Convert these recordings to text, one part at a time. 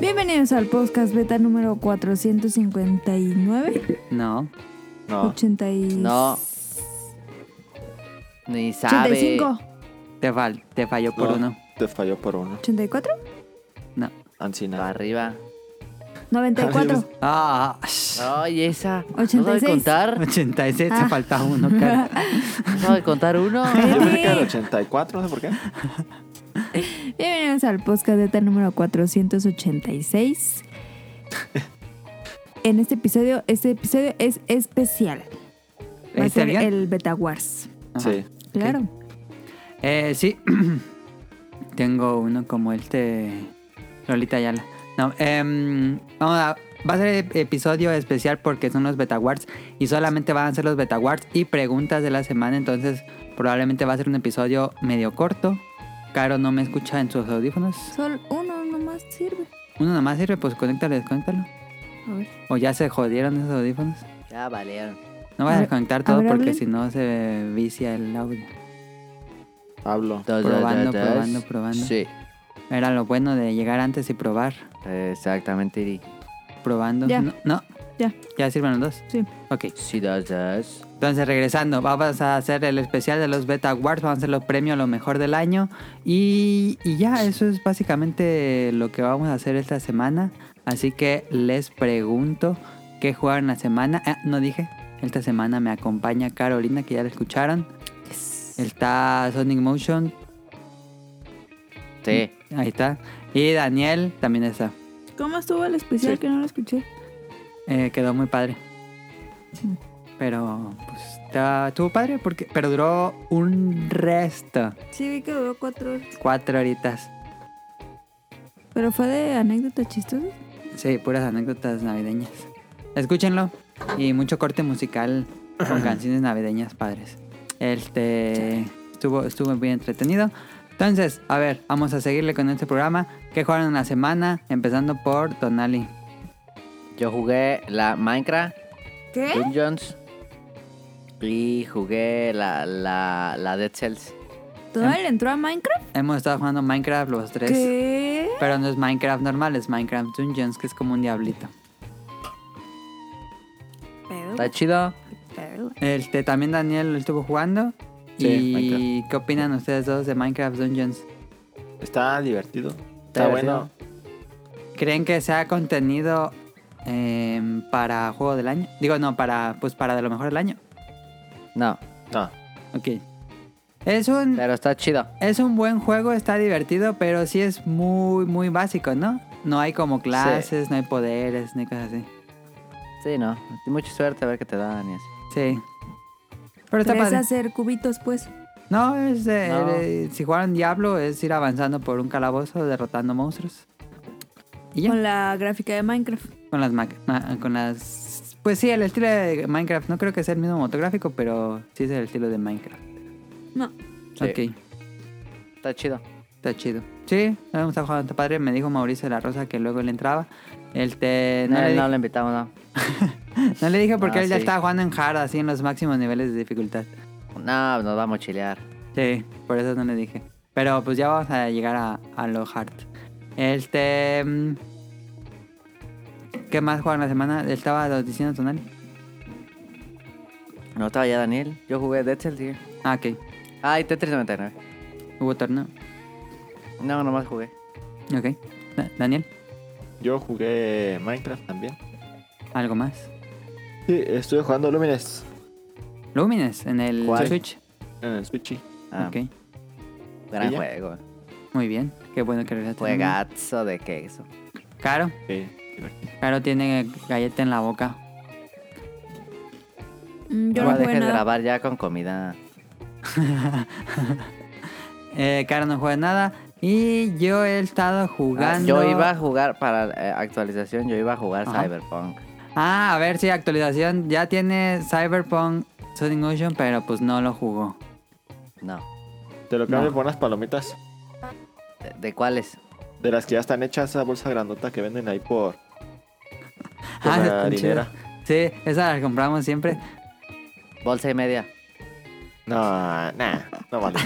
Bienvenidos al podcast beta número 459. No, No. 80 y- No. ni sabe. 85. Te, fal- te falló por no, uno. Te falló por uno. 84. No, Ancina. arriba. 94. Ah, sh- Ay, esa. ¿No sabe 86. contar? 86, Ah. te falta uno, cara. ¿No sabe contar uno? Yo me quedé en Sí. 84, no sé por qué. Bienvenidos al podcast beta número 486. En este episodio, este episodio es especial. Va a ¿Está ser bien? el Beta Wars. Ajá. Sí. Claro. Eh, sí. Tengo uno como este. Lolita Ayala. No, em, vamos a. Va a ser ep- episodio especial porque son los Betawards y solamente van a ser los Betawards y preguntas de la semana. Entonces, probablemente va a ser un episodio medio corto. Caro no me escucha en sus audífonos. Solo uno nomás sirve. Uno nomás sirve, pues conéctalo, desconéctalo. A ver. O ya se jodieron esos audífonos. Ya valieron. No A ver, vayas a desconectar a todo ver, porque hablen. si no se vicia el audio. Hablo. Dos, dos, Probando, dos, dos. probando, probando. Sí, Era lo bueno de llegar antes y probar. exactamente. Iri. Probando. Ya. No, no. Ya. Ya sirven los dos. Sí. Ok. Sí, dos, dos. Entonces, regresando, vamos a hacer el especial de los Beta Awards. Vamos a hacer los premios a lo mejor del año. Y, y ya, eso es básicamente lo que vamos a hacer esta semana. Así que les pregunto qué jugaron la semana. Ah, no dije. Esta semana me acompaña Carolina, que ya la escucharon. Está Sonic Motion. Sí. Ahí está. Y Daniel también está. ¿Cómo estuvo el especial que no lo escuché? Eh, quedó muy padre. Pero, pues, está- estuvo padre porque. Pero duró un resto. Sí, vi que duró cuatro horas. Cuatro horitas. Pero fue de anécdotas chistosas. Sí, puras anécdotas navideñas. Escúchenlo. Y mucho corte musical con canciones navideñas padres. Este. Estuvo, estuvo bien entretenido. Entonces, a ver, vamos a seguirle con este programa. ¿Qué jugaron en la semana? Empezando por Tonali. Yo jugué la Minecraft ¿Qué? Dungeons. Y jugué la, la, la Dead Cells. ¿Todo él entró a Minecraft? Hemos estado jugando Minecraft los tres. ¿Qué? Pero no es Minecraft normal, es Minecraft Dungeons, que es como un diablito. Pedo, ¿Está chido? pedo. Este, también Daniel lo estuvo jugando. Sí, ¿Y qué opinan ustedes dos de Minecraft Dungeons? Está divertido. Está bueno. ¿Creen que sea contenido em, para juego del año? Digo, no, para pues para de lo mejor del año. No, No. Ok. Es un, pero está chido. es un buen juego, está divertido, pero sí es muy, muy básico, ¿no? No hay como clases, no hay poderes, ni cosas así. Sí, no. Mucha suerte a ver qué te dan y así. Sí. Pero está Pero es padre. hacer cubitos, pues. No, es de- No. de- si jugaron Diablo es ir avanzando por un calabozo derrotando monstruos. Y ya, Con la gráfica de Minecraft. con las ma- ma- con las pues sí, el estilo de Minecraft no creo que sea el mismo motográfico, pero sí es el estilo de Minecraft. No. Sí. Ok, Está chido. está chido. Sí, no hemos estado jugando está padre, me dijo Mauricio de la Rosa que luego le entraba. El te no, No, le, no di- lo invitamos, no. no le dije porque Ah, él ya sí. estaba jugando en hard así en los máximos niveles de dificultad. No, nos va a mochilear. Sí, por eso no le dije. Pero pues ya vamos a llegar a, a lo hard. Este. mm, ¿Qué más jugaron la semana? Estaba diciendo Tonali. No estaba ya Daniel. Yo jugué Dead Cells, sí. Ah, ok. Ay, Tetris 99. Hubo torneo. No, nomás jugué. Ok. Da- Daniel, Yo jugué Minecraft también. ¿algo más? Sí, estuve jugando Lumines Lumines en el ¿Cuál? Switch. en el Switch. Ah, Ok. Gran ¿Y ya? juego. Muy bien. Qué bueno que regresaste. Juegazo de queso. Caro. Sí, eh, divertido. Caro tiene galleta en la boca. Mm, Ah, Yo no no jugué dejes de nada. grabar ya con comida. Ah, Eh, Caro no juega nada. Y yo he estado Ah, jugando. Yo iba a jugar para eh, actualización, yo iba a jugar Ajá. Cyberpunk. Ah, a ver si actualización. Ya tiene Cyberpunk Sonic Ocean, pero pues no lo jugó. No. Te lo cambio No. por unas palomitas. ¿De, de cuáles? De las que ya están hechas, esa bolsa grandota que venden ahí por. por Ah, la están harinera. chidas. Sí, esas las compramos siempre. Bolsa y media. No, nah, no vale.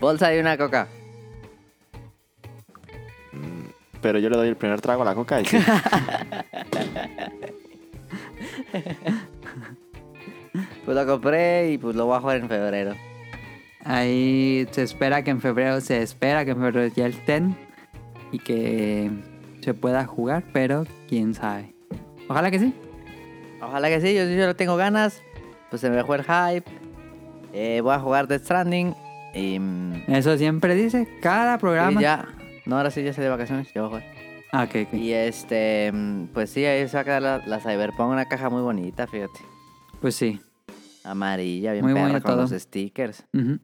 Bolsa y una coca. Pero yo le doy el primer trago a la coca y sí. Pues lo compré y pues lo voy a jugar en febrero. Ahí se espera que en febrero, se espera que en febrero ya estén y que se pueda jugar, pero quién sabe. Ojalá que sí. Ojalá que sí, yo, yo no tengo ganas. Pues se me dejó el hype. Eh, voy a jugar Death Stranding. Y, mm, Eso siempre dice cada programa. y ya. No, ahora sí, ya estoy de vacaciones. Ya voy a jugar. Ah, ok, ok. Y este, mm, pues sí, ahí se va a quedar la, la Cyberpunk. Una caja muy bonita, fíjate. Pues sí. Amarilla, bien Muy perra bonito con todo. los stickers. Ujú.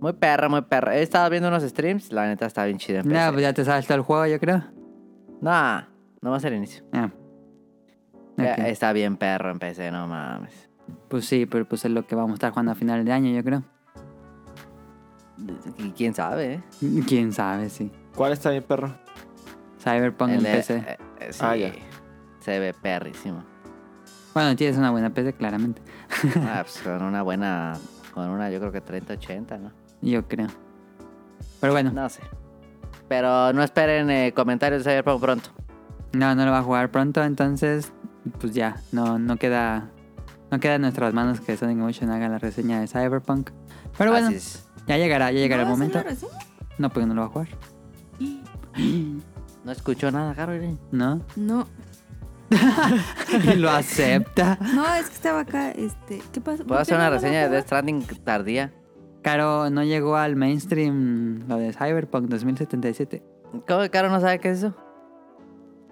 Muy perra, muy perra. He estado viendo unos streams. La neta está bien chida. en Ya, PC. pues ya te sabes todo el juego, yo creo. pues- No, no va a ser inicio. Ah. Ya, Ok. Está bien perro en PC, no mames. Pues sí, pero pues es lo que vamos a estar jugando a final de año, yo creo. Y quién sabe, ¿eh? Quién sabe, sí. ¿Cuál está bien, perro? Cyberpunk en El de- PC. eh, eh, sí. Ah, ya. Se ve perrísimo. Bueno, tienes una buena PC, claramente. Ah, pues con una buena. Con una, yo creo que 3080, ¿no? Yo creo. Pero bueno, No sé. Pero no esperen eh, comentarios de Cyberpunk pronto. no, no lo va a jugar pronto, entonces, pues ya, no, no queda. No queda en nuestras manos que Sonic Motion haga la reseña de Cyberpunk. Pero bueno, Así es. ya llegará, ya llegará el ¿No vas a momento. hacer la reseña? No, porque no lo va a jugar. No escuchó nada, ¿eh? Carolyn. ¿No? No, Y lo acepta. no, es que estaba acá, este, ¿qué pasó? ¿Puedo ¿Por qué hacer una no lo reseña de vas a Death Stranding tardía? Caro, no llegó al mainstream lo de Cyberpunk 2077. ¿Cómo que Caro no sabe qué es eso?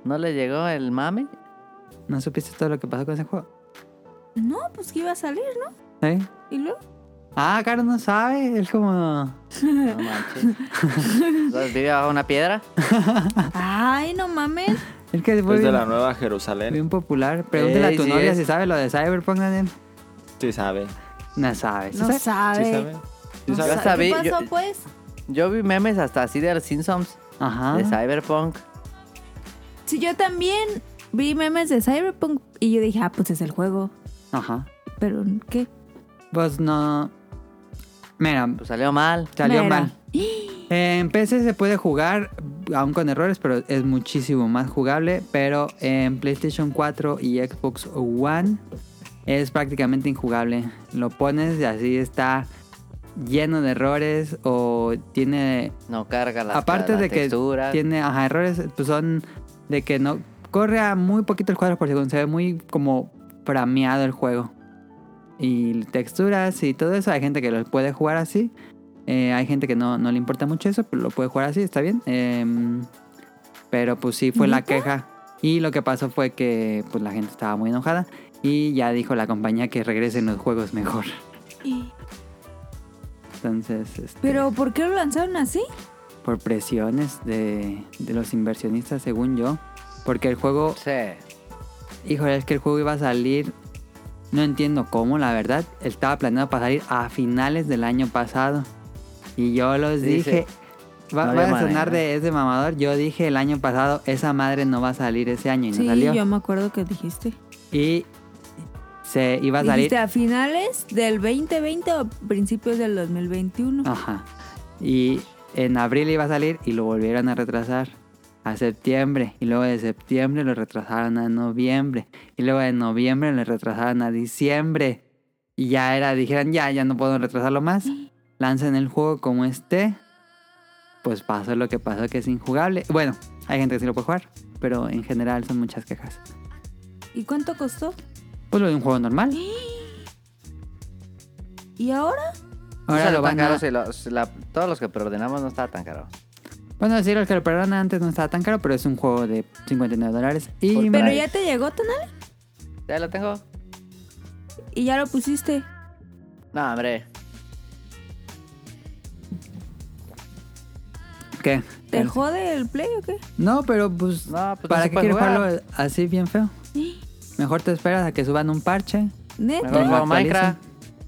¿No le llegó el mame? ¿No supiste todo lo que pasó con ese juego? jugar? No, pues que iba a salir, ¿no? ¿Eh? Y luego, Ah, Caro no sabe. Es como. No manches. ¿Los vive bajo una piedra? Ah. ay, no mames. Es que fue Es de bien, la Nueva Jerusalén. bien popular. Pregúntale Ey, a tu sí novia es. si sabe lo de Cyberpunk, Daniel. Sí sabe. No sabe. ¿sí No sabe? sabe. Sí sabe. Sí No Ya sabe. sabe. sabí, ¿Qué pasó, yo- pues? Yo vi memes hasta así de los Simpsons, Ajá. de Cyberpunk. Sí, yo también vi memes de Cyberpunk y yo dije, ah, pues es el juego. Ajá. Pero, ¿qué? Pues no. Mira, Pues salió mal. salió Mira. mal. En PC se puede jugar, aún con errores, pero es muchísimo más jugable. Pero en PlayStation 4 y Xbox One es prácticamente injugable. Lo pones y así está lleno de errores o tiene No carga las, Aparte las de que texturas. tiene ajá, errores, pues son de que no corre a muy poquitos cuadros por segundo, se ve muy como frameado el juego. Y texturas y todo eso, hay gente que lo puede jugar así. eh, hay gente que no, no le importa mucho eso, pero lo puede jugar así, está bien. em, pero pues sí, fue la ¿Neta? queja. Y lo que pasó fue que pues la gente estaba muy enojada. Y ya dijo la compañía que regresen los juegos mejor. Entonces, este, Pero, ¿por qué lo lanzaron así? por presiones de, de los inversionistas, según yo. Porque el juego, Sí. híjole, es que el juego iba a salir, no entiendo cómo, la verdad, estaba planeado para salir a finales del año pasado. Y yo los Dice, dije, va, no va había a sonar manera. de, es de mamador, yo dije el año pasado, esa madre no va a salir ese año y no Sí, salió. yo me acuerdo que dijiste. Y se iba a salir Dijiste a finales del 2020 o principios del 2021. Ajá. Y en abril iba a salir y lo volvieron a retrasar a septiembre. Y luego de septiembre lo retrasaron a noviembre. Y luego de noviembre lo retrasaron a diciembre. Y ya era, dijeron, ya, ya no puedo retrasarlo más. Lancen el juego como esté. Pues pasó lo que pasó, que es injugable. Bueno, hay gente que sí lo puede jugar, pero en general son muchas quejas. ¿Y cuánto costó? Pues lo de un juego normal. ¿Y ahora? Ahora Ahora lo van a... caro si lo- si la- todos los que preordenamos no estaba tan caro. Bueno, decir, el que lo perdonan antes no estaba tan caro, pero es un juego de 59 dólares. Y Por ¿Pero Price. ya te llegó, Tonal? ¿Ya lo tengo? ¿Y ya lo pusiste? No, hombre. ¿Qué? ¿Te jode el play o qué? No, pero pues, No, pues no ¿para se qué puede quieres jugar. jugarlo así bien feo? Mejor te esperas a que suban un parche. ¿Neta? y Mejor lo juego actualicen. Minecraft.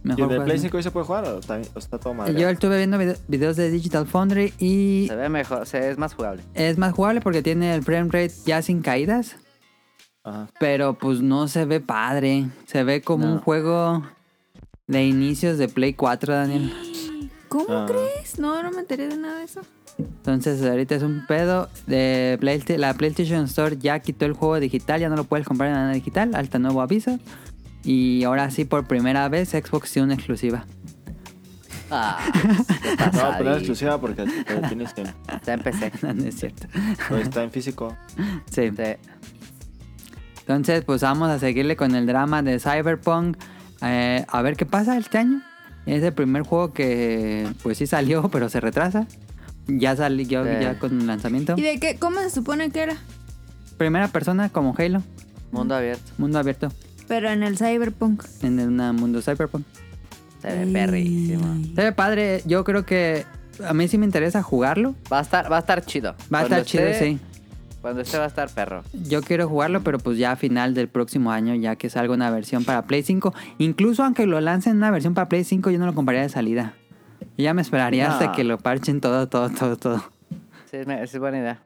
Mejor ¿Y el de juegas Play Minecraft. 5 hoy se puede jugar o también o está todo mal? Yo estuve viendo vide- videos de Digital Foundry y Se ve mejor, se, es más jugable. es más jugable porque tiene el frame rate ya sin caídas, Ajá. pero pues no se ve padre. Se ve como No. un juego de inicios de Play 4, Daniel. ¿Cómo Ah. crees? No, no me enteré de nada de eso. Entonces ahorita es un pedo. Eh, Playsta- la PlayStation Store ya quitó el juego digital, ya no lo puedes comprar de manera digital, hasta nuevo aviso. Y ahora sí, por primera vez, Xbox tiene una exclusiva. Ah, No, pero es pasadito. exclusiva porque eh, tienes que. no Ya empecé. no no es cierto. Pues está en físico. Sí. Sí. Entonces, pues vamos a seguirle con el drama de Cyberpunk. Eh, a ver qué pasa este año. Es el primer juego que, pues sí salió, pero se retrasa. Ya salió Sí. ya con el lanzamiento. ¿Y de qué? ¿Cómo se supone que era? Primera persona como Halo, Mundo abierto. mundo abierto, Pero en el cyberpunk. en el na- mundo Cyberpunk. Se ve perrísimo. Se ve padre, yo creo que a mí sí me interesa jugarlo. Va a estar, va a estar chido. Va a Cuando estar chido, esté- sí. Cuando esté va a estar perro. Yo quiero jugarlo, pero pues ya a final del próximo año, ya que salga una versión para Play 5. Incluso aunque lo lancen una versión para Play 5, yo no lo compraría de salida. Yo ya me esperaría No. hasta que lo parchen todo, todo, todo, todo. Sí, es, me- es buena idea.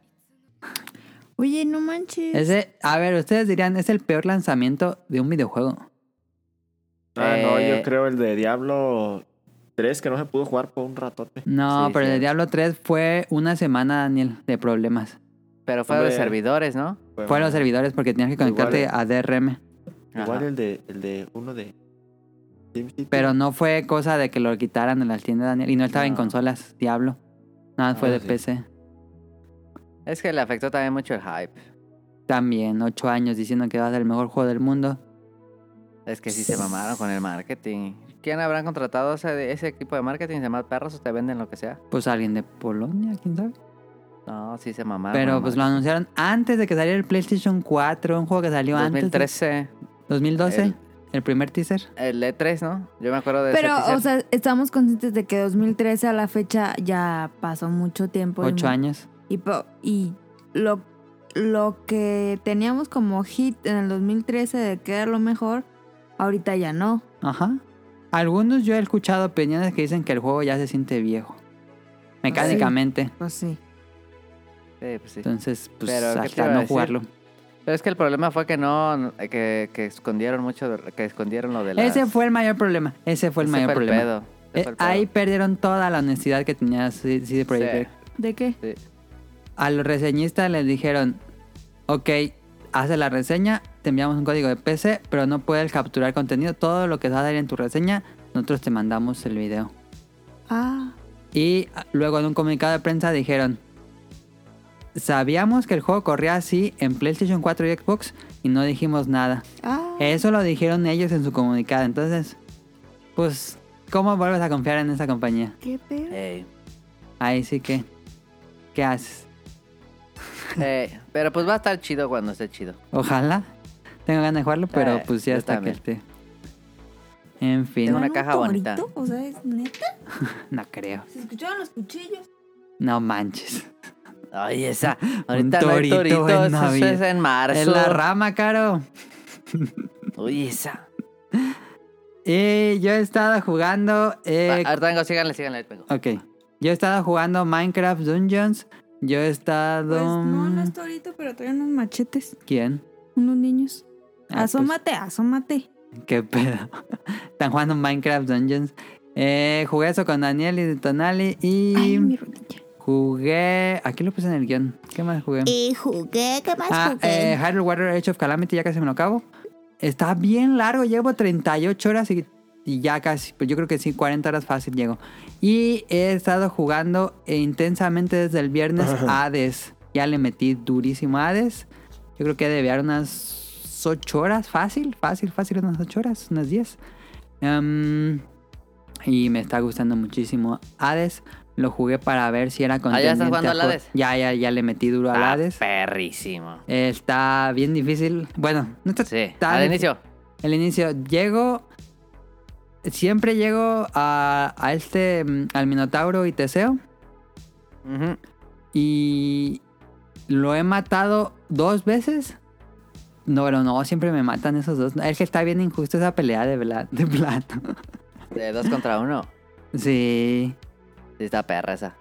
Oye, no manches. Ese, a ver, ustedes dirían, es el peor lanzamiento de un videojuego. Ah, no, Eh. yo creo el de Diablo 3 que no se pudo jugar por un ratote. No, Sí, pero el de cierto. Diablo 3 fue una semana, Daniel, de problemas. Pero fue de Hombre. servidores, ¿no? Fue a los servidores porque tenías que conectarte eh. Igual- a DRM. Igual Ajá. el de, el de uno de. SimCity. Pero no fue cosa de que lo quitaran en las tiendas, Daniel. Y no estaba en No. consolas, Diablo. Nada, más fue Ah, de sí. PC. Es que le afectó también mucho el hype. También, ocho años diciendo que va a ser el mejor juego del mundo. Es que sí se mamaron con el marketing. ¿Quién habrán contratado ese, ese equipo de marketing? ¿Se más perros o te venden lo que sea? Pues alguien de Polonia, quién sabe. No, sí se mamaron. Pero pues lo anunciaron antes de que saliera el PlayStation 4, un juego que salió antes. 2013, 2012, El- el, primer teaser. el E3, ¿no? Yo me acuerdo de ese Pero, teaser. o sea, estamos conscientes de que 2013 a la fecha ya pasó mucho tiempo. y- Ocho años. Y, po- y lo, lo que teníamos como hit en el 2013 de que era lo mejor, ahorita ya no. Ajá. Algunos yo he escuchado opiniones que dicen que el juego ya se siente viejo. Mecánicamente. Pues sí. Sí, pues sí. Entonces, pues Pero, ¿qué te iba hasta a no decir? jugarlo. Pero es que el problema fue que no, que, que escondieron mucho, de- que escondieron lo de la... Ese fue el mayor problema. Ese fue el mayor problema. Eh, ahí perdieron toda la honestidad que tenía CD Projekt Red. ¿De qué? A los reseñistas les dijeron, ok, hace la reseña, te enviamos un código de PC, pero no puedes capturar contenido. Todo lo que va a dar en tu reseña, nosotros te mandamos el video. Ah, Y ah, luego en un comunicado de prensa dijeron, sabíamos que el juego corría así en PlayStation 4 y Xbox y no dijimos nada. ah. Eh, Eso lo dijeron ellos en su comunicado. Entonces, pues, ¿cómo vuelves a confiar en esa compañía? ¿Qué pedo? Ey. Ahí sí que, ¿qué haces? Ey. Pero pues va a estar chido cuando esté chido. Ojalá. Tengo ganas de jugarlo, pero Eh, pues ya yo está que también. esté. En fin, Tengo no, una caja bonita. torito? O sea, es neta. creo. Se escuchaban los cuchillos. No manches. Ay, esa. Ahorita no hay torito en toritos, eso Navidad. es en marzo. Es la rama, Caro. Uy, esa. Y yo he estado jugando... eh, Va, ahorita vengo, síganle, síganle. ahorita vengo. ok. Yo he estado jugando Minecraft Dungeons. Yo he estado... mm, Pues no, no es torito, pero traen unos machetes. ¿Quién? Unos niños. Ah, pues asómate, asómate. pues, qué pedo. Están jugando Minecraft Dungeons. Eh, jugué eso con Daniel y Tonali y Ay, mi rodilla. jugué... Aquí lo puse en el guión. ¿Qué más jugué? Y jugué, ¿qué más Ah, jugué? eh, Hyrule Warrior Age of Calamity ya casi me lo acabo. Está bien largo, llevo 38 horas y, y ya casi, pues yo creo que sí, 40 horas fácil llego. Y he estado jugando eh, intensamente desde el viernes a Hades. Ya le metí durísimo a Hades. Yo creo que debe haber unas 8 horas, fácil, fácil, fácil, unas 8 horas, unas 10. Em, y me está gustando muchísimo Hades. Lo jugué para ver si era Ah, ¿ya contendiente estás jugando a al juego- Hades? Ah, Ya, ya, ya le metí duro al Está Hades. perrísimo. Está bien difícil. Bueno, no está Sí, tan al difícil. inicio. El inicio. Llego. Siempre llego a, a este. mm, Al Minotauro y Teseo. Ujú. Y. Lo he matado dos veces. No, pero no, siempre me matan esos dos. Es que está bien injusto esa pelea de, bla- de plata. De dos contra uno. Sí. Sí, está perra esa.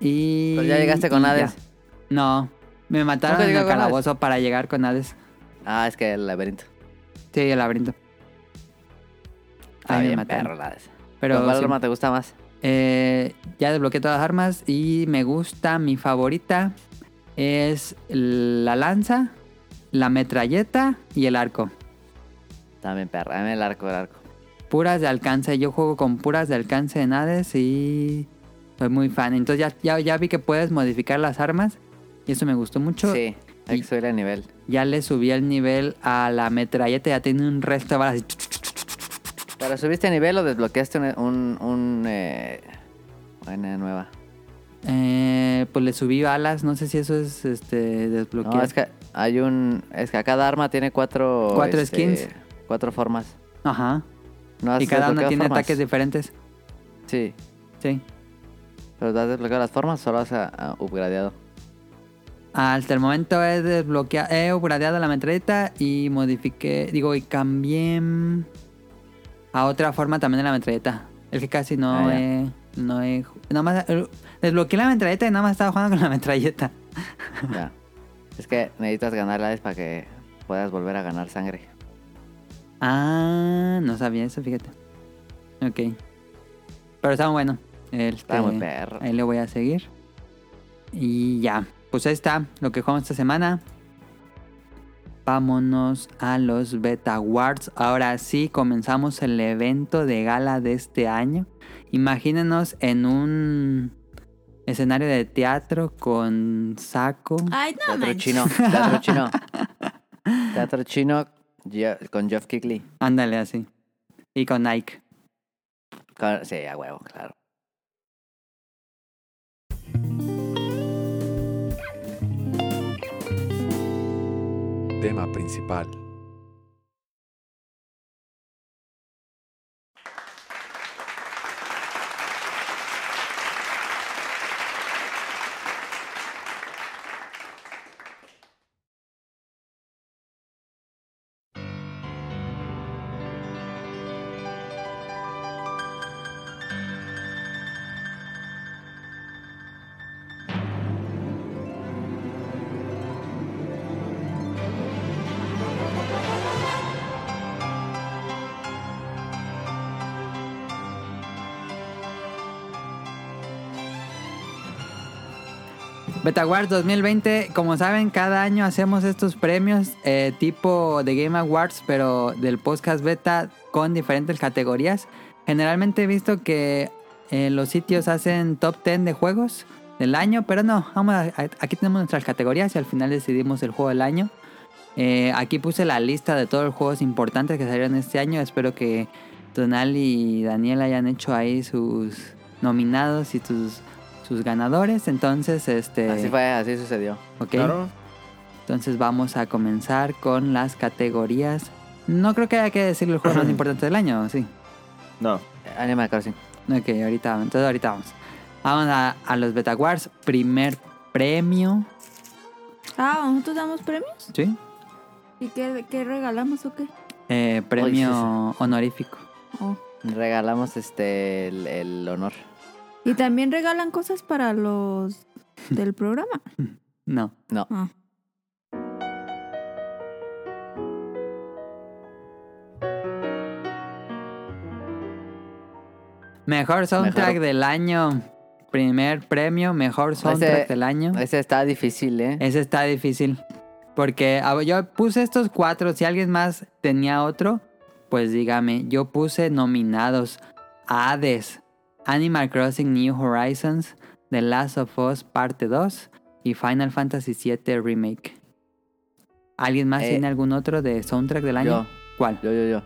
Y. Pues ya llegaste con y Hades. ya. No. Me mataron en llegas el con Hades? calabozo para llegar con Hades. Ah, es que el laberinto. Sí, el laberinto. Está Ahí me bien mataron. perro el Hades. Pero ¿Cuál sí. arma te gusta más? Eh, ya desbloqueé todas las armas y me gusta, mi favorita es la lanza, la metralleta y el arco. También perra, dame el arco, el arco. Puras de alcance, yo juego con puras de alcance en Hades y soy muy fan. Entonces ya, ya, ya vi que puedes modificar las armas y eso me gustó mucho. sí, hay que subir el nivel. Ya le subí el nivel a la metralleta, ya tiene un resto de balas. así. ¿Pero subiste nivel o desbloqueaste un... un, un, eh, una nueva? Eh, pues le subí balas, no sé si eso es este desbloquear. No, es que hay un... Es que a cada arma tiene cuatro... este, Cuatro skins. Cuatro formas. Ajá. ¿No has Y cada uno desbloqueado tiene formas? ataques diferentes. Sí, Sí. pero ¿tú has desbloqueado las formas o solo has ah, ah, upgradeado? Hasta el momento he desbloqueado, he upgradeado la metralleta y modifiqué, digo, y cambié mm, a otra forma también de la metralleta. El que casi no Ah, ya. he, no he, ju- nada más eh, desbloqueé la metralleta y nada más estaba jugando con la metralleta. Ya. Es que necesitas ganar la vez para que puedas volver a ganar sangre. Ah, no sabía eso, fíjate. Ok. Pero está muy bueno. Este, Está muy perro. Ahí le voy a seguir. Y ya. Pues ahí está lo que jugamos esta semana. Vámonos a los Beta Awards. Ahora sí, comenzamos el evento de gala de este año. Imagínenos en un escenario de teatro con saco. Ay, no Teatro manches. chino, teatro chino. Teatro chino yo- con Jeff Kickley. Ándale así. Y con Nike. Con- sí, a huevo, claro. Tema principal. BetaWares 2020, como saben, cada año hacemos estos premios eh, tipo de Game Awards, pero del podcast beta con diferentes categorías. Generalmente he visto que eh, los sitios hacen top 10 de juegos del año, pero no, vamos a- a- aquí tenemos nuestras categorías y al final decidimos el juego del año. Eh, aquí puse la lista de todos los juegos importantes que salieron este año. Espero que Tonal y Daniel hayan hecho ahí sus nominados y sus, sus ganadores. Entonces, este. Así fue, así sucedió. ok. Claro. Entonces vamos a comenzar con las categorías. No creo que haya que decir el juego más importante del año, sí. No. Animal Crossing. Ok, ahorita, entonces ahorita vamos. Vamos a, a los Betaguards. Primer premio. Ah, ¿nosotros damos premios? ¿Sí? ¿Y qué, qué regalamos o qué? Eh, premio honorífico. Oh. Regalamos este el, el honor. Y también regalan cosas para los del programa. No. No. Ah. Mejor soundtrack Mejor- del año. Primer premio, mejor soundtrack Ese- del año. Ese está difícil, ¿eh? Ese está difícil. Porque a ver, yo puse estos cuatro. Si alguien más tenía otro, pues dígame. Yo puse nominados. Hades, Animal Crossing New Horizons, The Last of Us Parte 2 y Final Fantasy VII Remake. ¿Alguien más Eh, tiene algún otro de soundtrack del año? yo. ¿Cuál? Yo, yo, yo.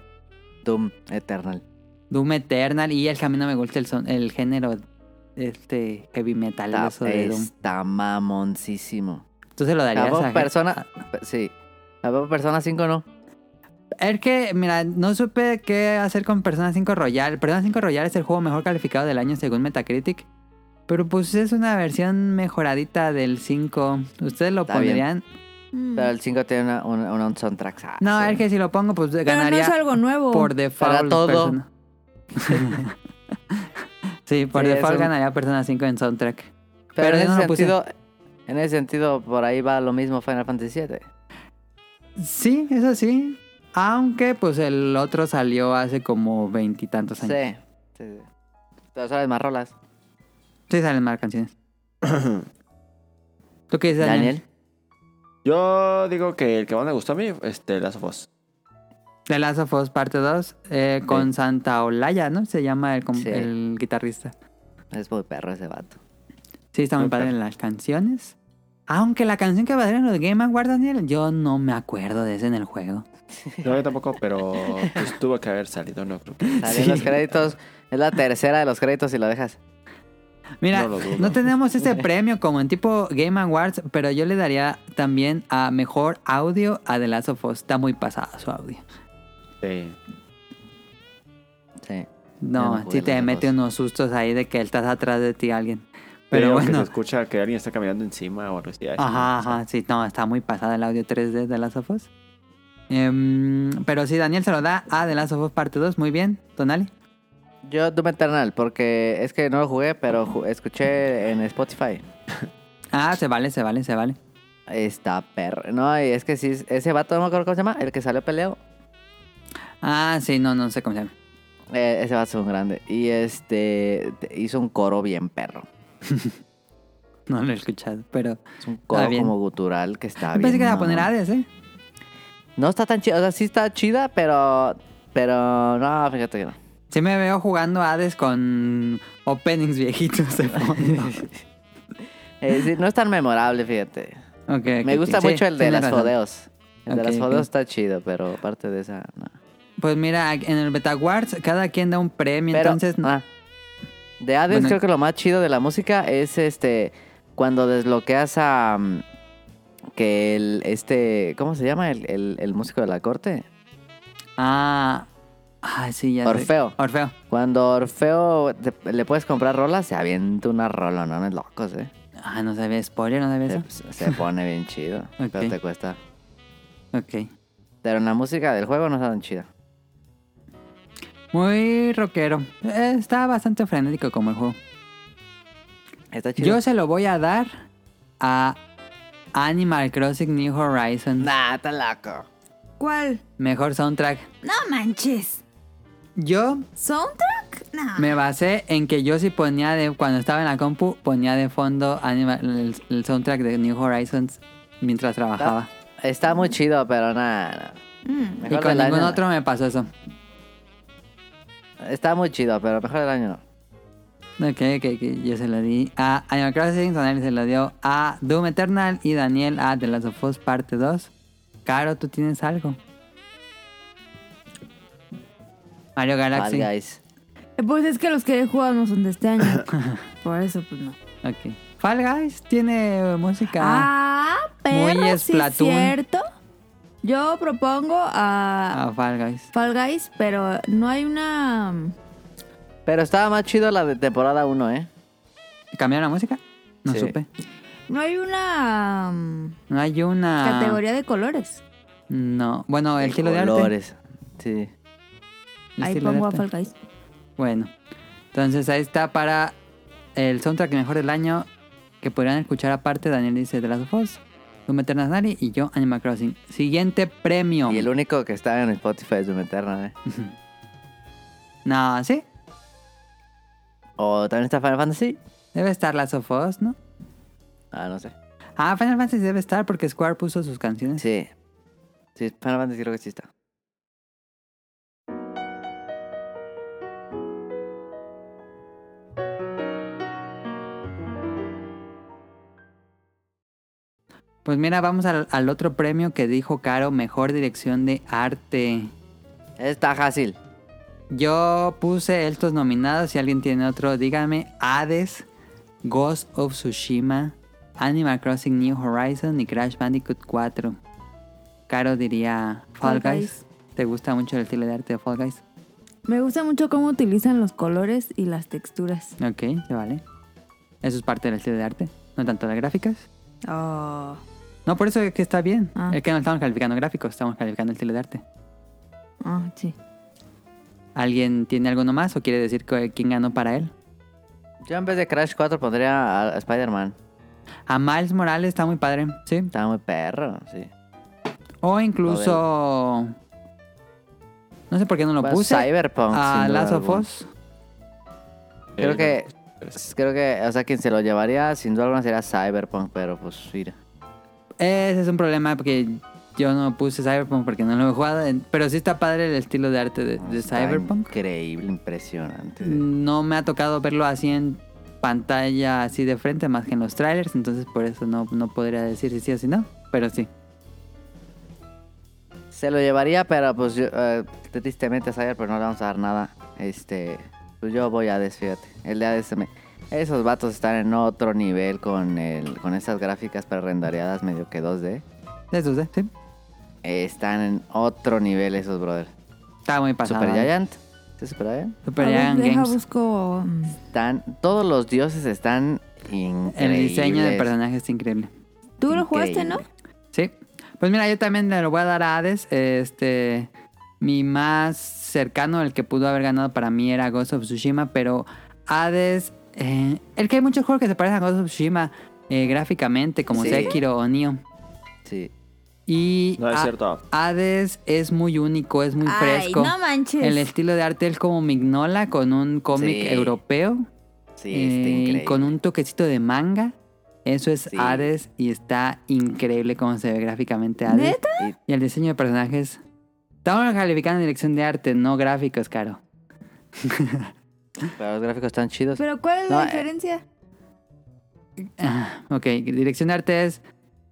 Doom Eternal. Doom Eternal y el camino me gusta el, son- el género este heavy metal. Está, eso de Doom. está mamoncísimo. ¿Tú se lo darías Acabó a, Persona- Sí. La Persona 5 no. Es que, mira, no supe qué hacer con Persona 5 Royal. Persona 5 Royal es el juego mejor calificado del año según Metacritic. Pero pues es una versión mejoradita del 5. ¿Ustedes lo Está bien. pondrían? Mm. Pero el 5 tiene una, una, una- un soundtrack. ah, No, sí. es que si lo pongo, pues Pero no ganaría es algo nuevo. por default. Para todo. Persona. sí, por Sí, default eso- ganaría Persona 5 en soundtrack. Pero, Pero en yo ese no lo puse. sentido, en ese sentido, por ahí va lo mismo Final Fantasy VII. Sí, eso sí. Aunque pues el otro salió hace como veintitantos años. Sí. sí, sí. Pero salen más rolas. Sí salen más canciones. ¿Tú qué dices, Daniel? Daniel. Yo digo que el que más me gustó a mí, este, Last of Us. The Last of Us Parte 2 eh, con Santa Olaya, ¿no? Se llama el, com- Sí. el guitarrista. Es muy perro ese vato. Sí, está muy Ok. padre en las canciones. Aunque la canción que aparece en los Game Awards, Daniel, yo no me acuerdo de ese en el juego. No, yo tampoco, pero pues, tuvo que haber salido, no creo que. Salen Sí. los créditos. Es la tercera de los créditos y lo dejas. Mira, No lo no, dudo. tenemos ese premio como en tipo Game Awards, pero yo le daría también a mejor audio a The Last of Us. Está muy pasada su audio. Sí. Sí. No, Ya no sí jugué te los mete dos. unos sustos ahí de que estás atrás de ti alguien. Pero Pero que se bueno. escucha que alguien está caminando encima o algo así. ay, Ajá, no, o sea, ajá, sí, no, está muy pasada el audio 3D de Last of Us. Em, pero sí, Daniel se lo da a The Last of Us parte 2, muy bien, Tonali. Yo Doom Eternal, porque es que no lo jugué, pero ju- escuché en Spotify. Ah, se vale, se vale, se vale. Está perro. No, y es que sí, ese vato, no me acuerdo cómo se llama, el que salió peleo. Ah, sí, no, no sé cómo se llama. Eh, ese vato es un grande. Y este te- hizo un coro bien perro. No lo he escuchado, pero... Es un coro bien. como gutural que está Yo pensé bien que iba a poner mamón. Hades, ¿eh? No está tan chida, o sea, sí está chida, pero. Pero no, fíjate que no. Sí me veo jugando Hades con openings viejitos de fondo. Eh, sí, no es tan memorable, fíjate. Ok, ok, Me ok. gusta Sí, mucho el de tienes las razón. fodeos. El de Ok, las ok. fodeos está chido, pero aparte de esa, no. Pues mira, en el Betaguards cada quien da un premio, Pero, entonces... ah, de Hades Bueno, creo que lo más chido de la música es este cuando desbloqueas a mm, que el este ¿cómo se llama el, el- el músico de la corte? Ah, ah, sí, ya sé. Orfeo. Orfeo. Cuando Orfeo te- le puedes comprar rolas, se avienta una rola, no, no es locos, eh. Ah, no sabía spoiler, no sabía eso. Se, pues, se pone bien chido, Ok. pero te cuesta. Ok. Pero en la música del juego no está tan chida. Muy rockero. Eh, Está bastante frenético como el juego. Está chido. Yo se lo voy a dar a Animal Crossing New Horizons. Nah, está loco. ¿Cuál? Mejor soundtrack. No manches. Yo ¿Soundtrack? No. me basé en que yo sí ponía de... Cuando estaba en la compu, ponía de fondo Animal- el, el soundtrack de New Horizons mientras trabajaba. Está muy chido, pero nada. Mm. Mm. Y con del ningún año. otro me pasó eso. Está muy chido, pero mejor del año no. Ok, ok, ok. Yo se lo di a Animal Crossing, Daniel se lo dio a Doom Eternal y Daniel a The Last of Us Parte 2. Caro, tú tienes algo. Mario Galaxy. Fall Guys. Pues es que los que he jugado no son de este año. Por eso, pues no. Ok. Fall Guys tiene eh, música. Ah, pero Muy sí es Splatoon. cierto. Yo propongo a Ah, Fall Guys. Fall Guys, pero no hay una... Pero estaba más chido la de temporada 1, ¿eh? ¿Cambiaron la música? No Sí. supe. No hay una... mm, No hay una. Categoría de colores. No. Bueno, el estilo de arte. Colores. Sí. El Ahí estilo de pongo a arte. Fall Guys. Bueno, entonces ahí está para el soundtrack mejor del año que podrán escuchar aparte. Daniel dice The Last of Us, Doom Eternal Nari y yo Animal Crossing. Siguiente premio. Y el único que está en Spotify es Doom Eternal, ¿eh? No, sí, O también está Final Fantasy. debe estar Last of Us, ¿no? Ah, no sé. Ah, Final Fantasy debe estar porque Square puso sus canciones. Sí. Sí, Final Fantasy creo que sí está. Pues mira, vamos al, al otro premio que dijo Caro, mejor dirección de arte. Está fácil. Yo puse estos nominados. Si alguien tiene otro, dígame. Hades, Ghost of Tsushima, Animal Crossing New Horizon y Crash Bandicoot 4. Caro diría Fall, Fall Guys. ¿Te gusta mucho el estilo de arte de Fall Guys? Me gusta mucho cómo utilizan los colores y las texturas. Ok, se vale. Eso es parte del estilo de arte, no tanto de gráficas. Oh. No, por eso es que está bien. Ah. Es que no estamos calificando gráficos, estamos calificando el estilo de arte. Ah, sí. ¿Alguien tiene alguno más o quiere decir que- quién ganó para él? Yo en vez de Crash 4 pondría a- a Spider-Man. A Miles Morales está muy padre, ¿sí? Estaba muy perro, sí. O incluso. No sé por qué no lo Bueno, puse. Cyberpunk. A sin duda Last of alguna. Us. Creo Eh, que, pues, creo que, o sea, quien se lo llevaría sin duda alguna sería Cyberpunk, pero pues mira. Ese es un problema porque yo no puse Cyberpunk porque no lo he jugado. en- Pero sí está padre el estilo de arte de, de está Cyberpunk. Increíble, impresionante. No me ha tocado verlo así en pantalla, así de frente, más que en los trailers. Entonces por eso no, no podría decir si sí o si no. Pero sí. Se lo llevaría, pero pues yo, eh, tristemente a Cyber, pero no le vamos a dar nada. Este, pues yo voy a Hades, fíjate. El de Hades se me- Esos vatos están en otro nivel con, el, con esas gráficas pre-rendereadas medio que 2D. Eso sí. sí. Eh, están en otro nivel esos, brother. Está muy pasado. ¿eh? Super Giant. ¿Sí, Super Giant? Super A ver, Giant deja, Games. busco. mm, Están, todos los dioses están increíbles. El diseño de personajes es increíble. Tú lo jugaste, ¿no? Increíble. Sí. Pues mira, yo también le lo voy a dar a Hades. Este. Mi más cercano, el que pudo haber ganado para mí era Ghost of Tsushima, pero Hades. eh, el que hay muchos juegos que se parecen a Ghost of Tsushima eh, gráficamente, como Sí. Sekiro o Nioh. Sí. Y no es Ha- cierto. Hades es muy único, es muy Ay, fresco. no manches. el estilo de arte es como Mignola con un cómic Sí. europeo Sí, eh, está increíble. con un toquecito de manga. Eso es Sí. Hades y está increíble cómo se ve gráficamente Hades. ¿Neta? Y el diseño de personajes. Estamos calificando en dirección de arte, no gráficos, caro. Pero los gráficos están chidos. ¿Pero cuál es No, la eh, diferencia? Ah, ok, dirección de arte es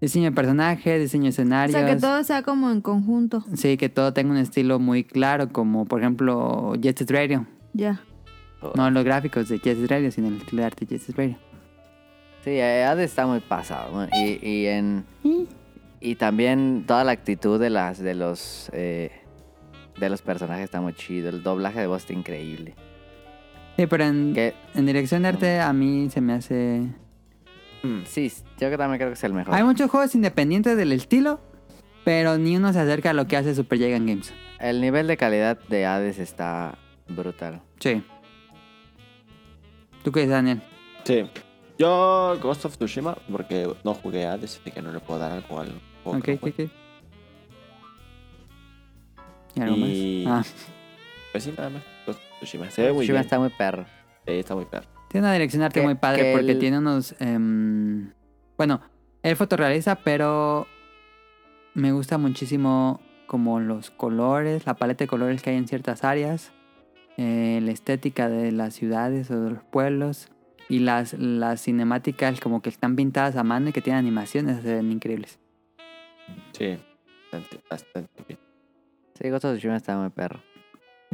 diseño de personajes, diseño de O escenarios. sea, que todo sea como en conjunto. Sí, que todo tenga un estilo muy claro, como por ejemplo Jet Set Radio. Ya. No los gráficos de Jet Set Radio, sino el estilo de arte de Jet Set Radio. Sí, eh, Hades está muy pasado. ¿no? Y, y en. Y también toda la actitud de las de los eh, de los personajes está muy chido. El doblaje de voz está increíble. Sí, pero en, Que, en dirección de arte a mí se me hace... sí, yo que también creo que es el mejor. Hay muchos juegos independientes del estilo, pero ni uno se acerca a lo que hace Super Giant Games. El nivel de calidad de Hades está brutal. Sí. ¿Tú qué dices, Daniel? Sí. Yo, Ghost of Tsushima, porque no jugué a así que no le puedo dar algo al juego Ok, que no ok, jugué. ok. ¿Y algo Y- más? Ah, Pues sí, nada más. Ghost of Tsushima. Se ve muy Tsushima bien. está muy perro. Sí, está muy claro. tiene una dirección de arte Que- muy padre que porque el- tiene unos... em, bueno, él fotorrealiza, pero me gusta muchísimo como los colores, la paleta de colores que hay en ciertas áreas, eh, la estética de las ciudades o de los pueblos y las, las cinemáticas como que están pintadas a mano y que tienen animaciones, se ven increíbles. Sí. Bastante, bastante bien. Sí, Ghost of Tsushima está muy perro.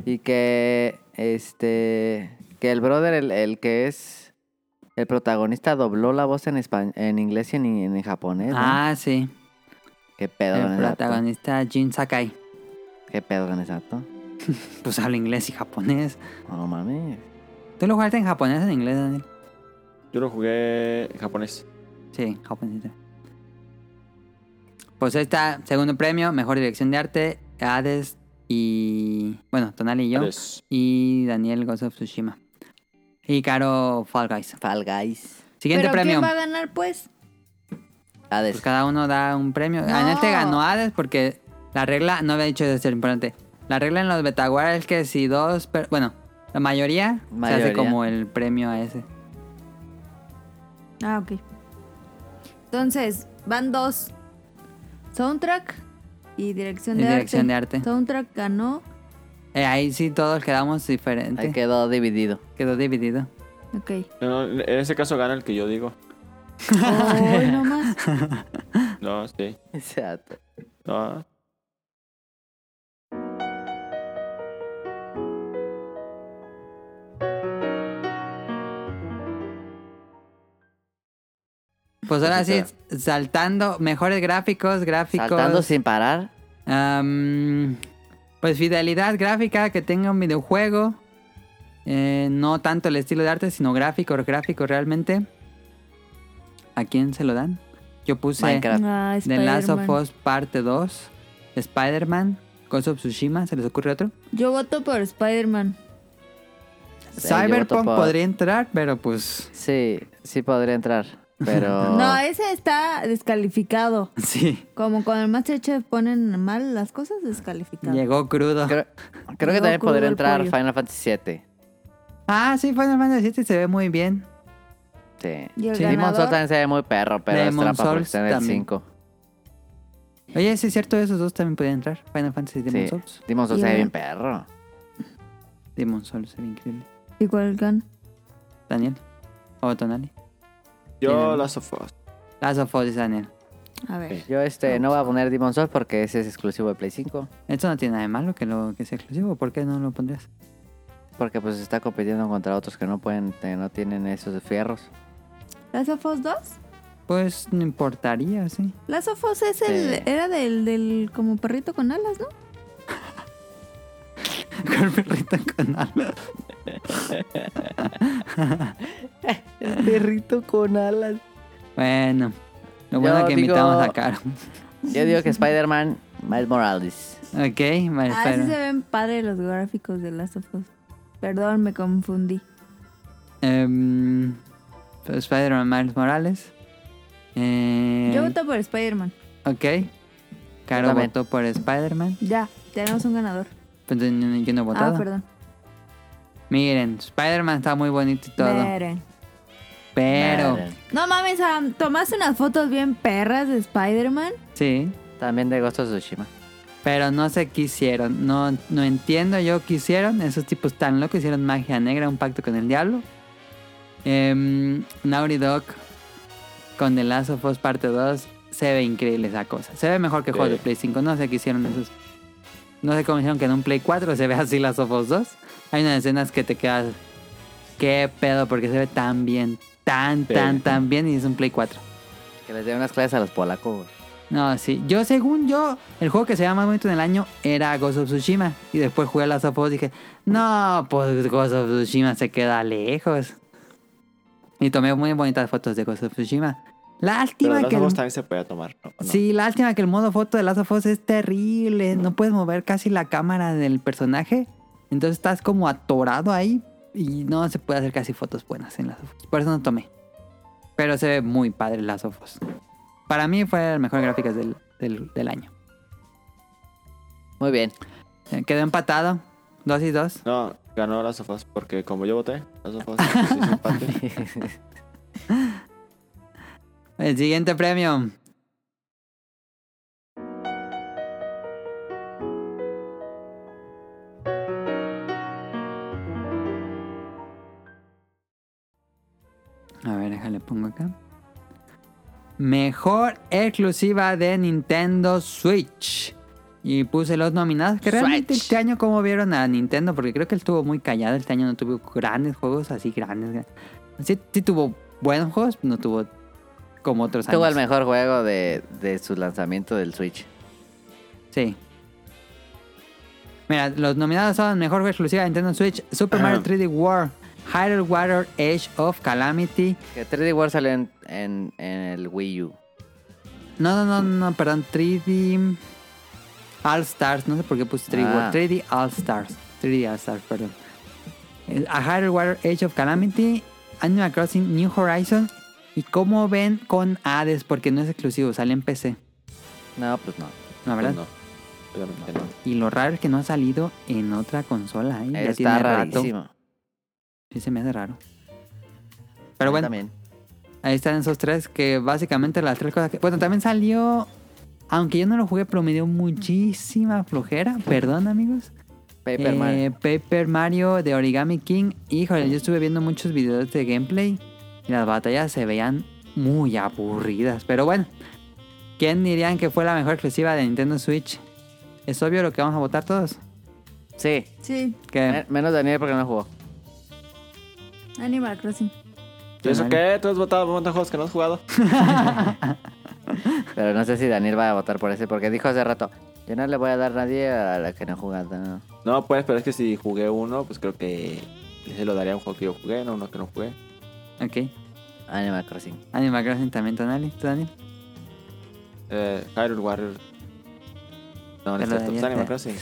Y que este que el brother el, el que es el protagonista dobló la voz en español, en inglés y en, en japonés. ¿no? Ah, sí. Qué pedo, El con ese vato. protagonista Jin Sakai. Qué pedo con ese vato? Pues habla inglés y japonés. No mames. ¿Tú lo jugaste en japonés o en inglés, Daniel? Yo lo jugué en japonés. Sí, en japonés. sí. Pues ahí está, segundo premio, mejor dirección de arte, Hades y... Bueno, Tonali y yo. Tres. Y Daniel Ghost of Tsushima. Y Caro Fall Guys. Fall Guys. Siguiente ¿Pero premio. quién va a ganar, pues? Hades. Pues cada uno da un premio. No. Daniel te ganó Hades porque la regla, no había dicho de ser importante. La regla en los Betaguar es que si dos, per- bueno, la mayoría, se hace Mayoría. como el premio a ese. Ah, ok. Entonces, van dos. Soundtrack y dirección Y de dirección de arte. arte. Soundtrack ganó. Eh, ahí sí todos quedamos Ahí diferentes. quedó dividido. Quedó dividido. Ok. No, no, en ese caso gana el que yo digo. Hoy nomás. No, sí. Ese vato. No. Pues ahora Así sí, saltando, mejores gráficos, gráficos. Saltando sin parar. am, pues fidelidad gráfica que tenga un videojuego. Eh, no tanto el estilo de arte, sino gráfico, gráfico realmente. ¿A quién se lo dan? Yo puse Minecraft. Ah, The Last of Spider-Man. Us Parte 2, Spider-Man, Ghost of Tsushima, ¿se les ocurre otro? Yo voto por Spider-Man. Sí, yo voto Cyberpunk por- podría entrar, pero pues Sí, sí podría entrar. Oh. Pero. No, ese está descalificado. sí, Como cuando el Masterchef ponen mal las cosas, descalificado. llegó crudo. Creo, creo que Llegó también crudo podría el entrar pollo. Final Fantasy VII. Ah, sí, Final Fantasy 7 se ve muy bien. Sí. Y el Sí. Demon's Souls ganador, también se ve muy perro, pero es Demon's trampa porque Souls está en el también. 5. Oye, sí es cierto, esos dos también podían entrar. Final Fantasy Demon Sí. Souls. Demon's Souls Y se ve el- bien perro. Demon Souls, sería increíble. ¿y cuál gana? Daniel. O Tonali. Yo Bien. Last of Us. Last of Us, Daniel. A ver. Sí. Yo este no voy a poner Demon's Souls porque ese es exclusivo de Play 5. Esto no tiene nada de malo que, lo, que sea exclusivo. ¿Por qué no lo pondrías? Porque pues está compitiendo contra otros que no pueden, que no tienen esos fierros. ¿Last of Us 2? Pues no importaría, sí. Last of Us es el, Sí. era del, del como perrito con alas, ¿no? Con perrito con alas. El perrito con alas. Bueno. Lo bueno Yo es que digo- invitamos a Caro. Yo digo que Spider-Man, Miles Morales. ok, vale, Ah, sí pero- se ven padres los gráficos de Last of Us. Perdón, me confundí. Em, Spider-Man Miles Morales. Eh, Yo voto por Spider-Man. Ok. Caro Yo también. votó por Spider-Man. Ya, tenemos un ganador. Pero yo no- yo no he Ah, votado. perdón. Miren, Spider-Man está muy bonito y todo. Miren. Pero. Miren. No mames, Sam, tomaste unas fotos bien perras de Spider-Man. Sí. También de Ghost of Tsushima. Pero no sé qué hicieron. No, no entiendo yo qué hicieron. Esos tipos tan locos hicieron magia negra, un pacto con el diablo. Em, Naughty Dog con The Last of Us parte 2. Se ve increíble esa cosa. Se ve mejor que juegos Sí. de Play 5. No sé qué hicieron esos. No sé cómo hicieron que en un Play 4 se ve así Last of Us 2. Hay unas escenas que te quedas. ¿Qué pedo? Porque se ve tan bien. Tan, Sí. tan, tan bien. Y es un Play 4. Que les dé unas clases a los polacos. No, sí. Yo, según yo, el juego que se veía más bonito en el año era Ghost of Tsushima. Y después jugué a Last of Us y dije, no, pues Ghost of Tsushima se queda lejos. Y tomé muy bonitas fotos de Ghost of Tsushima. Pero Lástima Last que... of el- Us también se podía tomar. ¿no? ¿O no? Sí, lástima que el modo foto de Last of Us es terrible. No puedes mover casi la cámara del personaje. Entonces estás como atorado ahí y no se puede hacer casi fotos buenas en Last of Us. Por eso no tomé. Pero se ve muy padre Last of Us. Para mí fue el mejor gráfico del, del- del año. Muy bien. Eh, Quedó empatado. Dos y dos. No, ganó Last of Us porque como yo voté, Last of Us se hizo empate. El siguiente premio. A ver, déjale, pongo acá. Mejor exclusiva de Nintendo Switch. Y puse los nominados. Que realmente Switch. este año, como vieron a Nintendo, porque creo que él estuvo muy callado. Este año no tuvo grandes juegos así grandes. Sí, sí tuvo buenos juegos, no tuvo como otros años. Tuvo el mejor juego de, de su lanzamiento del Switch. Sí. Mira, los nominados son Mejor Juego Exclusiva de Nintendo Switch, Super Mario 3D World, Hyrule Water Age of Calamity. Que 3D World salió en, en, en el Wii U. No, no, no, no, perdón, 3D All Stars. No sé por qué puse 3D Ah. World. 3D All Stars. 3D All Stars, perdón. Eh, A Hyrule Water Age of Calamity, Animal Crossing New Horizon. ¿Y cómo ven con Hades? Porque no es exclusivo, sale en PC. No, pues no. ¿No, verdad? No, obviamente no. Y lo raro es que no ha salido en otra consola. ¿eh? Ya Está tiene rato. rarísimo. Sí, se me hace raro. A mí Pero bueno, También. ahí están esos tres que básicamente las tres cosas que... Bueno, también salió... Aunque yo no lo jugué, pero me dio muchísima flojera. Perdón, amigos. Eh, Paper Mario. Paper Mario de Origami King. Híjole, yo estuve viendo muchos videos de gameplay y las batallas se veían muy aburridas. Pero bueno, ¿quién dirían que fue la mejor exclusiva de Nintendo Switch? Es obvio lo que vamos a votar todos. Sí. eh. Sí, Que Men- Menos Daniel porque no jugó. Animal Crossing. ¿Y eso qué? ¿Tú has votado por cuántos juegos que no has jugado? Pero no sé si Daniel va a votar por ese porque dijo hace rato. Yo no le voy a dar a nadie a la que no juega. no". No, pues, pero es que si jugué uno, pues creo que se lo daría a un juego que yo jugué, no a uno que no jugué. Ok. Animal Crossing. Animal Crossing también, Tonali. ¿Tú, Daniel? Eh, Hyrule Warrior. No, no Te es lo cierto, pues daría Animal a Crossing.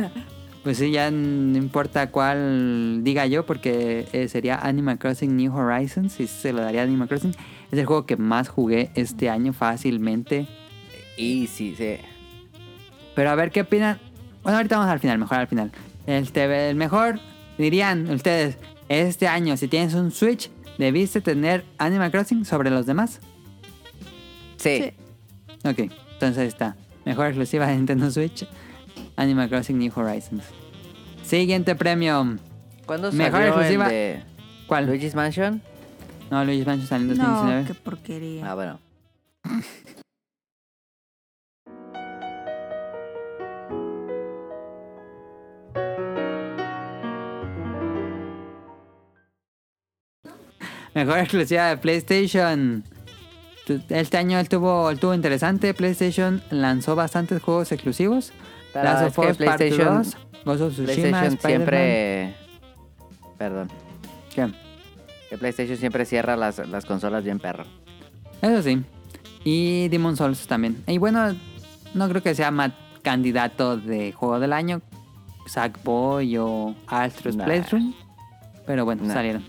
Ah. pues sí, ya no importa cuál diga yo, porque eh, sería Animal Crossing New Horizons, y se lo daría a Animal Crossing. Es el juego que más jugué este año fácilmente. Y sí, sí. Pero a ver qué opinan. Bueno, ahorita vamos al final, mejor al final. Este, el mejor dirían ustedes, este año, si tienes un Switch, debiste tener Animal Crossing sobre los demás? Sí. Ok, entonces ahí está. Mejor exclusiva de Nintendo Switch, Animal Crossing New Horizons. Siguiente premio. ¿Cuándo salió Mejor exclusiva. el de ¿Cuál? Luigi's Mansion? No, Luigi's Mansion salió en No, 2019. qué porquería. Ah, bueno. Mejor exclusiva de PlayStation. Tu- Este año él tuvo, él tuvo interesante. PlayStation lanzó bastantes juegos exclusivos. Pero Last es of que Us Part PlayStation- 2, Ghost of Tsushima, PlayStation Spider-Man. siempre... Perdón. ¿Qué? Que PlayStation siempre cierra las, las consolas bien perro. Eso sí. Y Demon Souls también. Y bueno, no creo que sea ma- candidato de juego del año. Sackboy o Astros Nah. Playroom. Pero bueno, Nah. salieron.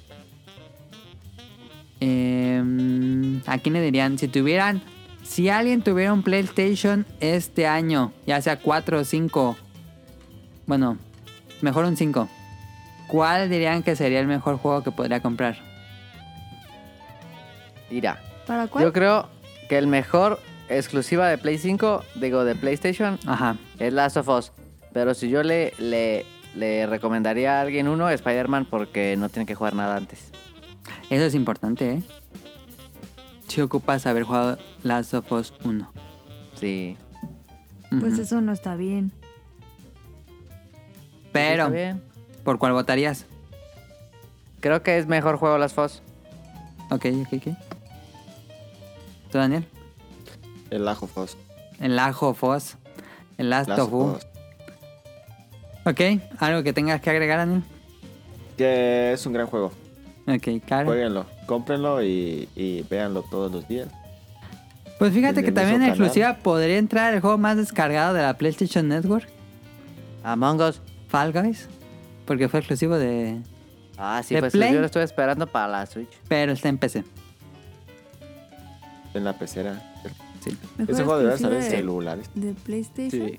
Em, ¿A quién le dirían? Si tuvieran. Si alguien tuviera un PlayStation este año, ya sea 4 o 5. Bueno, mejor un 5. ¿Cuál dirían que sería el mejor juego que podría comprar? Irá. ¿Para cuál? Yo creo que el mejor exclusiva de Play 5, digo de PlayStation, Ajá. es Last of Us. Pero si yo le, le, le recomendaría a alguien uno, Spider-Man, porque no tiene que jugar nada antes. Eso es importante, ¿eh? Si ocupas haber jugado Last of Us 1. Sí. Ujú. Pues eso no está bien. Pero, Está bien. ¿por cuál votarías? Creo que es mejor juego Last of Us. Ok, ok, ok. ¿Tú, Daniel? El Ajo Fos. El Last of Us. El Last, Last of of Us. Us. Ok, ¿algo que tengas que agregar, Daniel? Que es un gran juego. Ok, claro. Jueguenlo, cómprenlo y, y véanlo todos los días. Pues fíjate del que mismo también en canal. exclusiva podría entrar el juego más descargado de la PlayStation Network, Among Us. Fall Guys, porque fue exclusivo de... Ah, sí, ¿De pues Play? yo lo estoy esperando para la Switch. Pero está en PC. En la pecera. Sí. Mejor Ese juego debería salir exclusiva en de, celulares. de PlayStation.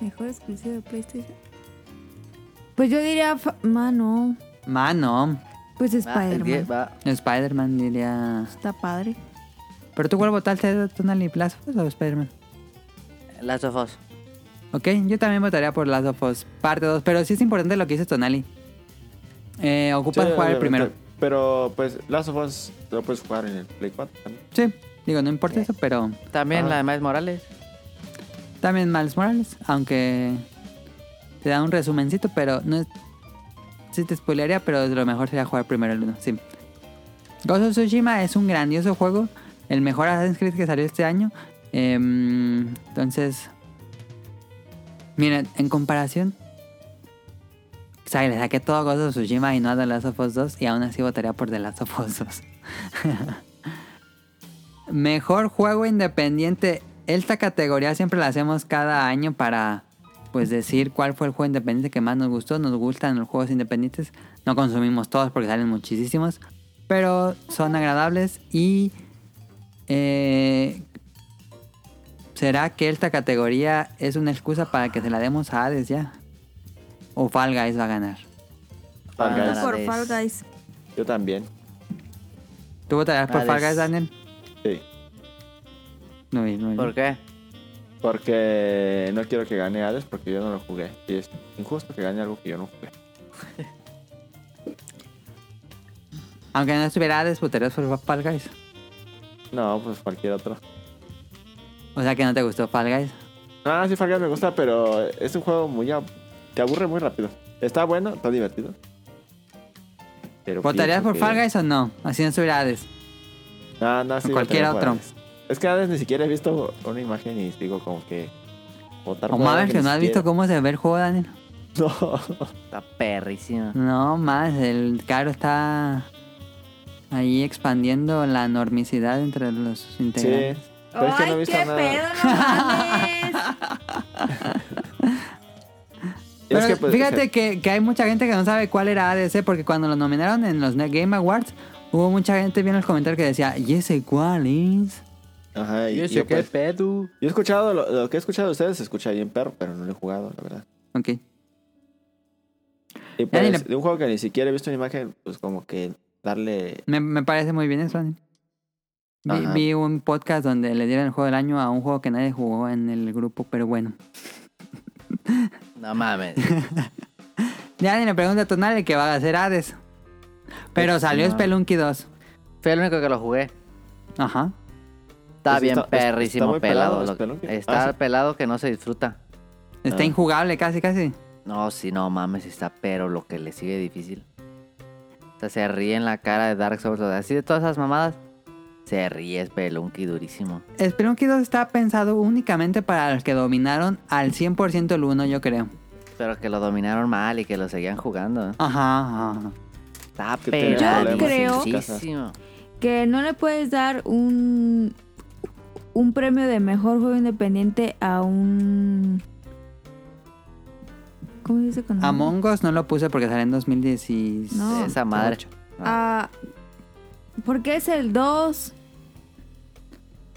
Mejor exclusivo de PlayStation. Pues yo diría, fa- mano, Mano, pues Va, el die- Spider-Man. va. Spider-Man diría... Está padre. ¿Pero tú cuál votaste, Tonali? ¿Last of Us o pues, Spider-Man? Last of Us. Ok, yo también votaría por Last of Us, parte 2. Pero sí es importante lo que dice Tonali. Eh, ocupas Sí, jugar el obviamente, primero. Pero pues Last of Us lo puedes jugar en el Play 4 también. Sí, digo, no importa eso, pero También Ah. la de Miles Morales. también Miles Morales. Aunque te da un resumencito, pero no es... Sí te spoilearía, pero lo mejor sería jugar primero el 1, sí. Ghost of Tsushima es un grandioso juego. El mejor Assassin's Creed que salió este año. Em, entonces... Miren, en comparación... O sea, le saqué todo Ghost of Tsushima y no a The Last of Us 2 y aún así votaría por The Last of Us 2. mejor juego independiente. Esta categoría siempre la hacemos cada año para... Pues decir cuál fue el juego independiente que más nos gustó. Nos gustan los juegos independientes. No consumimos todos porque salen muchísimos pero son agradables y eh, será que esta categoría es una excusa para que se la demos a Hades ya o Fall Guys va a ganar Fall Ah, Guys. Por vez. Fall Guys. Yo también. ¿tú votarás por Fall Hades. Guys Daniel? Sí. no bien, muy bien. ¿Por qué? Porque no quiero que gane Hades porque yo no lo jugué. Y es injusto que gane algo que yo no jugué. aunque no estuviera Hades votarías por Fall Guys No, pues cualquier otro. o sea que no te gustó Fall Guys Ah, sí, Fall Guys me gusta, pero es un juego muy... ab- Te aburre muy rápido. Está bueno, está divertido. Pero ¿votarías pienso por que- Fall Guys o no? así no estuviera Hades Ah, No, no, sí, cualquier votaría por otro. Hades. Es que Hades ni siquiera he visto una imagen y digo como que... Votar o por más algo que ni no has visto siquiera- cómo se ve el juego Daniel No. Está perrísima. no más el caro está ahí expandiendo la normicidad entre los integrantes Sí. Pero es que no he visto nada. Es Pero que, pues, fíjate o sea, que, que hay mucha gente que no sabe cuál era ADC porque cuando lo nominaron en los Game Awards hubo mucha gente viendo el comentario que decía, ¿y ese cuál es? Ajá, y, y yo, pues, pedo. yo he escuchado, lo, lo que he escuchado de ustedes se escucha bien perro, pero no lo he jugado, la verdad. Ok. Y Ya ni pues, le- de un juego que ni siquiera he visto una imagen, pues como que darle. Me, me parece muy bien eso, Dani. Vi, Ajá. vi un podcast donde le dieron el juego del año a un juego que nadie jugó en el grupo, pero bueno. No mames. Ya ni le pregunta a Tonale que va a hacer Hades. Pero salió no. Spelunky 2. Fue el único que lo jugué. Ajá. Está Pues bien está- está perrísimo muy pelado. pelado, lo- es pelón. está Ah, sí. pelado que no se disfruta. Está Ah. injugable casi, casi. No, sí, no mames, está, pero lo que le sigue difícil. O sea, se ríe en la cara de Dark Souls. o sea, Así de todas esas mamadas, se ríe Spelunky durísimo. Spelunky 2 está pensado únicamente para los que dominaron al 100% el 1, yo creo. Pero que lo dominaron mal y que lo seguían jugando. ¿eh? Ajá, ajá, ajá. Está Que tenía problemas en su peladísimo. Que no le puedes dar un, un premio de mejor juego independiente a un... ¿Cómo se dice con nombre? Mm. Among Us no lo puse porque salió en 2016. No. Esa madre. Ah, porque es el 2.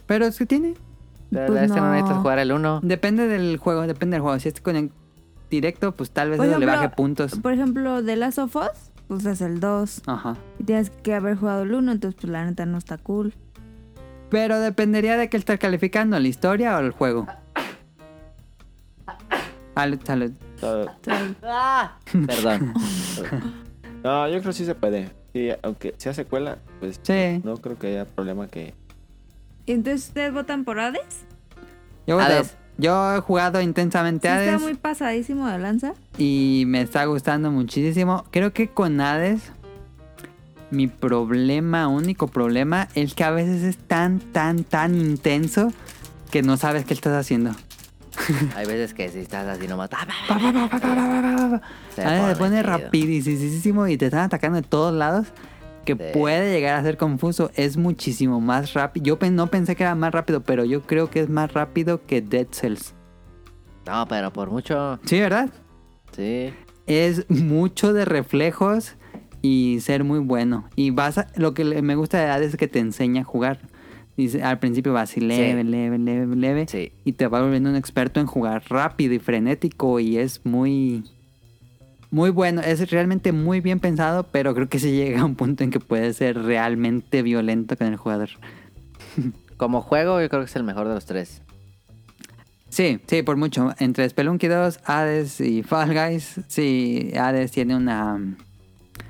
Pero es que tiene. Pero pues este no. no. necesitas jugar el 1. Depende del juego, depende del juego. Si es con el directo, pues tal vez Por eso le ejemplo, baje puntos. Por ejemplo, de Last of Us, pues es el 2. Ajá. Y Tienes que haber jugado el 1, entonces pues la neta no está cool. Pero dependería de qué estar calificando, la historia o el juego. Salud, salud. todo- Ah. Perdón. No, yo creo que sí se puede. Sí, aunque sea secuela, pues Sí. no creo que haya problema que. Entonces ustedes votan por Hades. Yo, voy a- Hades. yo he jugado Sí intensamente está Hades muy pasadísimo de lanza. y me está gustando muchísimo. Creo que con Hades mi problema, único problema, es que a veces es tan, tan, tan intenso que no sabes qué estás haciendo. Hay veces que si estás así nomás. ¡ah, bah, Pa, bah! pa, pa, pa, pa, pa, pa, pa, pa. Se A veces se Ah, eh, pone chido. rapidísimo y te están atacando de todos lados que Sí. puede llegar a ser confuso. Es muchísimo más rápido. Yo pen- no pensé que era más rápido, pero yo creo que es más rápido que Dead Cells. No, pero por mucho. Sí, ¿verdad? Sí. Es mucho de reflejos y ser muy bueno. Y vas a- lo que le- me gusta de Hades es que te enseña a jugar. Dice, al principio vas así leve, leve, leve, leve. Sí. Y te va volviendo un experto en jugar rápido y frenético. Y es muy. Muy bueno. Es realmente muy bien pensado. Pero creo que se llega a un punto en que puede ser realmente violento con el jugador. Como juego, yo creo que es el mejor de los tres. Sí, sí, por mucho. Entre Spelunky 2, Hades y Fall Guys. Sí, Hades tiene una.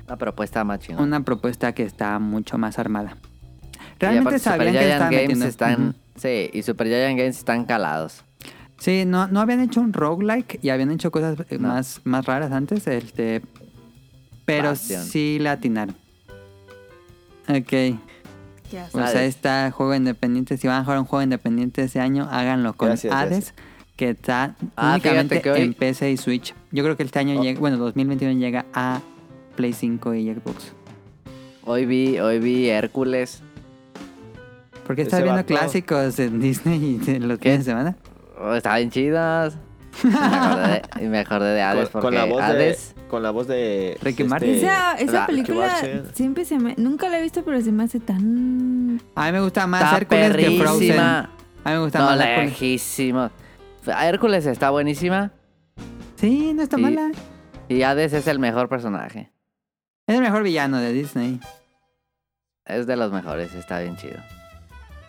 La propuesta más chingona. una propuesta que está mucho más armada. Y Realmente aparte, sabían que Supergiant estaban Games metiendo- están. Ujú. Sí, y Super Giant Games están calados. Sí, no, no habían hecho un roguelike y habían hecho cosas eh, No. más, más raras antes, este, pero Bastion. sí la atinaron. Ok, Ya pues Hades. ahí está juego independiente. Si van a jugar un juego independiente ese año, háganlo con Gracias, Hades, que está Ah, únicamente fíjate que hoy- en PC y Switch. Yo creo que este año Oh. llega, bueno, 2021 llega a Play 5 y Xbox. Hoy vi, hoy vi Hércules. Porque estás Ese viendo vato- clásicos en Disney y de los ¿Qué? fines de semana. Oh, está bien chidas. Y me acordé de, y me acordé de Hades con, porque con la voz Hades. de. Con la voz de. este, Ricky Martin. Esa, esa la- película Barcel. siempre se me... Nunca la he visto, pero se me hace tan... A mí me gusta más Está Hércules que Frozen. A perrísima. mí me gusta No, más Hércules. lejísimo. Hércules está buenísima. Sí, no está Sí. mala. Y Hades es el mejor personaje. Es el mejor villano de Disney. Es de los mejores, está bien chido.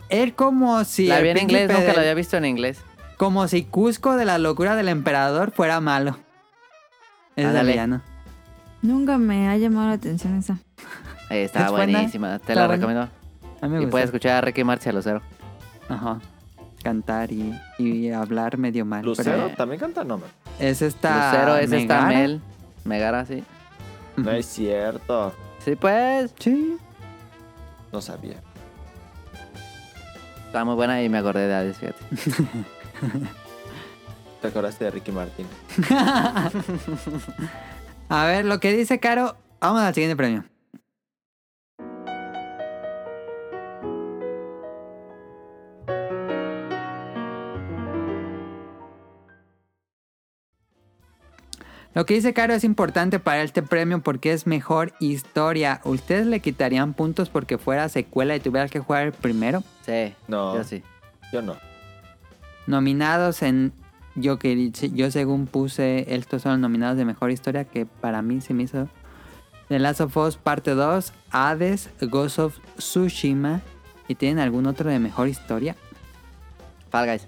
Es como si. la el vi en inglés, príncipe nunca del- la había visto en inglés. Como si Cusco de la locura del emperador fuera malo. Es el Ándale. villano. Nunca me ha llamado la atención esa. Eh, ¿Es Está buena? buenísima, Está te la buena. recomiendo. A mí me Y gusta. puedes escuchar a Ricky Marcia Lucero. Ajá. Cantar y, y hablar medio mal. pero Lucero también canta, no, man. es esta. Lucero es esta Megara. Mel. Megara, sí. No es cierto. Sí, pues. Sí. No sabía. Está muy buena y me acordé de Hades, fíjate. Te acordaste de Ricky Martin. A ver, lo que dice Caro. Vamos al siguiente premio. Lo que dice Caro es importante para este premio porque es mejor historia. ¿Ustedes le quitarían puntos porque fuera secuela y tuviera que jugar el primero? Sí. No. Yo sí. Yo no. Nominados en yo, querí- yo según puse, estos son los nominados de mejor historia, que para mí se me hizo The Last of Us Parte 2, Hades, Ghost of Tsushima. ¿Y tienen algún otro de mejor historia? Fall Guys.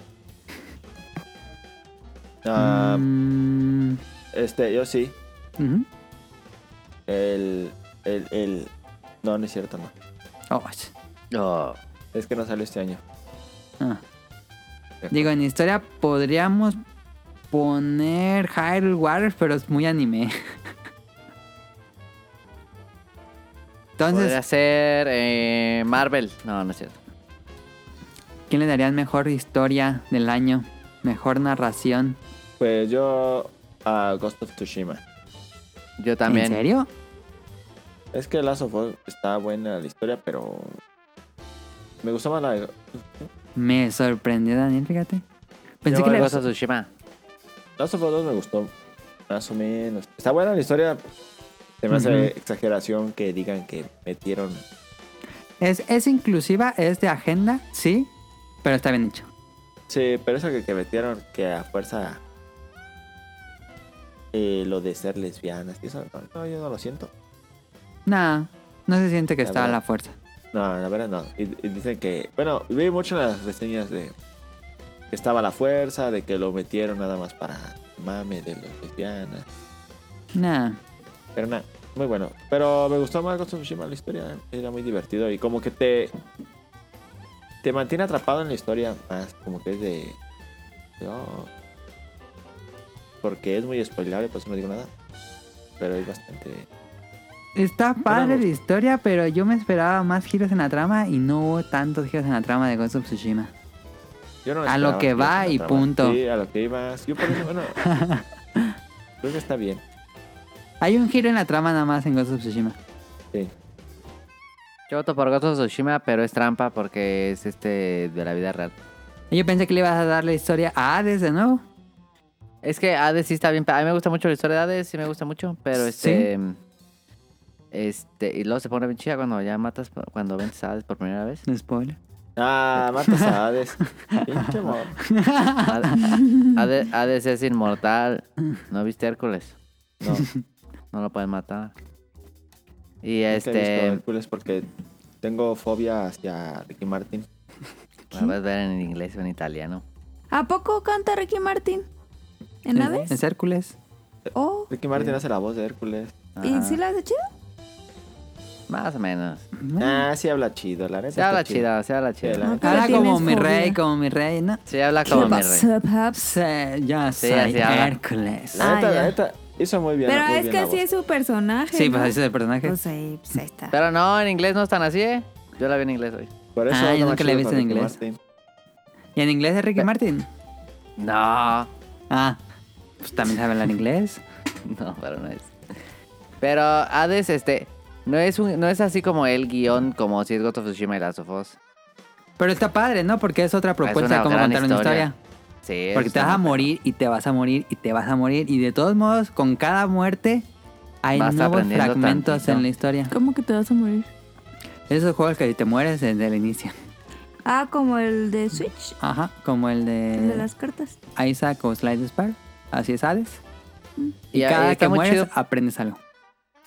Ah, Mm, Este, yo sí. ujú. El, el, el. No, no es cierto, no. Oh, sh- Oh. Es que no salió este año. ah. Digo, en historia podríamos poner Hyrule Warriors, pero es muy anime. Entonces, Podría ser eh, Marvel. No, no es cierto. ¿Quién le darían mejor historia del año? Mejor narración. Pues yo. A Ghost of Tsushima. Yo también. ¿En serio? Es que Last of Us está buena la historia, pero. Me gustó más la de. Me sorprendió Daniel, fíjate. Pensé Yo que le... Ghost of Tsushima. Last of Us 2 me gustó. Más o menos. Está buena la historia. Se me hace Ujú. exageración que digan que metieron. Es, es inclusiva, es de agenda, sí, pero está bien hecho. Sí, pero eso que, que metieron que a fuerza. eh, lo de ser lesbianas. y Eso, no, no, yo no lo siento. Nah, no se siente que La está a verdad. la fuerza. No, la verdad no. Y, y dicen que. Bueno, vi mucho en las reseñas de. Que estaba la fuerza, de que lo metieron nada más para mame de los lesbianas. Nah. Pero nada, muy bueno. Pero me gustó más Ghost of Tsushima la historia. ¿eh? Era muy divertido y como que te. Te mantiene atrapado en la historia más. Como que es de. No. Porque es muy spoilable, por eso no digo nada. Pero es bastante. Está padre Bravo. la historia, pero yo me esperaba más giros en la trama y no hubo tantos giros en la trama de Ghost of Tsushima. Yo no A lo esperaba que va fuera y tan punto. Sí, a lo que ibas. Yo por eso, bueno. creo que está bien. Hay un giro en la trama nada más en Ghost of Tsushima. Sí. Yo voto por Ghost of Tsushima, pero es trampa porque es este de la vida real. Yo pensé que le ibas a dar la historia a Hades de nuevo. Es que Hades sí está bien. pe- A mí me gusta mucho la historia de Hades, sí me gusta mucho, pero este. Este, y luego se pone bien chida cuando ya matas, cuando vences a Hades por primera vez. Spoiler. Ah, matas a Hades. Pinche mo- Hade- Hades, Hades es inmortal. ¿No viste Hércules? No, No lo pueden matar. Y este... he visto este. Hércules porque tengo fobia hacia Ricky Martin. La vas a ver en inglés o en italiano. ¿A poco canta Ricky Martin? ¿En Hades? En Hércules. Oh, Ricky Martin hace la voz de Hércules. ¿y Ah. Ajá. si la hace chido? Más o menos. Ah, sí habla chido, la neta. Se está habla chido. chida, se habla Sí, chida. la- Pero Habla Ah, como tienes mi fobia. rey, como mi rey, ¿no? Se habla como mi rey. pasa, paps? Sí, ya Sí, soy así habla. Hércules. La neta, Ah, la ya. neta, hizo muy bien. Pero muy es bien que la así voz. es su personaje. Sí, ¿no? pues ese es el personaje. Pues ahí, pues ahí está. Pero no, en inglés no están así, ¿eh? Yo la vi en inglés hoy. Por eso Ah, yo no nunca la he chido visto con en Ricky inglés. Martin. ¿Y en inglés es Ricky Martin? No, Ah, pues también sabe hablar inglés. no, pero no es. Pero Hades, este, no es un, no es así como el guión como si es Ghost of Tsushima y Last of Us. Pero está padre, ¿no? Porque es otra propuesta una de cómo gran contar una historia. historia. Sí. Porque eso te vas a está- morir y te vas a morir y te vas a morir. Y de todos modos, con cada muerte hay Vas nuevos aprendiendo fragmentos tantito. en la historia. ¿Cómo que te vas a morir? Esos juegos que te mueres desde el inicio. Ah, como el de Switch, Ajá, como el el de de las cartas. Isaac o Slide Spire. Así es, Hades. Y, Y, a- y cada está que muy mueres chido. aprendes algo.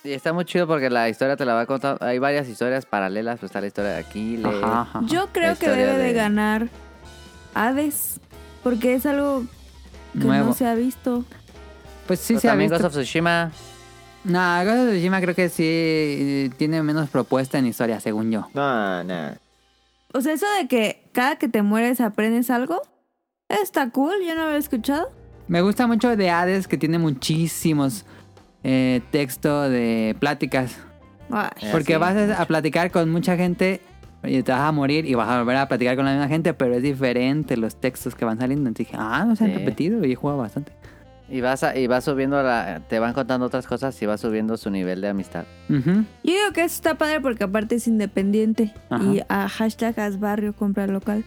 Y está muy chido porque la historia te la va a contar. Hay varias historias paralelas, pues está la historia de Aquiles. Ajá, ajá. Yo creo que historia debe de... de- ganar Hades, porque es algo que Nuevo. no se ha visto. Pues sí Pero se ha también visto. Ghost of Tsushima. Nah, Ghost of Tsushima creo que sí eh, tiene menos propuesta en historia, según yo. No, no. O sea, eso de que cada que te mueres aprendes algo, está cool, yo no lo había escuchado. Me gusta mucho de Hades que tiene muchísimos eh, texto de pláticas. Ay, Eh, Porque sí, vas a- a platicar con mucha gente y te vas a morir y vas a volver a platicar con la misma gente, pero es diferente los textos que van saliendo. Entonces dije, ah, no se han Sí. repetido y he jugado bastante. Y vas, a- y vas subiendo la... Te van contando otras cosas y vas subiendo su nivel de amistad. Ujú. Yo digo que eso está padre porque aparte es independiente. Ajá. Y a hashtag haz barrio, compra local.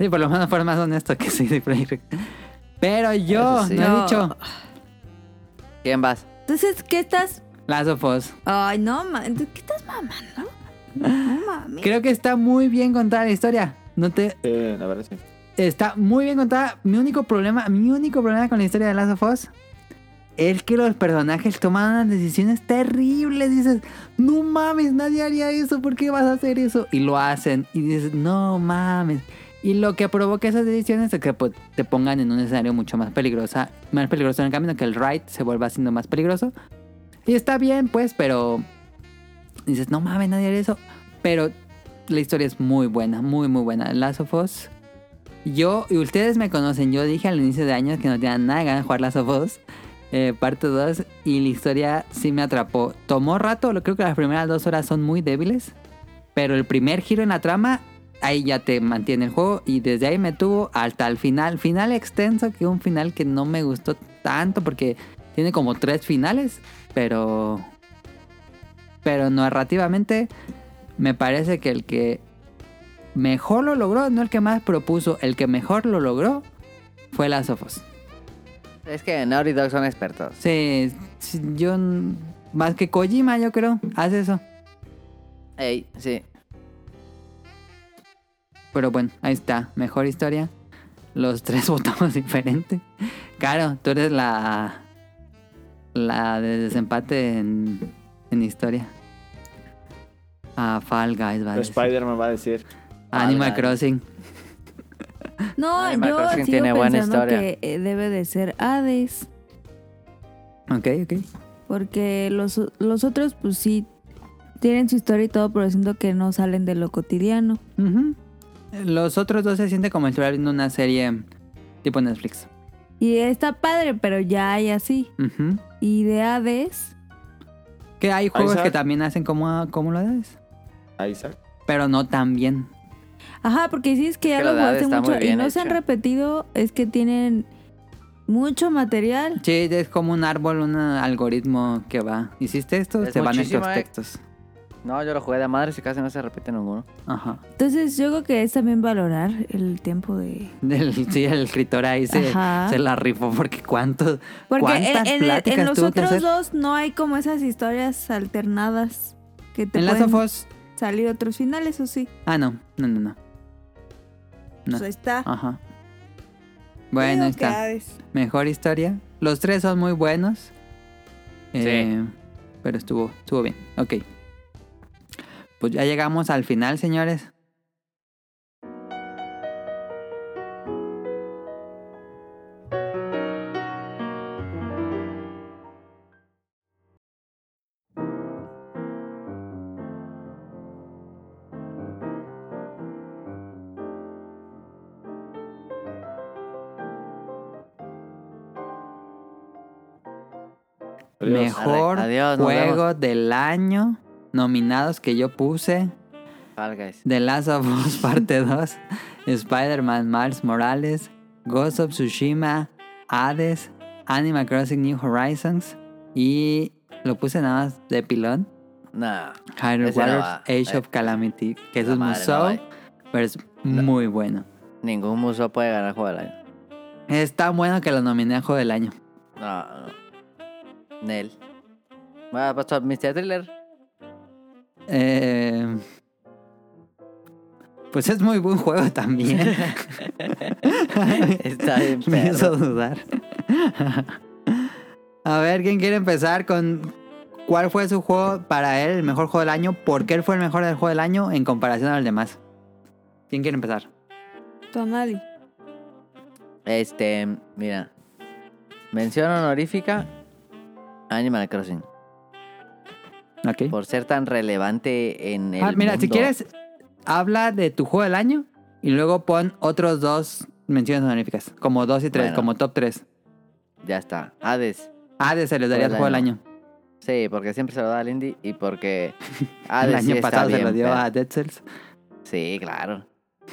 Sí, por lo menos fue más honesto que sí, Pero yo Eso sí. no he No. dicho ¿Quién vas? Entonces, ¿qué estás? Last of Us. Ay, no, ma- entonces, ¿qué estás mamando? No mames. Creo que está muy bien contada la historia. No te, Sí, la verdad sí. Está muy bien contada. Mi único problema, mi único problema con la historia de Last of Us es que los personajes toman unas decisiones terribles. Dices, no mames, nadie haría eso, ¿por qué vas a hacer eso? Y lo hacen. Y dices, no mames. Y lo que provoca esas decisiones es que pues, te pongan en un escenario mucho más peligroso, más peligroso en el camino, que el ride se vuelva siendo más peligroso. Y está bien, pues, pero dices, no mames, nadie haría eso. Pero la historia es muy buena, muy, muy buena. Last of Us. Yo, y ustedes me conocen, yo dije al inicio de año que no tenía nada de ganas de jugar Last of Us, eh, parte 2, y la historia sí me atrapó. Tomó rato, lo- creo que las primeras dos horas son muy débiles, pero el primer giro en la trama, ahí ya te mantiene el juego, y desde ahí me tuvo hasta el final. Final extenso, que un final que no me gustó tanto, porque tiene como tres finales, pero. Pero narrativamente, me parece que el que mejor lo logró, no el que más propuso, el que mejor lo logró fue Last of Us. Es que Naughty Dog son expertos. Sí, sí, yo n- más que Kojima, yo creo, hace eso. Ey, sí. Pero bueno, ahí está, mejor historia. Los tres votamos diferente. Claro, tú eres la la de desempate en, en historia. Ah, Fall Guys, va a Pero decir. Spider-Man va a decir. Animal Fall Guys. Crossing. No, Animal yo Crossing sigo tiene buena pensando historia. que eh, debe de ser Hades. Ok, ok. Porque los, los otros, pues sí, tienen su historia y todo, pero siento que no salen de lo cotidiano. Ujú. Los otros dos se siente como si estuviera viendo una serie tipo Netflix. Y está padre, pero ya hay así. Ujú. Y de Hades, Que hay juegos Isaac. que también hacen como, como lo haces, Isaac. pero no tan bien. ajá, porque sí es que ya que lo lo de Hades jugaste está mucho muy y bien no se han hecho. repetido, es que tienen mucho material. Sí, es como un árbol, un algoritmo que va. ¿Hiciste esto? Es Te van muchísimo, estos eh. textos. No, yo lo jugué de madre y casi no se repite ninguno. Ajá. Entonces yo creo que es también valorar el tiempo de... El, sí, el escritor ahí se, Ajá. se la rifó porque cuántos. Porque en- ¿Cuántas en, en pláticas los tuvo que otros hacer? dos no hay como esas historias alternadas que te En Last of pueden Us- salir otros finales, o sí. Ah, no. No, no, no. No. Pues ahí Ah, está. Ajá. Bueno, Digo ahí que está. Hades. Mejor historia. Los tres son muy buenos. Eh, Pero estuvo, estuvo bien. Ok. Pues ya llegamos al final, señores. Adiós. Mejor Arre- adiós, nos juego del año. Nominados que yo puse. Fall Guys. The Last of Us Parte 2. Spider-Man Miles Morales. Ghost of Tsushima. Hades. Animal Crossing New Horizons. Y lo puse nada más de pilón. No. Hyrule Ese no Warriors va. Age of Eh, Calamity. Que eso la es madre, museo. no, eh. pero es No. muy bueno. Ningún muso puede ganar juego del año. Es tan bueno que lo nominé a juego del año. No, no. Nel. Va, pastor, Mr. Thriller. Eh, pues es muy buen juego también. Está bien, Me perro. hizo dudar. A ver, ¿quién quiere empezar con cuál fue su juego para él, el mejor juego del año? ¿Por qué él fue el mejor del juego del año en comparación al demás? ¿Quién quiere empezar? Tonali. Este, mira. Mención honorífica. Animal Crossing. Ok. Por ser tan relevante en el Ah, mira, si mundo. quieres, habla de tu juego del año y luego pon otros dos menciones honoríficas, como dos y tres, Bueno. como top tres. Ya está. Hades. Ah, de se les daría el juego del año. Sí, porque siempre se lo da al indie y porque Hades El sí año está pasado se bien, lo dio pero- a Dead Cells. Sí, claro.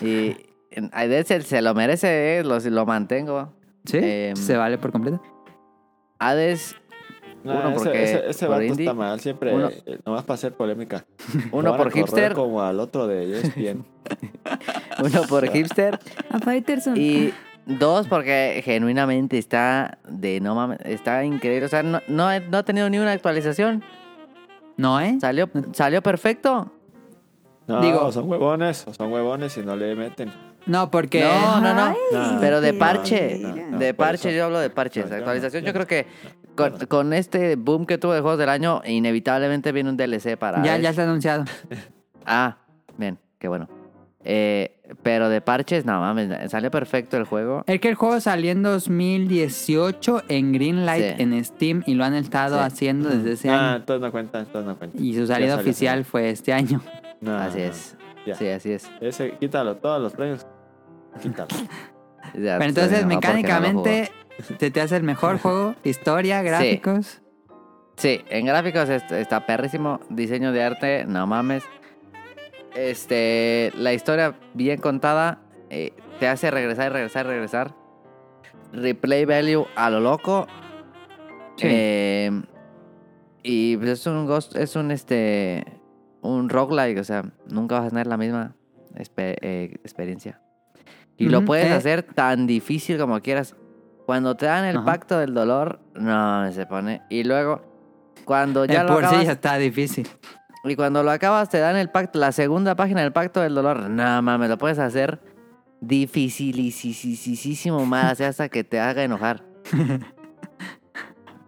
Y en- a Hades se, se lo merece, eh, lo, lo mantengo. Sí, Em, se vale por completo. Hades, No, Uno, ese- porque ese, ese por vato indie. está mal siempre. Uno. eh, Nomás para hacer polémica. Lo uno van a por correr hipster, Como al otro de ESPN. uno por hipster A Fighterson. y dos porque genuinamente está de no mames, está increíble. O sea, no, no, he- no ha tenido ni una actualización. No, ¿eh? Salió, salió perfecto. No, Digo- son huevones, son huevones y no le meten. No, porque. No, no, no. Ay, Ah. Ah, No. Pero de mira. parche. No, no, de por parche, eso. yo hablo de parches. No, yo no, Actualización, yo no. yo creo que con, con este boom que tuvo de juegos del año, inevitablemente viene un DLC para. Ya, eso. ya está anunciado. Ah, bien, qué bueno. Eh, pero de parches, no mames, salió perfecto el juego. Es que el juego salió en 2018 en Greenlight Sí. en Steam y lo han estado Sí. haciendo desde ese Ah, año. entonces no cuenta, entonces no cuenta. Y su Ya salida salió, oficial fue este año. No, así no. es. Ah, ya. Sí, así es. Ese, quítalo, todos los premios. Quítalo. Ya, Pero pues, entonces, no, porque no lo jugó. mecánicamente, se te hace el mejor juego. Historia, gráficos. Sí, en gráficos est- está perrísimo. Diseño de arte, no mames. Este, la historia bien contada eh, te hace regresar, regresar, regresar. Replay value a lo loco. Sí. Eh, y pues, es un ghost, es un este, un roguelike, o sea, nunca vas a tener la misma espe- eh, experiencia. Y lo Ujú, puedes eh. hacer tan difícil como quieras. Cuando te dan el Ajá. pacto del dolor, no, se pone. Y luego, cuando De Pues ya lo Eh, por sí acabas, ya está difícil. y cuando lo acabas, te dan el pacto, la segunda página del pacto del dolor. No mames, lo puedes hacer dificilísimo más, así hasta que te haga enojar.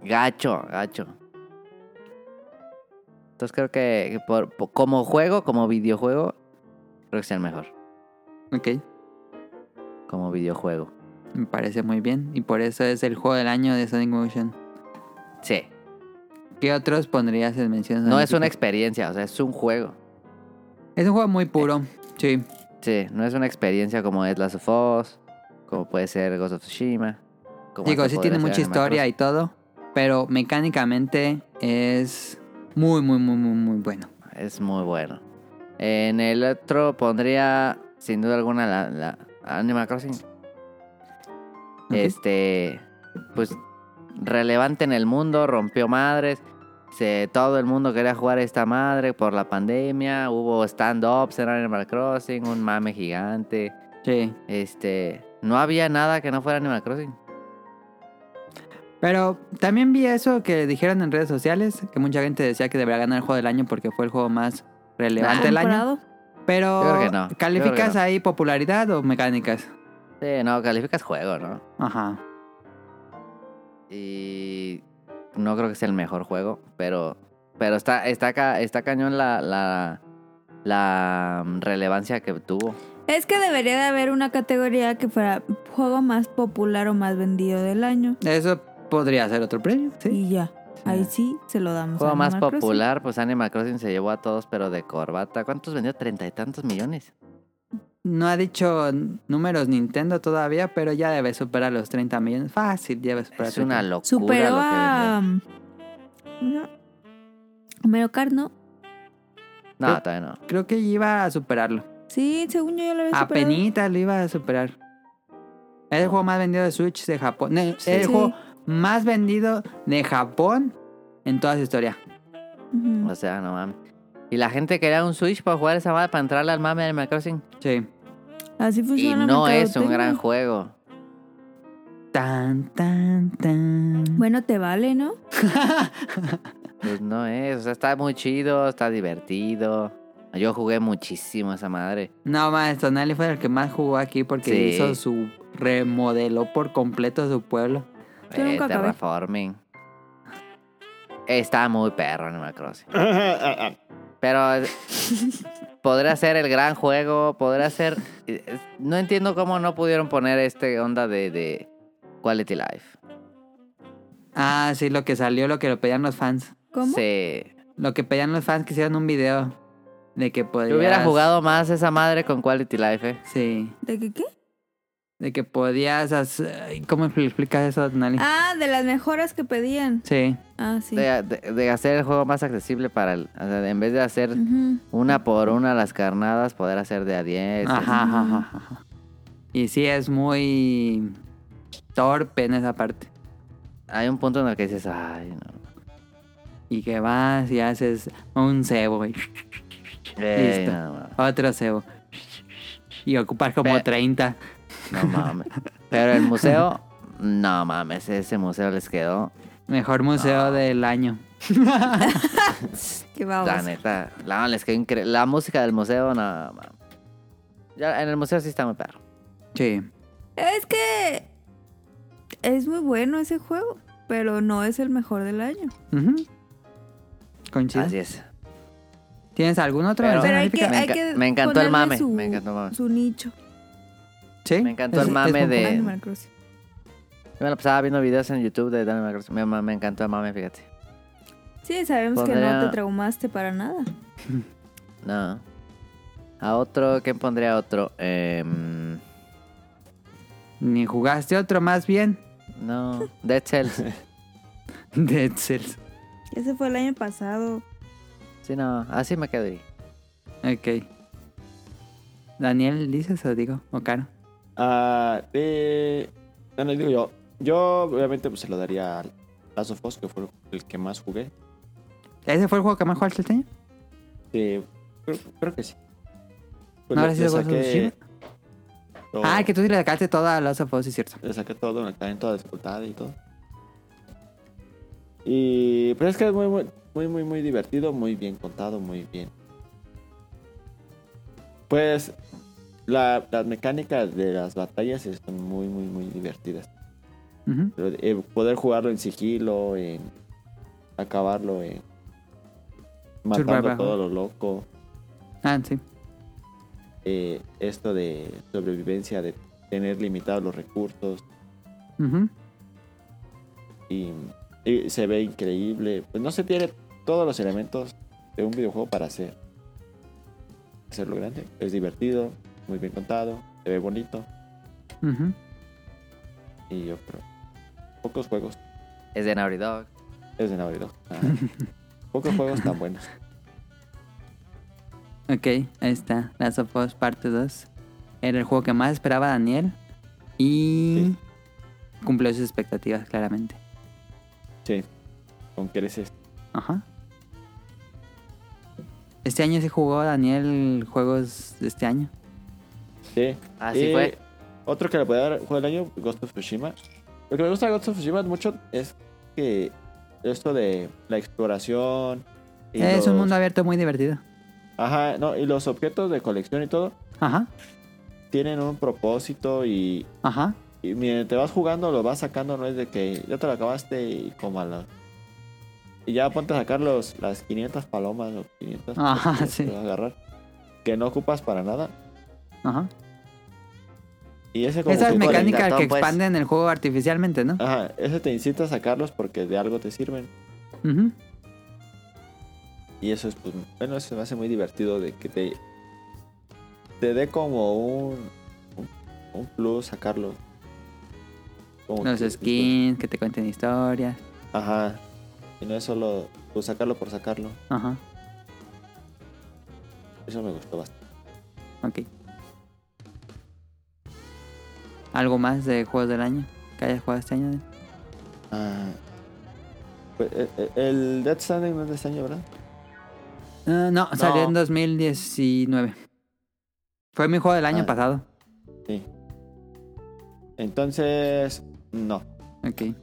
Gacho, gacho. Entonces creo que que por- por- como juego, como videojuego, creo que sea el mejor. Ok, Como videojuego. me parece muy bien. Y por eso es el juego del año de Sonic Motion. Sí. ¿Qué otros pondrías en menciones? No es una honoríficas? experiencia, o sea, es un juego. Es un juego muy Eh, puro. Sí. Sí, no es una experiencia como es Last of Us, como puede ser Ghost of Tsushima. como Digo, hasta sí podría tiene ser mucha Animal historia Crossing. y todo. Pero mecánicamente es muy, muy, muy, muy, muy bueno. Es muy bueno. En el otro pondría, sin duda alguna, la, la Animal Crossing. Ok. Este, pues, relevante en el mundo, rompió madres. Se, todo el mundo quería jugar a esta madre por la pandemia. Hubo stand-ups en Animal Crossing, un mame gigante. Sí. Este, no había nada que no fuera Animal Crossing. Pero también vi eso que dijeron en redes sociales, que mucha gente decía que debería ganar el juego del año porque fue el juego más relevante del año. Comprado. Pero Yo creo que no, yo creo ¿calificas que no. ahí popularidad o mecánicas? Sí, no, calificas juego, ¿no? Ajá. Y no creo que sea el mejor juego, pero pero está está ca- está cañón la la la mm, relevancia que tuvo. Es que debería de haber una categoría que fuera juego más popular o más vendido del año. Eso podría ser otro premio, sí. Y ya. Ahí sí se lo damos. Juego a más Animal Crossing. popular, pues Animal Crossing se llevó a todos, pero de corbata. ¿Cuántos vendió? Treinta y tantos millones. No ha dicho n- números Nintendo todavía, pero ya debe superar los 30 millones. Fácil, ya debe superar. Es una 30. locura Superó lo que vendió. a. um, No. Mario Kart, ¿no? No, todavía no. Creo que iba a superarlo. Sí, según yo ya lo había superado. Apenitas lo iba a superar. Es el juego más vendido de Switch de Japón. No, Es el Sí. juego más vendido de Japón en toda su historia. Ujú. O sea, no mames. Y la gente quería un Switch para jugar esa madre, para entrarle al mame de Animal Crossing. Pues Sí. Así Y funciona. la no es un mercadotecnia. gran juego. Tan, tan, tan. Bueno, te vale, ¿no? Pues no es, o sea, está muy chido, está divertido. Yo jugué muchísimo esa madre. No, más, Tonali fue el que más jugó aquí porque Sí. hizo su. remodeló por completo su pueblo. Yo nunca acabé. eh, terraforming. Está muy perro Animal Crossing. Ah, Pero es- podría ser el gran juego, podría ser... es- No entiendo cómo no pudieron poner este onda de, de Quality Life. Ah, sí, lo que salió, lo que lo pedían los fans. ¿Cómo? Sí. Lo que pedían los fans que hicieron un video de que podías. Yo hubiera jugado más esa madre con Quality Life, eh. Sí. ¿De qué qué? De que podías. hacer- ay, ¿Cómo expl- explicas eso, Tonali? Ah, de las mejoras que pedían. Sí. Ah, sí. De, de- de hacer el juego más accesible para el... o sea, en vez de hacer Ujú. una por una las carnadas, poder hacer de a 10. Ajá, ajá, ajá, ajá. Y sí, es muy. torpe en esa parte. Hay un punto en el que dices, ay, no. Y que vas y haces un cebo y Ey, Listo. no, otro cebo. Y ocupas como Ve. 30. no mames. Pero el museo, no mames, ese museo les quedó. Mejor museo Ah. del año. Qué La babos. neta, la, les quedó incre- La música del museo, no mames. Ya, en el museo sí está muy perro. Sí. Es que es muy bueno ese juego, pero no es el mejor del año. Ujú. Coincido. Así es. ¿Tienes algún otro? Pero- versión Pero hay que, honorífica? me hay enca- que me encantó el ponerle mame, Su, me encantó el mame. Su nicho. Sí, me encantó el es- mame es de- Eh. Animal Crossing. Yo me la pasaba viendo videos en YouTube de Daniel Macross. Me, ma- me encantó el mame, fíjate. Sí, sabemos que no Podría- te traumaste para nada. No. A otro, ¿qué pondría a otro? Em, Ni jugaste otro más bien. no. Dead Cells. Dead Cells. Ese fue el año pasado. Sí, no. Así me quedo ahí. Ok. Daniel, ¿dices o digo? ¿O Caro? Ah, eh, no, no, digo yo. Yo obviamente pues, se lo daría a Last of Us, que fue el que más jugué. ¿Ese fue el juego que más jugaste este año? Sí, creo, creo que sí. ¿No Pues le- habrá sido le Ghost of Tsushima? lo- Ah, que tú sí le sacaste toda la Last of Us, sí, cierto. Le saqué todo, acá en toda dificultad y todo. Y pero es que es muy, muy, muy, muy, muy divertido, muy bien contado, muy bien. Pues la- las mecánicas de las batallas están muy, muy, muy divertidas. Ujú. Pero, eh, poder jugarlo en sigilo, en acabarlo, en matando Survival a todo lo loco. Ah, sí. eh, esto de sobrevivencia, de tener limitados los recursos. Ujú. y, y se ve increíble. Pues no se tiene todos los elementos de un videojuego para hacer. Hacerlo grande. Es divertido, muy bien contado, se ve bonito. Ujú. Y yo creo. Pocos juegos. Es de Naughty Dog. Es de Naughty Dog. Ah, pocos juegos tan buenos. Ok, ahí está. Last of Us parte 2. Era el juego que más esperaba Daniel. Y cumplió sus expectativas, claramente. Sí. Con creces. Ajá. Este año se jugó Daniel juegos de este año. Sí. Así Y fue. Otro que le podía dar juego del año, Ghost of Tsushima. Lo que me gusta de Ghost of Tsushima mucho es que esto de la exploración. y Eh, es un los- mundo abierto muy divertido. Ajá, no, y los objetos de colección y todo Ajá, tienen un propósito y, ajá. y mientras te vas jugando lo vas sacando, no es de que ya te lo acabaste y como a la- Y ya ponte a sacar los, las 500 palomas o 500 Ajá, cosas sí. que vas a agarrar que no ocupas para nada. Ajá. Y ese como Esa es que te- mecánica que Gatón, pues. expanden el juego artificialmente, ¿no? Ajá, ese te incita a sacarlos porque de algo te sirven. Ah. Ujú. Y eso es, pues, bueno, eso se me hace muy divertido de que te, te dé como un, un, un plus sacarlo. Como Los que- skins, que te cuenten historias. Ajá. Y no es solo pues, sacarlo por sacarlo. Ajá, Eso me gustó bastante. ok. ¿Algo más de juegos del año? ¿Que hayas jugado este año? Ah, pues, eh, eh, el Dead Standing no es de este año, ¿verdad? Eh, no, salió No. en 2019. Fue mi juego del año Ah. pasado. Sí. Entonces, no. Ok.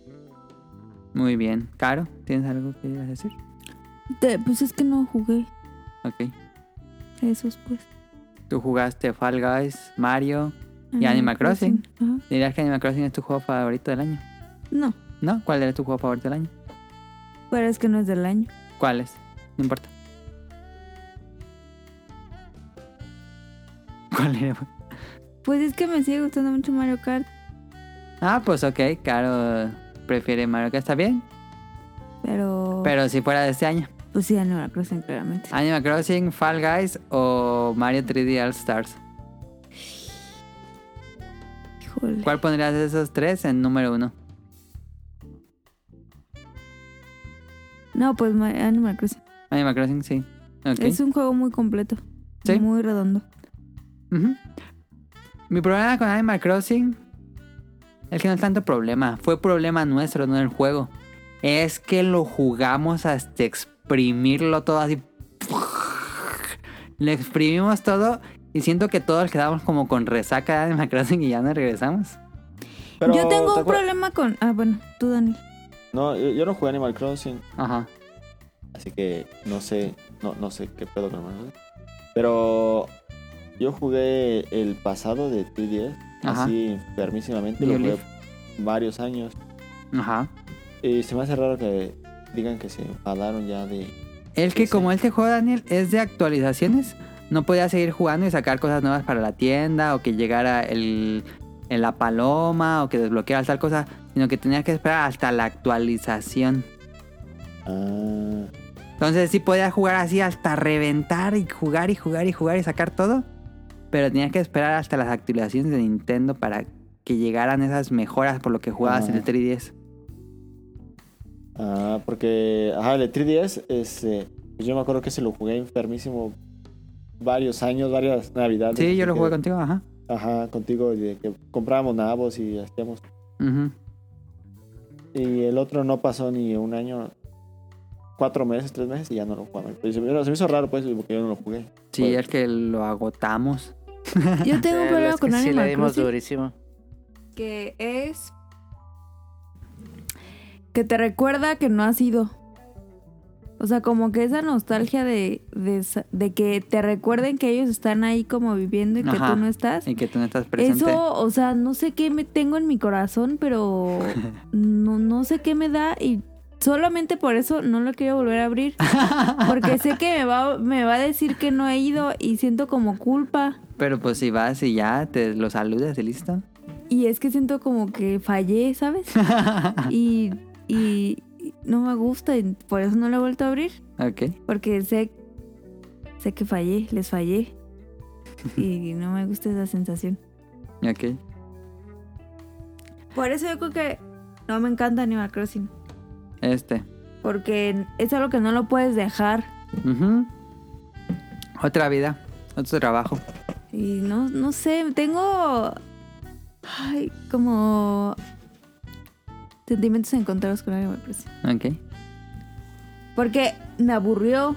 Muy bien. Caro, ¿tienes algo que ibas a decir? Te- pues es que no jugué Ok. esos, pues. Tú jugaste Fall Guys, Mario. ¿Y Animal Crossing. Ajá. ¿Dirías que Animal Crossing es tu juego favorito del año? No, ¿No? ¿Cuál era tu juego favorito del año? pero es que no es del año. ¿Cuál es? No importa. ¿Cuál era? Pues es que me sigue gustando mucho Mario Kart, Ah, pues ok, Caro prefiere Mario Kart, está bien. pero. Pero si fuera de este año. Pues sí, Animal Crossing, claramente. Animal Crossing, Fall Guys o Mario 3D All Stars. Híjole. ¿Cuál pondrías de esos tres en número uno? No, pues Ma- Animal Crossing. Animal Crossing, sí. Ok. Es un juego muy completo. Sí. Muy redondo. Ujú. Mi problema con Animal Crossing es que no es tanto problema. Fue problema nuestro, no del juego. Es que lo jugamos hasta exprimirlo todo así. Lo exprimimos todo y siento que todos quedamos como con resaca de Animal Crossing y ya no regresamos. Pero, yo tengo un ¿te acuerdas? problema con. Ah, bueno, tú, Dani. No, yo, yo no jugué Animal Crossing, Ajá. así que no sé, no, no sé qué pedo con Animal Crossing. Pero yo jugué el pasado de 3DS Ajá. así enfermísimamente. Lo Videolif. jugué varios años. Ajá. Y se me hace raro que digan que se enfadaron ya de. El que Sí, sí. como este juego, Daniel, es de actualizaciones, no podía seguir jugando y sacar cosas nuevas para la tienda o que llegara el, el- la paloma o que desbloqueara tal cosa, sino que tenías que esperar hasta la actualización. Ah, Entonces sí podías jugar así hasta reventar y jugar y jugar y jugar y sacar todo, pero tenías que esperar hasta las actualizaciones de Nintendo para que llegaran esas mejoras por lo que jugabas en el Ah. 3DS. ah, porque. Ajá, el de 3DS, este, pues yo me acuerdo que se lo jugué enfermísimo varios años, varias navidades. Sí, yo lo que- jugué contigo, ajá. Ajá, contigo, de que comprábamos nabos y hacíamos. Ujú. Y el otro no pasó ni un año, cuatro meses, tres meses y ya no lo jugaba. Pero se, me, se me hizo raro, pues, porque yo no lo jugué. Sí, Bueno. el que lo agotamos. Yo tengo un Eh, problema es con que sí, le Animal dimos Crossing, durísimo. que es que te recuerda que no has ido. O sea, como que esa nostalgia de, de, sa- de que te recuerden que ellos están ahí como viviendo y que Ajá. tú no estás. Y que tú no estás presente. Eso, o sea, no sé qué me tengo en mi corazón, pero no, no sé qué me da y solamente por eso no lo quiero volver a abrir. Porque sé que me va, me va a decir que no he ido y siento como culpa. Pero pues si vas y ya te lo saludas y listo. Y es que siento como que fallé, ¿sabes? Y, y y no me gusta y por eso no lo he vuelto a abrir. ok. Porque sé, sé que fallé, les fallé. Y no me gusta esa sensación. Ok. Por eso yo creo que no me encanta Animal Crossing. Este. Porque es algo que no lo puedes dejar. Ujú. Otra vida. Otro trabajo. Y no, no sé, tengo. Ay, como. Sentimientos encontrados con Animal Crossing. Ok. Porque me aburrió.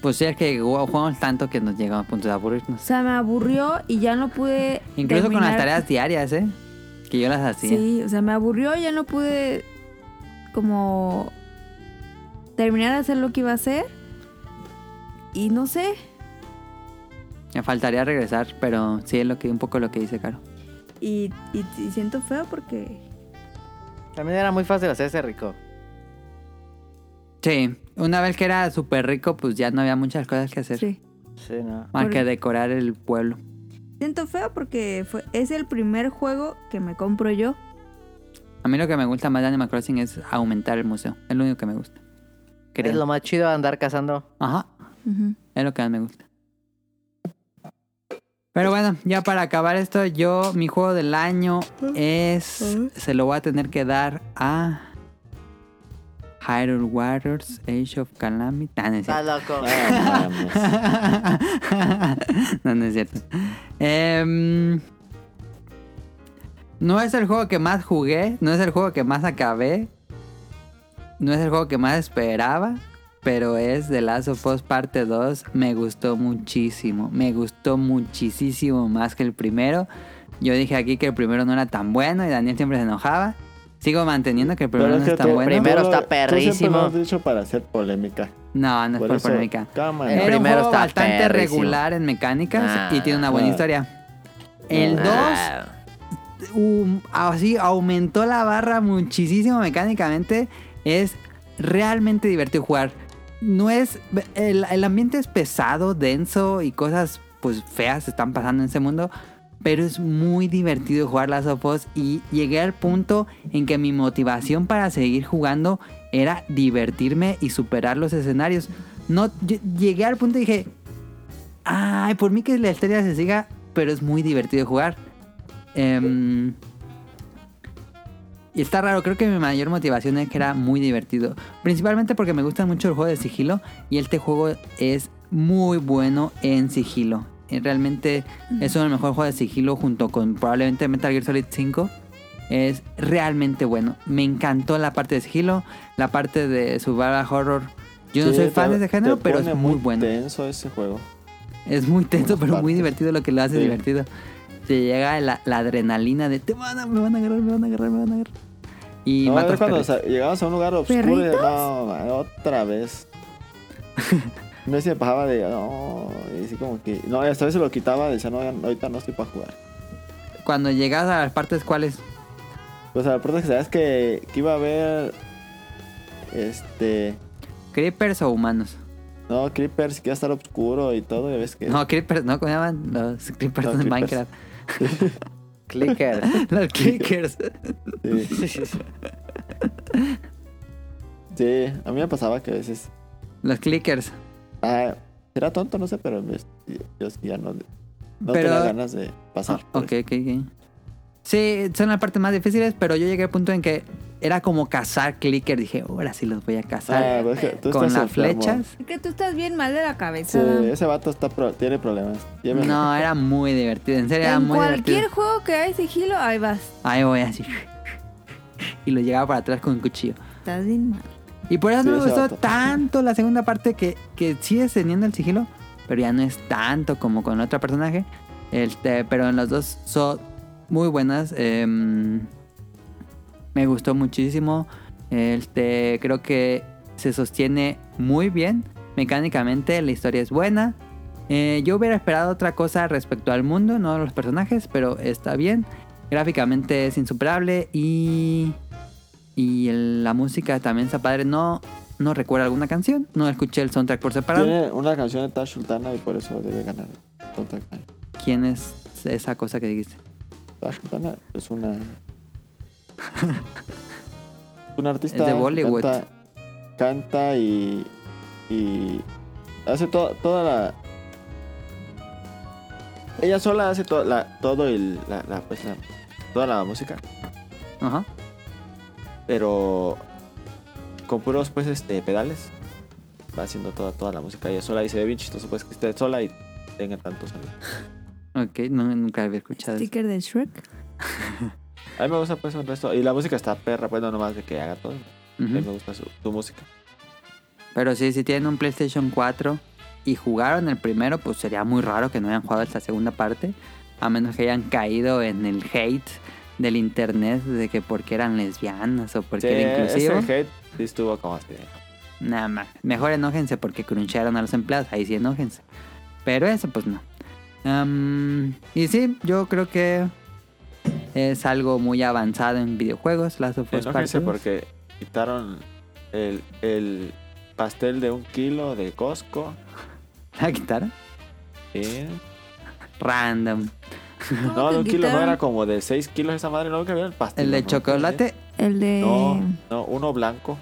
Pues sí, es que gu- jugamos tanto que nos llegamos a puntos de O aburrirnos. sea, me aburrió y ya no pude. Incluso con las terminar- tareas diarias, ¿eh? Que yo las hacía. Sí, o sea, me aburrió y ya no pude. Como. Terminar de hacer lo que iba a hacer. Y no sé. Me faltaría regresar, pero sí es lo que un poco lo que dice Caro. Y, y- y siento feo porque. También era muy fácil hacerse rico. Sí. Una vez que era súper rico, pues ya no había muchas cosas que hacer. Sí. Sí, no. Más Por- que decorar el pueblo. Siento feo porque fue, es el primer juego que me compro yo. A mí lo que me gusta más de Animal Crossing es aumentar el museo. Es lo único que me gusta. Es Creo. lo más chido andar cazando. Ajá. Es lo que más me gusta. Pero bueno, ya para acabar esto, yo, mi juego del año es. Se lo voy a tener que dar a. Hyrule Warriors, Age of Calamity. Ah, no es Está cierto. loco. Ah, mames. no, no es cierto. Em, no es el juego que más jugué, no es el juego que más acabé, no es el juego que más esperaba, pero es The Last of Us Parte 2. Me gustó muchísimo, me gustó muchísimo más que el primero. Yo dije aquí que el primero no era tan bueno y Daniel siempre se enojaba. Sigo manteniendo que el primero Pero no es que es tan tú- bueno. primero tú lo- está tú siempre perrísimo. lo has dicho para hacer polémica. No, no es Por por eso, polémica. Eh, cámara. El Era un primero juego está bastante perrísimo. regular en mecánicas Nah, y tiene una buena nah. historia. El 2 Ah, así aumentó la barra muchísimo mecánicamente. Es realmente divertido jugar. No es. El, el ambiente es pesado, denso y cosas pues feas están pasando en ese mundo. Pero es muy divertido jugar las Us y llegué al punto en que mi motivación para seguir jugando era divertirme y superar los escenarios. No, yo llegué al punto y dije, ay, por mí que la historia se siga, pero es muy divertido jugar. Em, y está raro, creo que mi mayor motivación es que era muy divertido. Principalmente porque me gusta mucho el juego de sigilo y este juego es muy bueno en sigilo. Y Realmente es uno de los mejores juegos de sigilo junto con probablemente Metal Gear Solid 5. Es realmente bueno. Me encantó la parte de sigilo, la parte de survival horror. Yo no Sí, soy te- fan de ese te género, pero es pone muy bueno. tenso ese juego. Es muy tenso, Unas pero muy partes. divertido lo que lo hace Sí. divertido. Te llega la, la adrenalina de te van a, me van a agarrar, me van a agarrar, me van a agarrar. Y no, matas es cuando perritos. sa- llegabas a un lugar oscuro y ¿Perritos? no, man, otra vez. No se bajaba de no, y así como que no, y hasta a veces lo quitaba, decía no, ya- ahorita no estoy para jugar. cuando llegas a las partes cuáles. Pues a la puerta que sabes que, que iba a haber. Este. ¿Creepers o humanos? No, Creepers, que iba a estar oscuro y todo. Ya ves que. No, creepers, no, ¿cómo llaman? Los creepers No, de creepers. Minecraft. Clicker. Los clickers. Sí. Sí, a mí me pasaba que a veces. Los clickers. Ah, era tonto, no sé, pero me- yo ya no, no Pero- tenía ganas de pasar. Ah, por ok, ok, ok. Sí, son las partes más difíciles, pero yo llegué al punto en que era como cazar clicker. Dije, ahora sí los voy a eso. cazar. Ah, pero es que tú con las estás enfermo. flechas. Es que tú estás bien mal de la Sí, cabeza. ese vato está pro- tiene problemas. Ya me- No, eh, era muy divertido. En serio, era en muy cualquier divertido. juego que hay sigilo, ahí vas. Ahí voy así. Y lo llegaba para atrás con un cuchillo. Estás bien mal. Y por eso Sí, no me ese gustó vato. tanto la segunda parte que, que sigues teniendo el sigilo, pero ya no es tanto como con otro personaje. Este, pero en las dos son muy buenas. em, me gustó muchísimo. Este, creo que se sostiene muy bien. Mecánicamente la historia es buena. Eh, yo hubiera esperado otra cosa respecto al mundo, no a los personajes, pero está bien. Gráficamente es insuperable y... Y el- la música también está padre. No, no recuerdo alguna canción. No escuché el soundtrack por separado. Tiene una canción de Tash Sultana y por eso debe ganar. Tonta- ¿Quién es esa cosa que dijiste? Tash Sultana es una. un artista. Es de que Bollywood. Canta, canta y. y hace to- toda la. Ella sola hace to- la- todo el. la- la- pues la- toda la música. Ajá. pero con puros pues este pedales va haciendo toda toda la música ella sola y se ve bien chistoso pues que esté sola y tenga tantos sonidos. Ok, no, nunca había escuchado. eso. Sticker de Shrek. A mí me gusta pues el resto y la música está perra pues no nomás de que haga todo, a mí Ujú. me gusta su, su música. Pero sí, si tienen un PlayStation 4 y jugaron el primero, pues sería muy raro que no hayan jugado esta segunda parte. A menos que hayan caído en el hate del internet de que porque eran lesbianas o porque Sí, era inclusivo. ese hate sí estuvo como así. de, Nada más. Mejor enójense porque cruncharon a los empleados. Ahí sí enójense. Pero eso pues no. Am, y sí, yo creo que es algo muy avanzado en videojuegos. Las of Us Part Enójense 2. pues, porque quitaron el, el pastel de un kilo de Costco. ¿La guitarra? Sí. Random. Ah, No, de un kilo no era como... como de 6 kilos esa madre, no que había el pastel. ¿El de ¿no? chocolate? El de... No, no, uno blanco.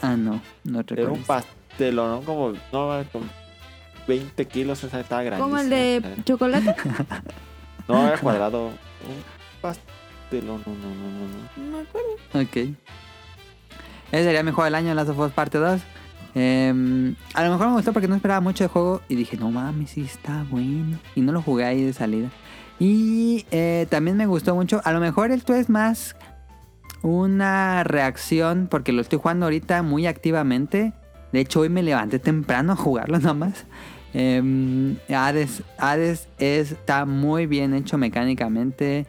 Ah, no. No Era recuerdo. un pastelón, ¿no? Como, no, como 20 kilos, esa estaba grande. Como el de chocolate. No, era cuadrado. Un pastelón, no, no, no, no, no. No me acuerdo. Ok. Ese sería mi juego del año, Last of Us Parte 2. Em, a lo mejor me gustó porque no esperaba mucho de juego y dije, no mames, sí está bueno. Y no lo jugué ahí de salida. Y eh, también me gustó mucho. A lo mejor esto es más una reacción porque lo estoy jugando ahorita muy activamente. De hecho, hoy me levanté temprano a jugarlo nomás. Em, Hades, Hades está muy bien hecho mecánicamente.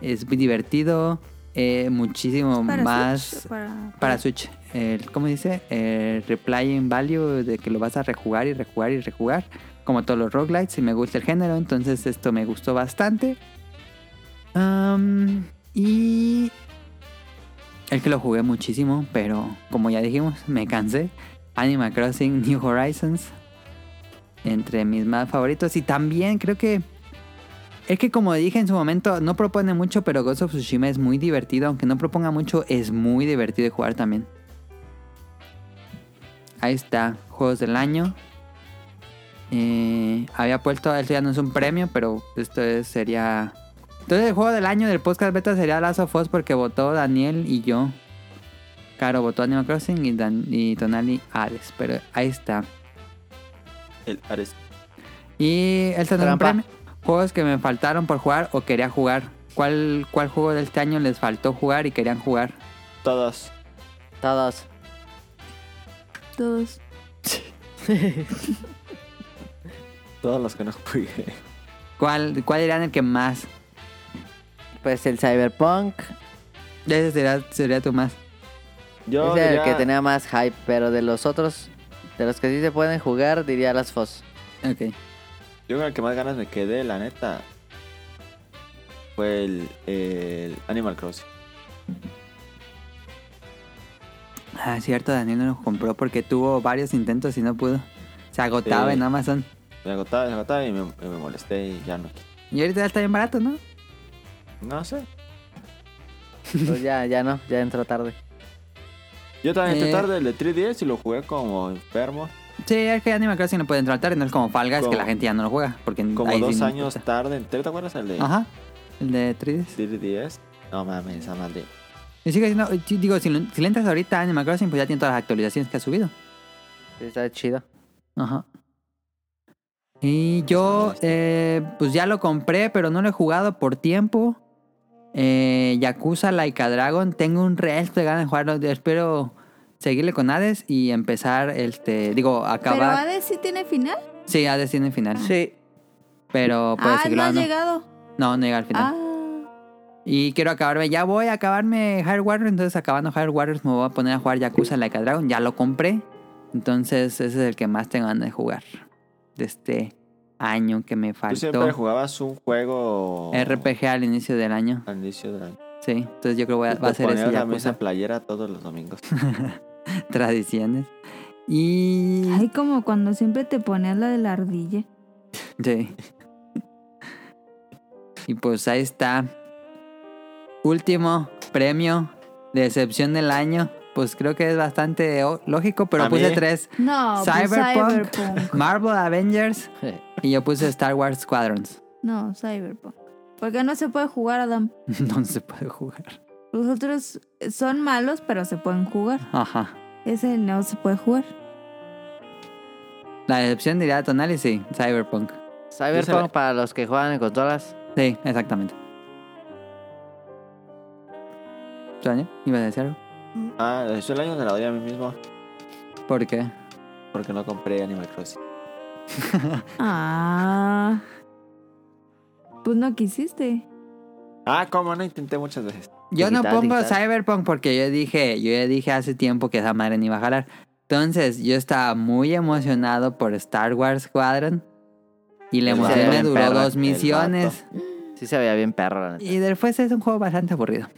Es muy divertido. eh, muchísimo Para más. Switch, para... Para Switch, el, ¿cómo se dice? El replaying value de que lo vas a rejugar y rejugar y rejugar, como todos los roguelites, y me gusta el género, entonces esto me gustó bastante. Am, y el que lo jugué muchísimo, pero como ya dijimos, me cansé. Animal Crossing New Horizons, entre mis más favoritos, y también creo que es que como dije en su momento, no propone mucho, pero Ghost of Tsushima es muy divertido. Aunque no proponga mucho, es muy divertido de jugar también. Ahí está, Juegos del Año. Eh, había puesto, esto ya no es un premio, pero esto es- sería... Entonces el Juego del Año del podcast beta sería Last of Us porque votó Daniel y yo. Caro votó Animal Crossing y, Dan- y Tonali Hades, pero ahí está. El Ares. Y el segundo Trampa. premio. Juegos que me faltaron por jugar o quería jugar. ¿Cuál, ¿Cuál juego de este año les faltó jugar y querían jugar? Todas. Todos. Todos. Todos los que no jugué. ¿Cuál, cuál eran el que más? Pues el Cyberpunk Ese sería, sería tu más. Yo es el diría- que tenía más hype, pero de los otros, de los que sí se pueden jugar, diría las FOS. Ok. Yo con el que más ganas me quedé, la neta. fue el, el Animal Crossing. Ah, cierto, Daniel no los compró porque tuvo varios intentos y no pudo. Se agotaba Sí. en Amazon. Me agotaba, me agotaba y me, y me molesté y ya no. Y ahorita ya está bien barato, ¿no? No sé. Pues ya, ya no, ya entró tarde. Yo también Eh. esta tarde el de 3DS y lo jugué como enfermo. Sí, es que Animal Crossing no puede entrar tarde, no es como Fall Guys, Como- que la gente ya no lo juega. Porque Como ahí sí dos no años importa. tarde. ¿Te te acuerdas el de Ajá, el de 3DS. 3DS? No mames, esa maldita. Y sigue siendo, sí, digo, si, lo- si le entras ahorita a Animal Crossing, pues ya tiene todas las actualizaciones que ha subido. Sí, Está chido. Ajá. Y yo, eh, pues ya lo compré, pero no lo he jugado por tiempo. Eh, Yakuza Laika Dragon, tengo un resto de ganas de jugarlo. Espero seguirle con Hades y empezar, este, digo, Pero acabar. Hades sí tiene final. Sí, Hades tiene final. Sí. Pero puedes ah, no seguirlo. ha dando. llegado. no, no llega al final. Ah, Y quiero acabarme, ya voy a acabarme Hard Warriors, entonces acabando Hard Warriors me voy a poner a jugar Yakuza Like a Dragon, ya lo compré, entonces ese es el que más tengo ganas de jugar de este año que me Tú siempre faltó. jugabas un juego RPG al inicio del año, al inicio del año. sí, entonces yo creo que voy a- Te va a ser ponías ese la mesa Yakuza playera todos los domingos. Tradiciones. Y... ay, como cuando siempre te ponías la de la ardilla. Sí. Y pues ahí está. Último premio de decepción del año. Pues creo que es bastante o- lógico, pero ¿A puse mí? tres. No, pues, Cyberpunk. Cyberpunk. Marvel Avengers y yo puse Star Wars Squadrons. No, Cyberpunk. Porque no se puede jugar, Adam. No se puede jugar. Los otros son malos, pero se pueden jugar. Ajá. Ese no se puede jugar. La decepción diría Tonali, sí. Cyberpunk. Cyberpunk para los que juegan en consolas. Sí, exactamente. ¿Tú, Daniel? ¿Ibas a decir algo? Ah, eso el año se la doy a mí mismo ¿Por qué? porque no compré Animal Crossing. Ah. Pues no quisiste. Ah, como no intenté muchas veces. Yo no Digital, pongo digital. Cyberpunk porque yo dije, yo ya dije hace tiempo que esa madre ni iba a jalar. Entonces, yo estaba muy emocionado por Star Wars Squadron. Y la El emoción vato. me duró Perro, dos el misiones. Sí se veía bien perro, la neta. Y después es un juego bastante aburrido.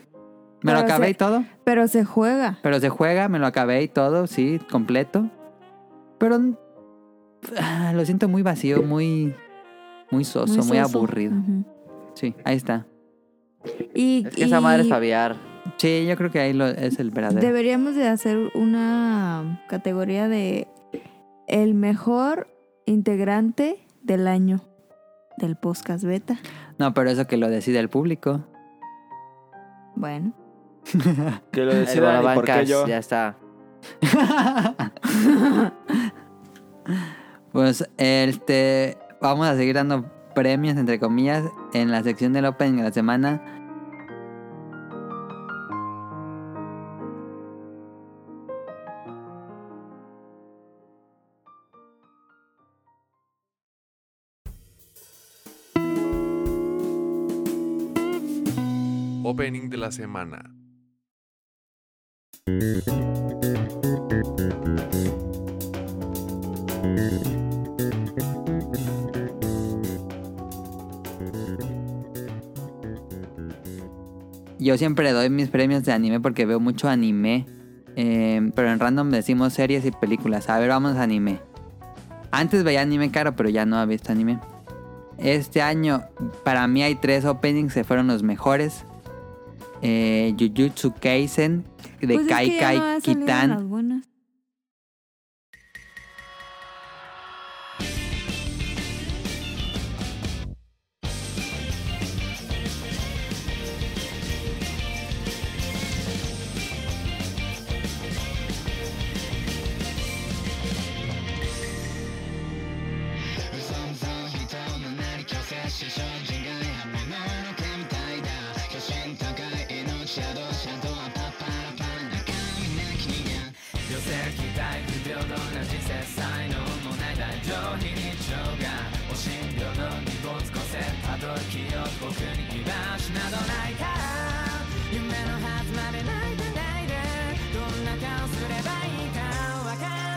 Me Pero lo acabé se- y todo. Pero se juega. Pero se juega, me lo acabé y todo, sí, completo. Pero mm, ah, lo siento muy vacío, muy, muy soso, muy, soso. Ah. aburrido. Ujú. Sí, ahí está. Y, Es que esa madre es y fabiar. Sí, yo creo que ahí lo- es el verdadero. Deberíamos de hacer una categoría de el mejor integrante del año del podcast beta. No, pero eso que lo decide el público. Bueno. Que lo El decidan y por qué Bolabancas, yo. ya está. Pues este vamos a seguir dando premios entre comillas en la sección del Open de la semana. Opening de la semana. Yo siempre doy mis premios de anime porque veo mucho anime. eh, pero en random decimos series y películas. A ver, vamos a anime. Antes veía anime caro, pero ya no he visto anime. Este año, para mí hay tres openings que fueron los mejores. Eh, Jujutsu Kaisen de Pues es Kai que ya Kai no ha salido Kitan. las buenas.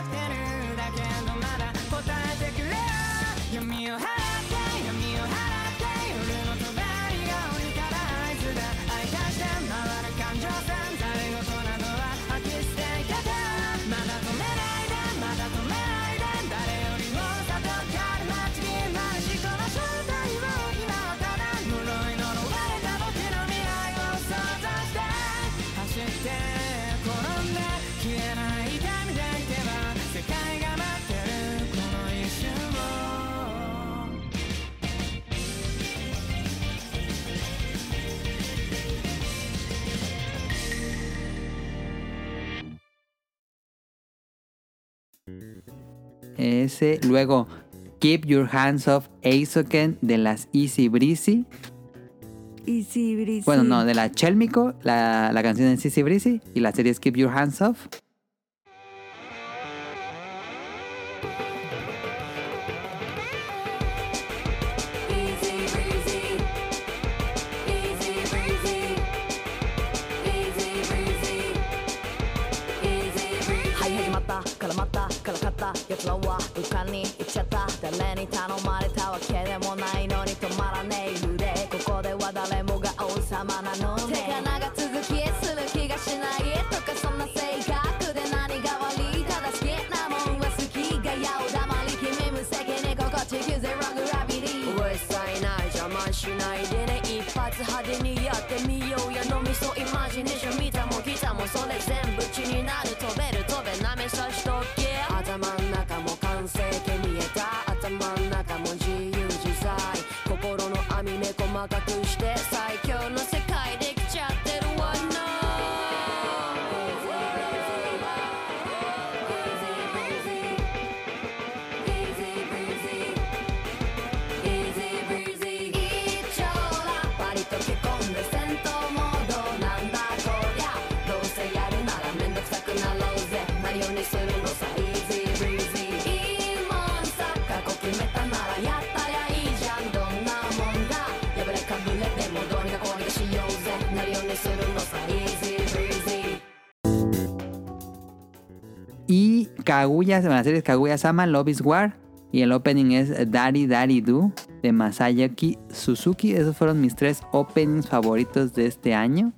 「夜の隣が鬼から Ese. Luego, Keep Your Hands Off Aizoken de las Easy Breezy. Y sí, Brice. Bueno, no, de la Chelmico, la, la canción en Sissy Breezy y la serie es Keep Your Hands Off. Y Kaguya, bueno, la serie es Kaguya Sama, Love is War. Y el opening es Dari Dari Do de Masayaki Suzuki. Esos fueron mis tres openings favoritos de este año.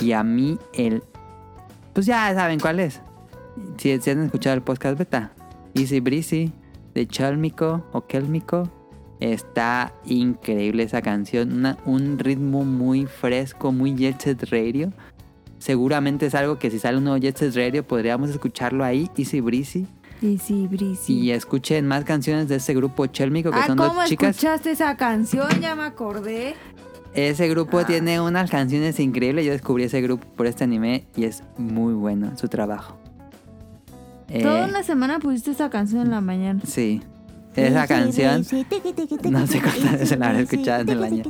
Y a mí el... Pues ya saben cuál es. Si, si han escuchado el podcast beta. Easy Breezy de Chalmico o Kelmico. Está increíble esa canción. Una- un ritmo muy fresco, muy Jet Set Radio. Seguramente es algo que si sale un nuevo Jet Set Radio podríamos escucharlo ahí. Easy Breezy. Y sí, Brice. Y escuchen más canciones de ese grupo Chelmico que Ah, son ¿cómo dos chicas. escuchaste esa canción? Ya me acordé. Ese grupo tiene unas canciones increíbles. Yo descubrí ese grupo por este anime y es muy bueno su trabajo. Eh, Toda una semana pusiste esa canción en la mañana. Sí. Esa canción. No sé cuántas veces la habré escuchado en el año.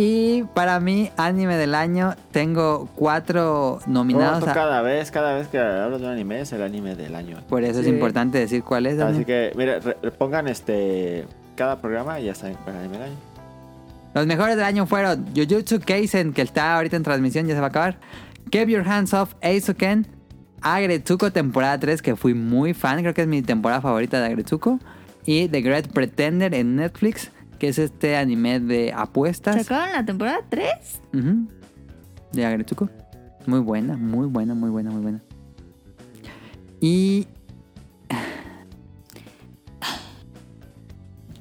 Y para mí, anime del año, tengo cuatro nominados. Roberto, a- pues cada vez, cada vez que hablo de un anime es el anime del año. ah, Por eso es Sí. importante decir cuál es. Así Daniel. que, mire, re- pongan este cada programa y ya saben cuál es el anime del año. Los mejores del año fueron Jujutsu Kaisen, que está ahorita en transmisión, ya se va a acabar. Keep Your Hands Off Aizuken. Agretsuko temporada 3, que fui muy fan, creo que es mi temporada favorita de Agretsuko. Y The Great Pretender en Netflix, que es este anime de apuestas ¿Sacaron la temporada 3? Ujú. de Agretsuko. Muy buena, muy buena, muy buena, muy buena. Y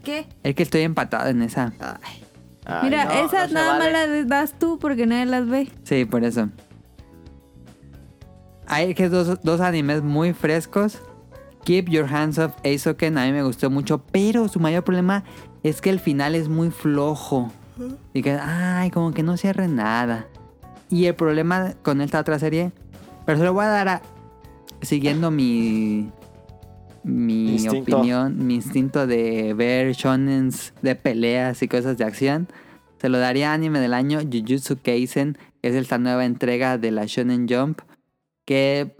¿Qué? es que estoy empatado en esa. Ay, Mira, no, esas pues, no se nada vale. más las das tú porque nadie las ve. Sí, por eso. Hay que dos, dos animes muy frescos. Keep Your Hands Off Aizoken a mí me gustó mucho, pero su mayor problema es que el final es muy flojo. Y que, ay, como que no cierre nada. Y el problema con esta otra serie, pero se lo voy a dar a, siguiendo mi mi Instinto. opinión, mi instinto de ver shonens de peleas y cosas de acción, se lo daría a anime del año Jujutsu Kaisen, que es esta nueva entrega de la Shonen Jump, que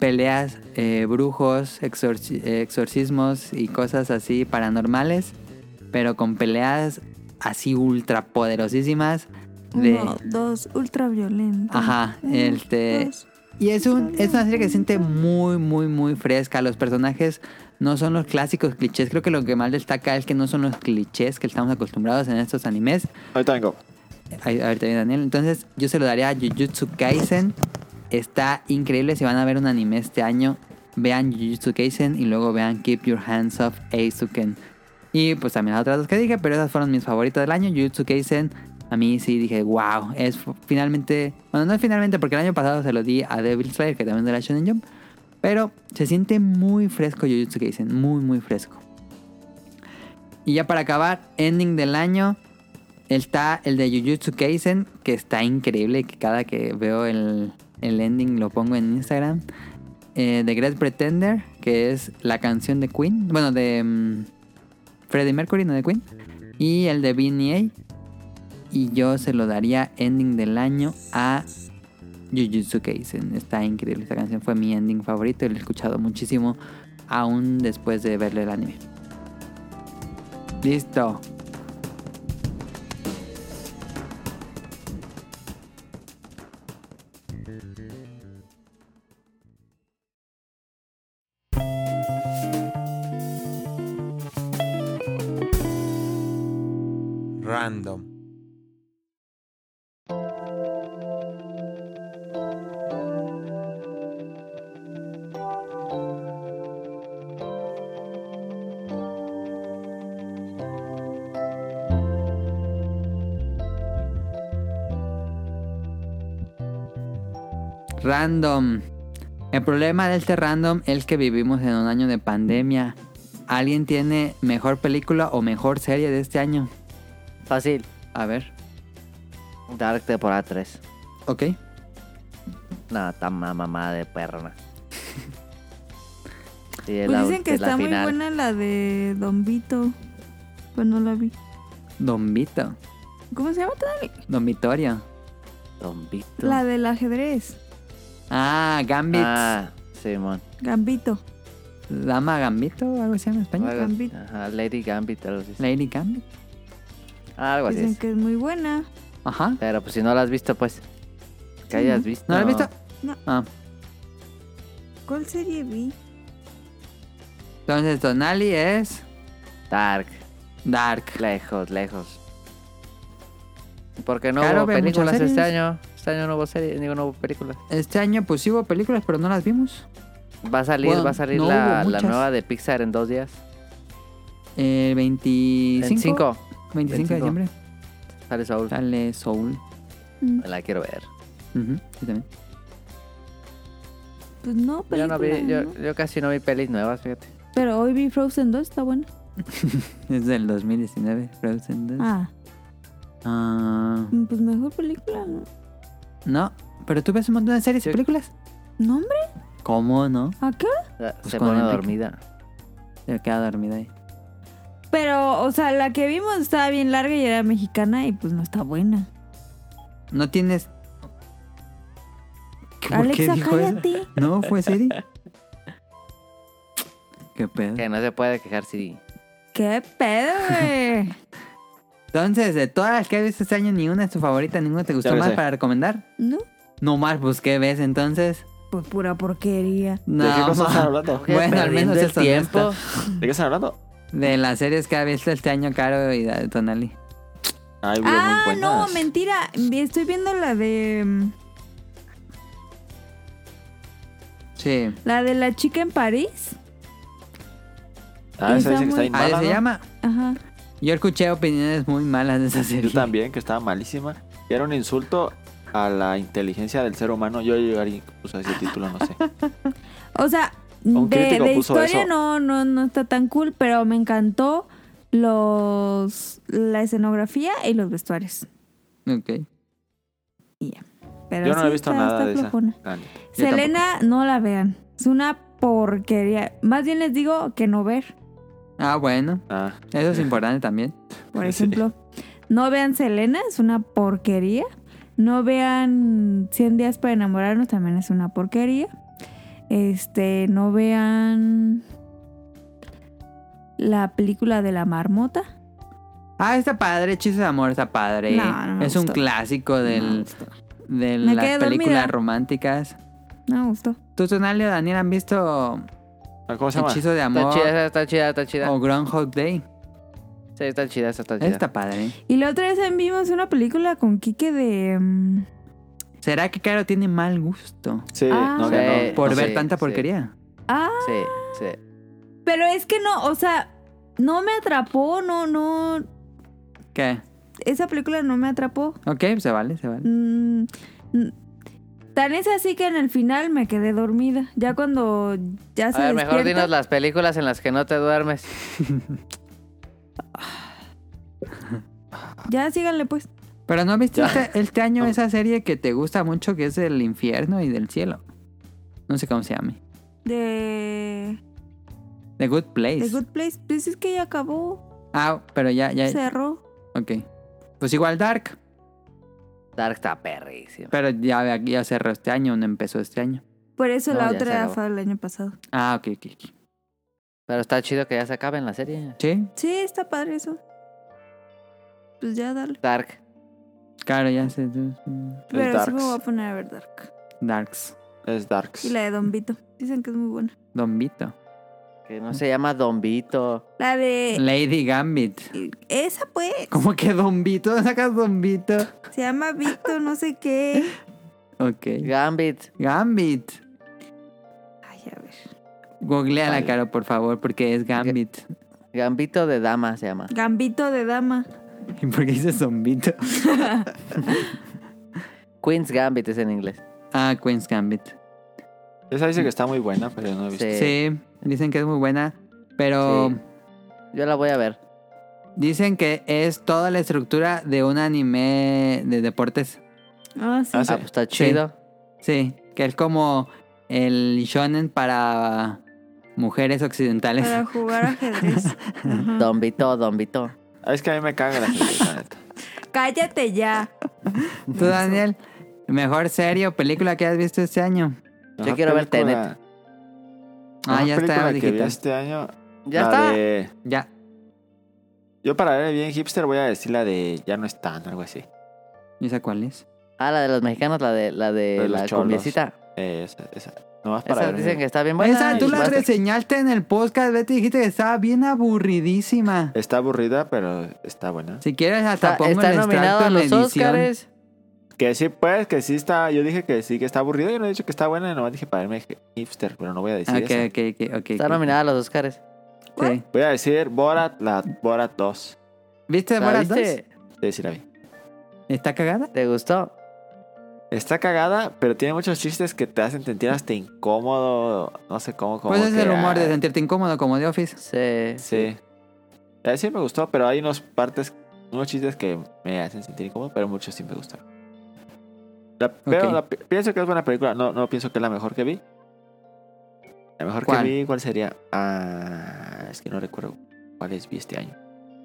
peleas, eh, brujos, exorci- eh, exorcismos y cosas así paranormales, pero con peleas así ultra poderosísimas de Uno, dos, ultra violento. Ajá, este- y es, un, es una serie que se siente muy, muy, muy fresca. Los personajes no son los clásicos clichés. Creo que lo que más destaca es que no son los clichés que estamos acostumbrados en estos animes. Ahorita vengo. Ahí- Ahorita viene Daniel. Entonces, yo se lo daría a Jujutsu Kaisen. Está increíble. Si van a ver un anime este año, vean Jujutsu Kaisen y luego vean Keep Your Hands Off Aizuken. Y pues también las otras dos que dije, pero esas fueron mis favoritas del año. Jujutsu Kaisen, a mí sí dije, wow, es fu- finalmente. Bueno, no es finalmente, porque el año pasado se lo di a Devil Slayer, que también es de la Shonen Jump. Pero se siente muy fresco Jujutsu Kaisen, muy, muy fresco. Y ya para acabar, ending del año. Está el de Jujutsu Kaisen, que está increíble, que cada que veo el, el ending lo pongo en Instagram. Eh, The Great Pretender, que es la canción de Queen, bueno, de mm, Freddie Mercury, no de Queen. Y el de BNA. Y yo se lo daría ending del año a Jujutsu Kaisen. Está increíble, esta canción fue mi ending favorito y lo he escuchado muchísimo, aún después de verle el anime. Listo. Random. Random. El problema de este random es que vivimos en un año de pandemia. ¿Alguien tiene mejor película o mejor serie de este año? Fácil. A ver, Dark temporada 3. ok. No, tan mamá de perna. Sí, es Pues la dicen que ulti- la está muy final. buena la de Don Vito. Pues no la vi. Don Vito. ¿Cómo se llama? Don Vitorio. Don Vito. La del ajedrez. Ah, Gambit. Ah, Simón. Gambito. Dama Gambito, algo así en español. Algo- Gambit. Ajá, Lady Gambit. Algo así. Ah, Lady Gambit. Algo así Dicen es. que es muy buena. Ajá. Pero pues si no la has visto, pues. Que hayas visto. ¿No la has visto? No. Ah. ¿Cuál serie vi? Entonces, Tonali es Dark. Dark. Lejos, lejos. Porque no Claro, hubo ve muchas películas este series. año. Este año no hubo series, digo, no hubo películas. Este año pues sí hubo películas, pero no las vimos. Va a salir, Bueno, va a salir no la, hubo la muchas. nueva de Pixar en dos días. El 25, En cinco. 25 de 25. diciembre Sale Soul. sale Soul. Mm, La quiero ver. Ujú, yo también. Pues no, Yo, película, no vi, yo, ¿no? yo casi no vi pelis nuevas, fíjate. Pero hoy vi Frozen 2, está buena. Es del 2019, Frozen 2. Ah, Ah, mm, pues mejor película, ¿no? no, pero tú ves un montón de series y películas. ¿No, hombre? ¿Cómo no? ¿A qué La- Pues Se con pone Enrique. dormida. Se queda dormida ahí. Pero, o sea, la que vimos estaba bien larga y era mexicana y pues no está buena. No tienes. ¿Por Alexa, eso? cállate. No, fue Siri. Qué pedo. Que no se puede quejar si. ¿Qué pedo, güey? Entonces, de todas las que has visto este año, ni una es tu favorita, ninguna te gustó lo más sé. para recomendar. ¿No? No más, pues qué ves entonces. Pues pura porquería. No, ¿De qué cosas ma. están hablando? bueno, al menos el eso no tiempo. ¿De qué están hablando? de las series que has visto este año, Caro y da- Tonali. Ay, vio Ah, muy no, buenas. mentira. Vi- Estoy viendo la de. mm, Sí. La de la chica en París. Está Ah, esa Ah, dice que está muy- bien Ahí mala, se ¿no? llama. Ajá. Yo escuché opiniones muy malas de esa serie. Yo también, que estaba malísima. Y era un insulto a la inteligencia del ser humano. Yo llegaría puse ese título, no sé. O sea, Un de, crítico de puso historia eso. no, no, no está tan cool, pero me encantó los la escenografía y los vestuarios. Ok. Pero Yo no sí he visto está- nada está de esa. flojona. la neta. Yo Selena, no la vean. Es una porquería. Más bien les digo que no ver, Ah, bueno. Ah, Eso es importante también. por Sí. ejemplo. No vean Selena, es una porquería. No vean 100 días para enamorarnos, también es una porquería. Este, no vean la película de la marmota. Ah, está padre. Hechizo de amor está padre. No, no me es un gustó. clásico No me del, gustó. de Me las quedé películas dormida. románticas. No me gustó. ¿Tú, Tonalio, Daniel, han visto ah, ¿Cómo se llama? Hechizo de Está amor Oh. chida, está chida, está chida. o Groundhog Day? Sí, está chida, está chida. Está padre. Y la otra vez vimos una película con Quique de... mm, ¿Será que Caro tiene mal gusto Sí, Ah. no Sí. ganó. por No, ver sí, tanta sí. porquería? Ah, Sí, sí. Pero es que no, o sea, no me atrapó, no, no. ¿Qué? Esa película no me atrapó. Ok, se vale, se vale. Mm, mm, tan es así que en el final me quedé dormida. Ya cuando ya se A ver, mejor despierta- dinos las películas en las que no te duermes. Ya síganle pues. Pero no viste Ya. este, este año esa serie que te gusta mucho, que es del infierno y del cielo. No sé cómo se llama. De, The Good Place. de Good Place. Pues es que ya acabó. Ah, pero ya, ya. Cerró. Ok. Pues igual Dark. Dark está perrísimo. Pero ya, ya cerró este año, no empezó este año. Por eso No, la ya se otra acabó. fue el año pasado. Ah, ok, ok. ok. Pero está chido que ya se acabe en la serie. Sí, Sí, está padre eso. Pues ya dale. Dark. claro, ya se. Pero sí me Darks. voy a poner a ver Dark. Darks. Es Darks. Y la de Don Vito. Dicen que es muy buena. Don Vito. Que no se llama Don Vito. La Eh. de. Lady Gambit. Esa pues. ¿Cómo que Don Vito? ¿Sacas Don Vito? Se llama Vito, no sé qué. Ok. Gambit. Gambit. Ay, a ver. Googlea la Vale. cara, por favor, porque es Gambit. Gambito de dama se llama. Gambito de dama. ¿Y por qué dices Don Vito? Queen's Gambit es en inglés. Ah, Queen's Gambit. Esa dice que está muy buena, pero yo no la he visto. Sí. Sí, dicen que es muy buena, pero Sí. Yo la voy a ver. dicen que es toda la estructura de un anime de deportes. Ah, sí. Ah, sí. Ah, pues está chido. Sí, que es como el shonen para mujeres occidentales. Para jugar ajedrez. Ajá. Don Vito, Don Vito. Ah, Es que a mí me caga la gente, la neta. Cállate ya. Tú, Daniel, mejor serie o película que has visto este año. Mejor quiero ver película- Tenet. Ah, mejor ya película está, que vi digital. este año. Ya la está. de- Ya. Yo para ver bien hipster voy a decir la de ya no están, algo así. ¿Y esa cuál es? Ah, la de los mexicanos, la de la de La de los la cholos. cumbiecita. Eh, esa, esa. Nomás para Esa ver dicen que bien. está bien buena. esa y tú la basta. reseñaste en el podcast, Betty, dijiste que estaba bien aburridísima. Está aburrida, pero está buena. Si quieres hasta Está, pongo está el nominado extracto a en los edición. Oscars. Que sí, pues, que sí está. Yo dije que sí, que está aburrida. Yo no he dicho que está buena, nomás dije para verme hipster, pero no voy a decir Ah, Ok, eso. ok, ok, ok. Está ok. nominada a los Oscars. Sí. Voy a decir Borat, la Borat 2. ¿Viste ¿La Borat viste? Sí, sí la vi. dos? ¿Está cagada? ¿Te gustó? Está cagada, pero tiene muchos chistes que te hacen sentir hasta incómodo. No sé cómo. como Pues es que, el humor ah, de sentirte incómodo como de Office. Sí. Sí. A sí me gustó, pero hay unos partes, unos chistes que me hacen sentir incómodo, pero muchos sí me gustaron. La- pero Ok. la- pienso que es buena película. No, no pienso que es la mejor que vi. La mejor ¿Cuál? que vi, ¿cuál sería? Ah, es que no recuerdo cuáles vi este año.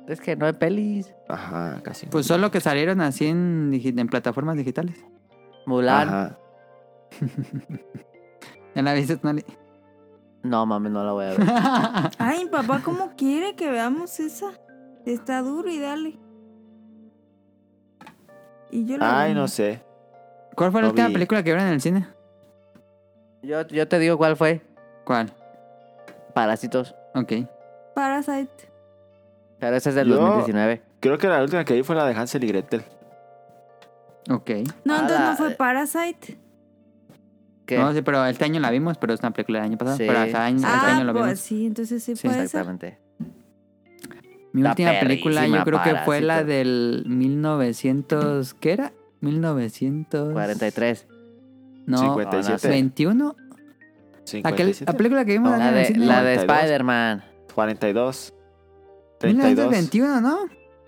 Es que no hay pelis. Ajá, casi. no. Pues solo que salieron así en, digi- en plataformas digitales. Mulan. Ajá. ¿Ya la viste, Tonali? No, mames, no la voy a ver. Ay, papá, ¿cómo quiere que veamos esa? Está duro y dale. Y yo la Ay, veo. no sé. ¿Cuál fue la No última vi. película que vieron en el cine? Yo, yo te digo cuál fue. ¿Cuál? Parásitos. Ok. Parasite. Pero ese es del Yo- 2019. Creo que la última que vi fue la de Hansel y Gretel. Ok. No, Ah, entonces no la- fue Parasite. ¿Qué? No, sí, pero este año la vimos, pero es una película del año pasado. Sí. Pero hasta año, este Ah, año lo pues vimos. sí, entonces sí, Sí, fue esa. Exactamente. Mi Está última película yo perrísima, creo que fue la Parásito. del 1900... ¿Qué era? 1900... 43. No, 57. 21. Aquel- 57, la película que vimos No, acá La en el de, cine. la de 92. Spider-Man. 42, 32, 1921, ¿no?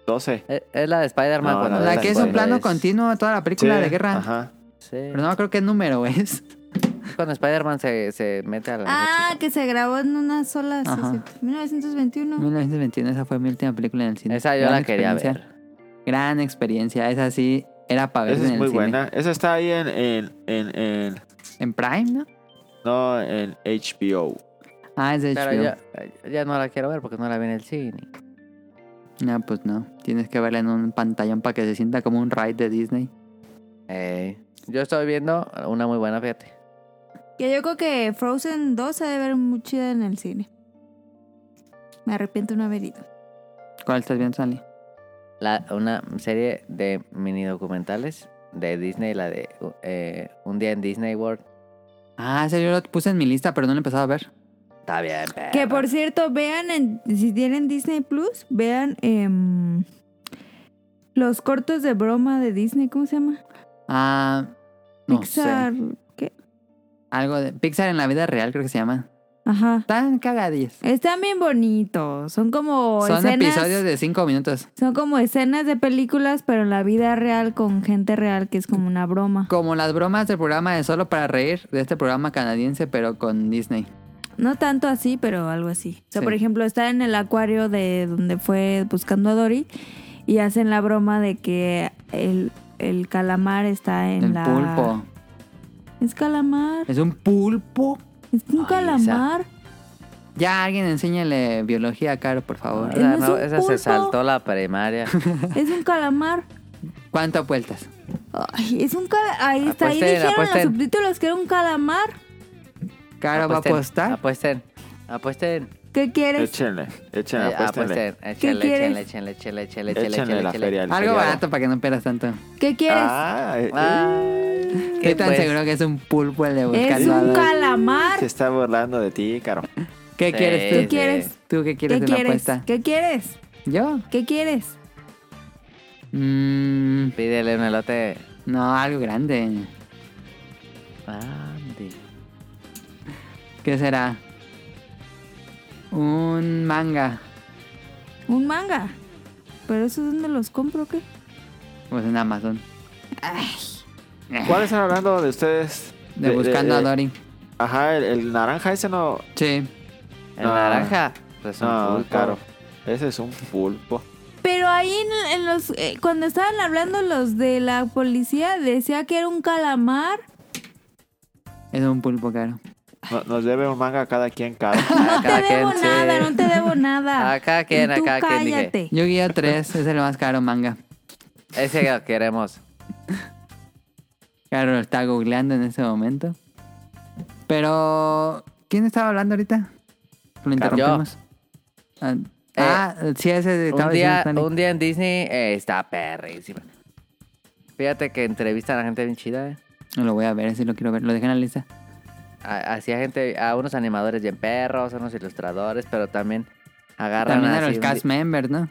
12. Eh, Es la de Spider-Man No, cuando no, La era que es un Spider-Man. plano continuo toda la película Sí, de guerra. Ajá. Sí. Pero no creo qué número es. Es Cuando Spider-Man se, se mete a la. Ah, que se grabó en una sola. sí, Ajá. sí, 1921. 1921, esa fue mi última película en el cine. Esa yo la quería experiencia. Gran experiencia, esa sí era para ver Esa en es el muy cine. buena. Esa está ahí en, en, en, en- En Prime, ¿no? no, en HBO. Ah, es de Pero HBO. ya, ya no la quiero ver porque no la vi en el cine. No, pues no. Tienes que verla en un pantallón para que se sienta como un ride de Disney. Eh, yo estoy viendo una muy buena, fíjate. Que yo creo que Frozen 2 se ha de ver muy chida en el cine. Me arrepiento de no haber ido. ¿Cuál estás viendo, Sally? La, una serie de mini documentales de Disney, la de uh, eh, Un día en Disney World. Ah, ese yo lo puse en mi lista, pero no lo he empezado a ver. Está bien, perra. Que por cierto, vean, en- si tienen Disney Plus, vean em, los cortos de broma de Disney, ¿cómo se llama? Ah, no Pixar. sé. ¿Qué? Algo de Pixar en la vida real, creo que se llama. Ajá. Están cagadillas. Están bien bonitos. Son como Son Oh, escenas. episodios de 5 minutos. Son como escenas de películas, pero en la vida real con gente real, que es como una broma. Como las bromas del programa de Solo para Reír, de este programa canadiense, pero con Disney. No tanto así, pero algo así. O sea, Sí. por ejemplo, está en el acuario de donde fue buscando a Dory y hacen la broma de que el, el calamar está en el la. pulpo. Es calamar. ¿Es un pulpo? Es un Ay, calamar. Ya alguien enséñale biología a Caro, por favor. O sea, ¿No es no, un esa pulpo? se saltó la primaria. Es un calamar. ¿Cuántas vueltas? Ay, es un calamar. Ahí está. Ahí Apuesten, dijeron apuesten. los subtítulos que era un calamar. Ah, Caro pues, va a apostar. Apuesten. Apuesten. ¿Qué quieres? Échenle, échenle, Eh, apuéstenle. Apuesten. Échenle, quieres? échenle, échenle, échenle, échenle, Échenle échenle, la feria. échenle. al Algo feriado. barato para que no pierdas tanto. ¿Qué quieres? Ah, eh, Ay, ¿Qué tan pues, seguro que es un pulpo el de buscar es un eh, calamar. se está burlando de ti, caro. ¿Qué Sí, quieres tú? ¿Qué quieres? ¿Tú qué ¿Qué quieres de la quieres? apuesta? ¿Qué quieres? ¿Yo? ¿Qué quieres? Mm, Pídele un elote. no, algo grande. Andy. ¿Qué será? Un manga. Un manga. ¿Pero eso dónde los compro o qué? Pues en Amazon. ¿Cuál están hablando de ustedes? De buscando de- a Dory. Ajá, el, el naranja ese no. Sí. El No. naranja. Pues un No, pulpo. caro. Ese es un pulpo. Pero ahí en, en los eh, cuando estaban hablando los de la policía decía que era un calamar. Es un pulpo caro. No- nos debe un manga a cada quien, caro. No Acá te debo quien se- nada, no te debo nada. Acá quien, Y tú acá quien, dije. cállate. Yo guía 3 es el más caro manga. Ese que queremos. Caro lo está googleando en ese momento. Pero. ¿Quién estaba hablando ahorita? Lo interrumpimos. Ah, ah, sí, ese estaba Eh, Un día, diciendo Stanley. un día en Disney eh, está perrísima. Fíjate que entrevistan a gente bien chida. eh. No lo voy a ver, sí lo quiero ver. Lo dejé en la lista. A- Así a gente, a unos animadores bien perros, a unos ilustradores, pero también agarran También así era el un cast di- member, ¿no?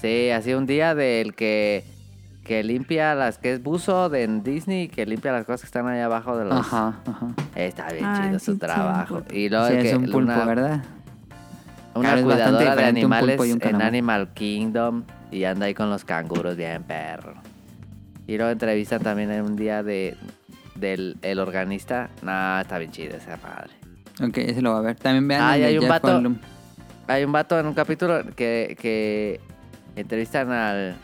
Sí, así un día del que, que limpia las que es buzo de en Disney, que limpia las cosas que están allá abajo de los. Ajá, ajá. Está bien Ay, chido sí, sí, su trabajo. un Y luego Sí, el que es un pulpo, una- ¿verdad? Una Claro, es bastante cuidadora de diferente un pulpo animales y un en calamar. Animal Kingdom y anda ahí con los canguros bien perro. Y luego entrevistan también en un día de del el organista. No, está bien chido esa madre. Ok, ese lo va a ver. También vean Ah, el y de hay un Jeff vato. Goldblum. Hay un vato en un capítulo que, que entrevistan al,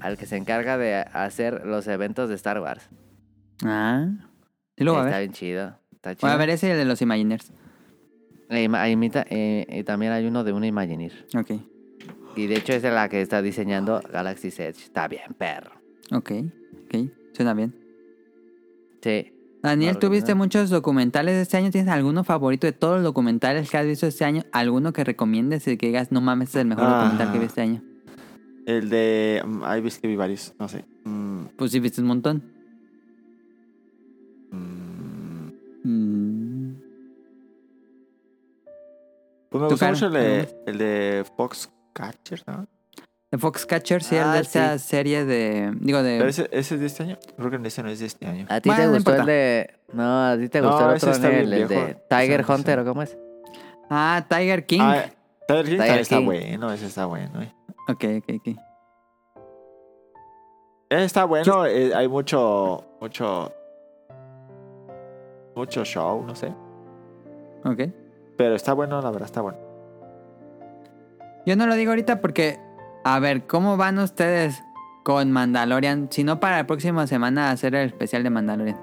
al que se encarga de hacer los eventos de Star Wars. Ah. Sí lo va a está ver. bien chido. Está chido. Voy a ver ese y el de los Imagineers. E ima- imita- eh, y también hay uno de un Imagineer. Ok, Y de hecho es la que está diseñando Galaxy Edge. Está bien, perro. ok, ok. Suena bien. Sí. Daniel, Claro tú que viste no. muchos documentales este año. ¿Tienes alguno favorito de todos los documentales que has visto este año? ¿Alguno que recomiendes y que digas, no mames, este es el mejor Ah. documental que vi este año? El de. mm, Ay, ves que vi varios, no sé. Mm, Pues sí, viste un montón. mm. Mm, Pues ¿Tú, me Pues gustó Caro? mucho el de, el de Fox Catcher, ¿no? De Foxcatcher, sí, el Ah, de esta serie de. Digo, de. Pero Em. ese, ese es de este año. Creo que ese no es de este año. ¿A ti Bueno, te no gustó el importa. de. No, a ti te No, gustó el ese otro está bien nivel, el de viejo. Tiger Sí, sí. Hunter o cómo es? Ah, Tiger King. Ah, Tiger King Tiger también está King. bueno, ese está bueno. eh. Ok, ok, ok. Ese Está bueno, eh, hay mucho, mucho, mucho show, no sé. Ok. Pero está bueno, la verdad, está bueno. Yo no lo digo ahorita porque, a ver, ¿cómo van ustedes con Mandalorian? Si no, para la próxima semana hacer el especial de Mandalorian.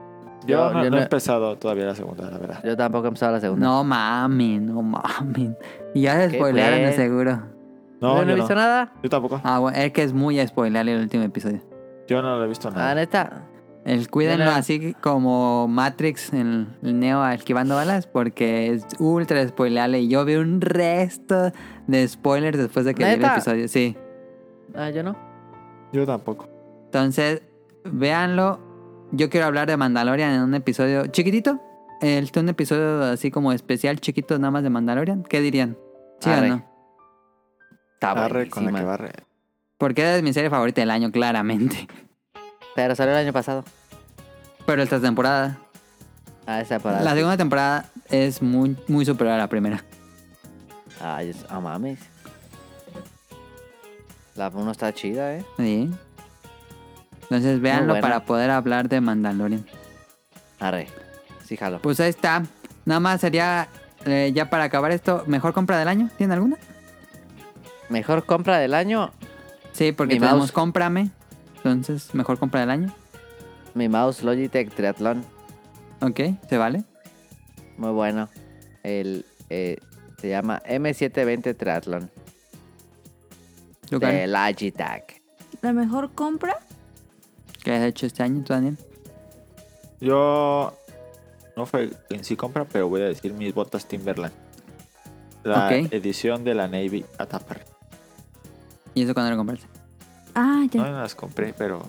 Yo, Yo- no, yo no he no- empezado todavía la segunda, la verdad. Yo tampoco he empezado la segunda. No mamen, no mamen. Y ya se ¿Qué spoilearon de fue? seguro. No, Yo yo, no he visto no. nada. Yo tampoco. Ah, bueno, es que es muy spoiler el último episodio. Yo no lo he visto Ah, nada. neta. El cuídenlo Mira. así como Matrix, el, el Neo esquivando balas, porque es ultra spoileable. Y yo vi un resto de spoilers después de que vi el ¿Neta? episodio. Sí. Ah, yo no. Yo tampoco. Entonces, véanlo. Yo quiero hablar de Mandalorian en un episodio chiquitito. Este, un episodio así como especial chiquito nada más de Mandalorian. ¿Qué dirían? ¿Sí Arre. o no? Está Barre con la que buenísima. barre. Porque es mi serie favorita del año, claramente. Pero salió el año pasado. Pero esta temporada, Ah, esa para. la segunda temporada es muy, muy superior a la primera. Ay, es- ah, mames. La 1 está chida, eh. ¿Sí? Entonces, véanlo buena. para poder hablar de Mandalorian. Arre. Sí, jalo. Pues ahí está. Nada más sería, eh, ya para acabar esto, ¿mejor compra del año? ¿Tiene alguna? Mejor compra del año. Sí, porque Mi tenemos mouse. cómprame. Entonces, mejor compra del año. Mi mouse Logitech Triathlon. Ok, se vale. Muy bueno. El. eh, se llama M720 Triathlon. Lugar De Logitech. La mejor compra, que has hecho este año, tú, Daniel. Yo no fue en sí compra, pero voy a decir mis botas Timberland. La Ok. edición de la Navy Atapar. ¿Y eso cuando lo compraste? ah, No ya. no las compré, pero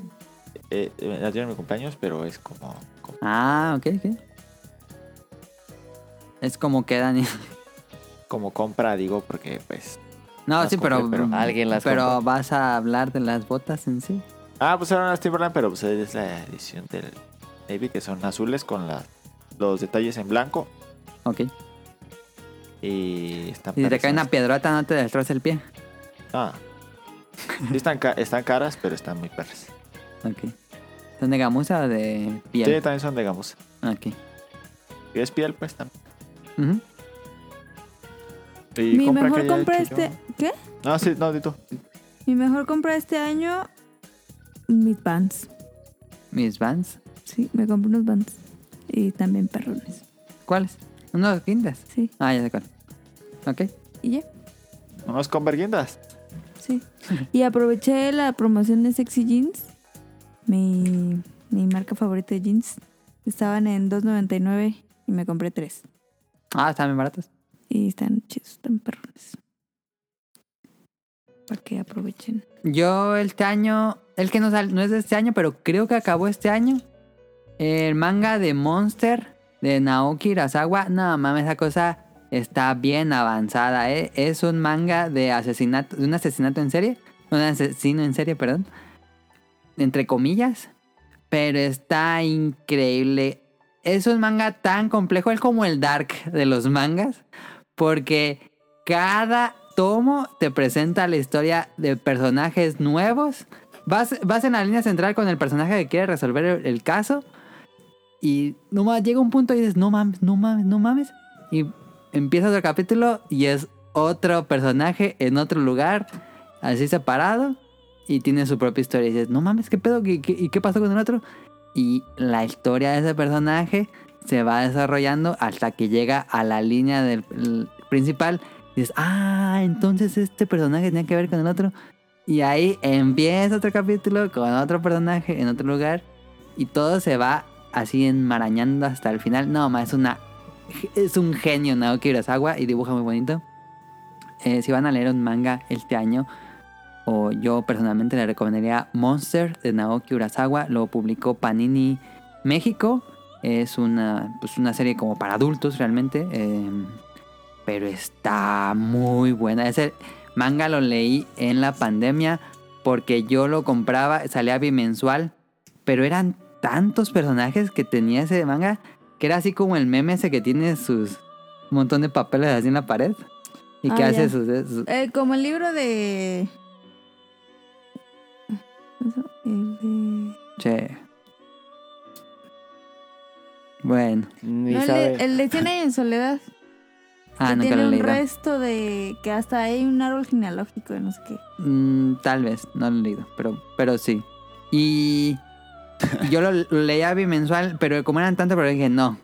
eh, eh, las dieron en mi cumpleaños, pero es como, como- Ah, ok, ok. Es como que, Daniel. como compra, digo, porque pues. No, Las sí, pero, mm, compré, pero alguien las Pero compró. vas a hablar de las botas en sí. Ah, pues eran las Timberland, pero pues es la edición del Navy que son azules con las los detalles en blanco Ok. y están. Y si te padres, cae ¿no? una piedrota, no te destroza el pie. Ah. Sí están, ca- están caras, pero están muy perras. Ok. ¿Son de gamuza o de Sí, piel? también son de gamuza. Ok. Y es piel, pues también. Ujú. Y Mi compra que mejor haya compra hecho yo. este, ¿qué? No, sí, no, di tú. Mi mejor compra este año, mis pants. ¿Mis vans? Sí, me compré unos pants. Y también perrones. ¿Cuáles? ¿Unos guindas? Sí, Ah, ya sé cuál. Ok. y ya. Unos converguindas. Sí. Y aproveché la promoción de Sexy Jeans. Mi, mi marca favorita de jeans. Estaban en 2.99 y me compré tres. Ah, están bien baratos. Y están chidos, están perrones. Para que aprovechen. Yo este año, el que no, sal- no es de este año, pero creo que acabó este año. El manga de Monster de Naoki Urasawa. No mames, esa cosa está bien avanzada. ¿eh? Es un manga de asesinato, de un asesinato en serie. Un asesino en serie, perdón. Entre comillas. Pero está increíble. Es un manga tan complejo, es como el Dark de los mangas. Porque cada tomo te presenta la historia de personajes nuevos. Vas, vas en la línea central con el personaje que quiere resolver el, el caso. Y no ma- llega un punto y dices, no mames, no mames, no mames. Y empieza otro capítulo y es otro personaje en otro lugar, así separado. Y tiene su propia historia. Y dices, no mames, ¿qué pedo? ¿Qué, qué, y qué pasó con el otro? Y la historia de ese personaje se va desarrollando hasta que llega a la línea del el principal. Y dices, ah, entonces este personaje tenía que ver con el otro. Y ahí empieza otro capítulo con otro personaje en otro lugar. Y todo se va así enmarañando hasta el final. No, más es una. Es un genio Naoki Urasawa y dibuja muy bonito. Eh, si van a leer un manga este año, o yo personalmente le recomendaría Monster de Naoki Urasawa. Lo publicó Panini México. Es una, pues una serie como em, para adultos realmente. eh, pero está muy buena. Es el- Manga lo leí en la pandemia porque yo lo compraba, salía bimensual, pero eran tantos personajes que tenía ese manga que era así como el meme ese que tiene sus montón de papeles así en la pared y que Ah, ya. hace sus, sus- Eh, como el libro de... El de- Che. Bueno. Ni No, el, sabe. de, el de Cien años en soledad. Ah, que nunca tiene lo he un leído. resto de... Que hasta hay un árbol genealógico de no sé qué. Mm, tal vez, no lo he leído, pero, pero sí. Y yo lo, lo leía bimensual, pero como eran tanto, pero dije, no.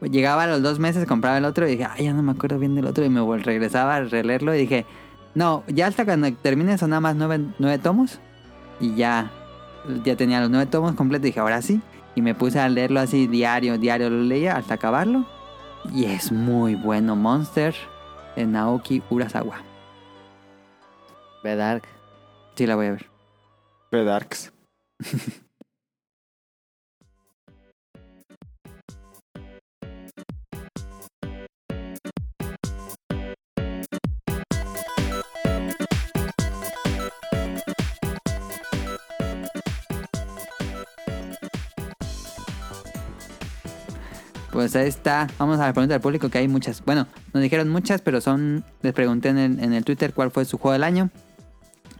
Llegaba a los dos meses, compraba el otro y dije, ay, ya no me acuerdo bien del otro. Y me vol- regresaba a releerlo y dije, no, ya hasta cuando termine son nada más nueve, nueve tomos. Y ya, ya tenía los nueve tomos completos. Y dije, ahora sí. Y me puse a leerlo así diario, diario lo leía hasta acabarlo. Y es muy bueno, Monster, de Naoki Urasawa. Ve Dark. Sí, la voy a ver. Pedarks. Pues ahí está. Vamos a la pregunta del público, que hay muchas. Bueno, nos dijeron muchas, pero son. Les pregunté en el, en el Twitter cuál fue su juego del año.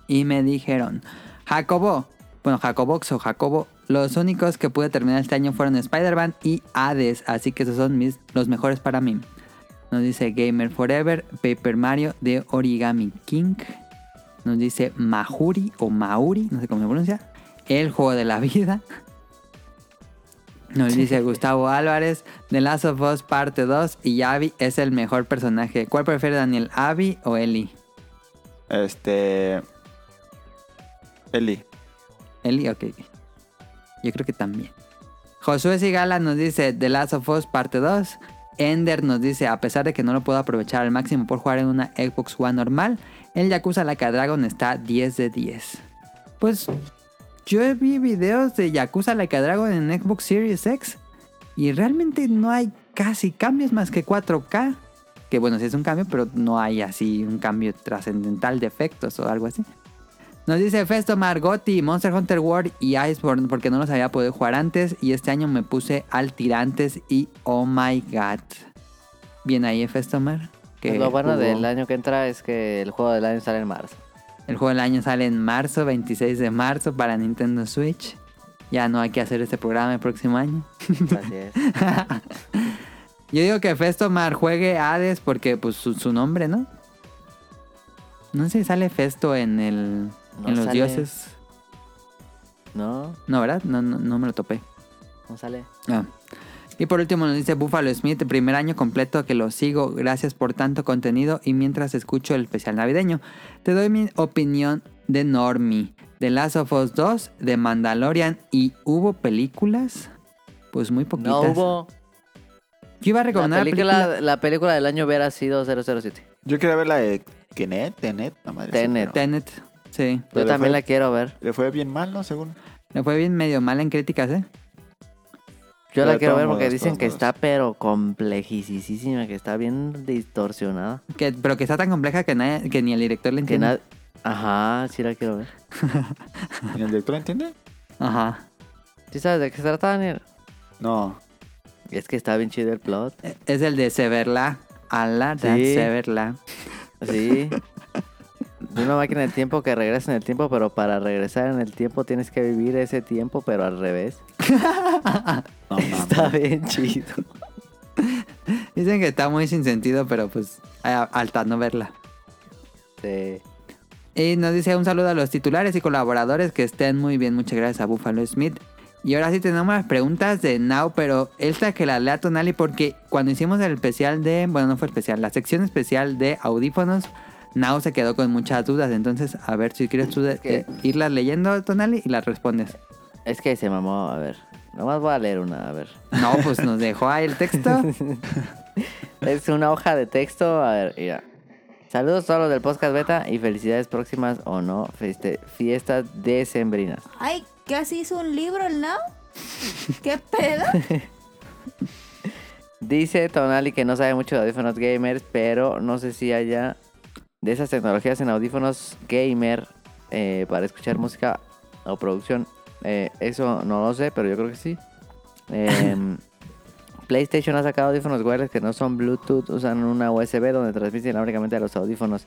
Y me dijeron: Jacobo. Bueno, Jacobox o Jacobo. Los únicos que pude terminar este año fueron Spider-Man y Hades. Así que esos son mis, los mejores para mí. Nos dice Gamer Forever, Paper Mario de Origami King. Nos dice Mahuri o Mauri, no sé cómo se pronuncia. El juego de la vida. Nos dice Gustavo Álvarez, The Last of Us parte 2 y Abby es el mejor personaje. ¿Cuál prefiere Daniel, Abby o Ellie? Este. Eli. Ellie, ok. Yo creo que también. Josué Sigala nos dice The Last of Us parte 2. Ender nos dice, a pesar de que no lo puedo aprovechar al máximo por jugar en una Xbox One normal, el Yakuza Like a Dragon está 10 de 10. Pues yo vi videos de Yakuza Like a Dragon en Xbox Series X y realmente no hay casi cambios más que 4K. Que bueno, sí es un cambio, pero no hay así un cambio trascendental de efectos o algo así. Nos dice Festo Margotti, Monster Hunter World y Iceborne porque no los había podido jugar antes y este año me puse al tirantes y oh my god. Bien ahí Festo Mar. que Lo bueno jugó- del año que entra es que el juego del año sale en marzo. El juego del año sale en marzo, 26 de marzo para Nintendo Switch. Ya no hay que hacer este programa el próximo año. Así es. Yo digo que Festomar juegue Hades porque pues su, su nombre, ¿no? No sé si sale Festo en el No en los sale. dioses. No, No, ¿verdad? No, no, no me lo topé. no sale. Ah. Y por último nos dice Buffalo Smith, primer año completo que lo sigo, gracias por tanto contenido y mientras escucho el especial navideño, te doy mi opinión de Normie, de Last of Us 2, de Mandalorian y ¿hubo películas? Pues muy poquitas. No hubo. Yo iba a La recomendar la película, película... la película del año hubiera sido 007. Yo quería ver la de Kenet, Tenet, la madre. Tenet. pero Tenet, sí. Yo Pero también fue- la quiero ver. Le fue bien mal, ¿no? Según. Le fue bien medio mal en críticas, ¿eh? Yo Pero la de quiero todos ver porque modos, dicen todos que modos. está pero complejísima, que está bien distorsionada. Que, pero que está tan compleja que, nadie- que ni el director le Que entiende. nada... Ajá, sí la quiero ver. ¿Y el director entiende? Ajá. ¿Sí sabes de qué se trata, Daniel? No. Es que está bien chido el plot. Es el de Severla. Ala, Sí. Severla. Sí. De una máquina del tiempo que regresa en el tiempo, pero para regresar en el tiempo tienes que vivir ese tiempo, pero al revés. No, Está mames. bien chido. Dicen que está muy sin sentido, pero pues a- alta no verla. Sí. Y nos dice un saludo a los titulares y colaboradores que estén muy bien. Muchas gracias a Buffalo Smith. Y ahora sí tenemos las preguntas de Now, pero esta que la lea Tonali porque cuando hicimos el especial de, bueno, no fue especial, la sección especial de audífonos, Now se quedó con muchas dudas. Entonces, a ver si quieres tú de- que- eh, irlas leyendo, Tonali, y las respondes. Es que se mamó, a ver. Nomás voy a leer una, a ver. No, pues nos dejó ahí el texto. Es una hoja de texto. A ver, mira. Saludos todos los del podcast beta y felicidades próximas o no feste- fiestas decembrinas. Ay, casi hizo un libro el Now. ¿Qué pedo? Dice Tonali que no sabe mucho de audífonos gamers, pero no sé si haya de esas tecnologías en audífonos gamer eh, para escuchar música o producción. Eh, eso no lo sé, pero yo creo que sí. Em, PlayStation ha sacado audífonos wireless que no son Bluetooth, usan una USB donde transmiten inalámbricamente a los audífonos.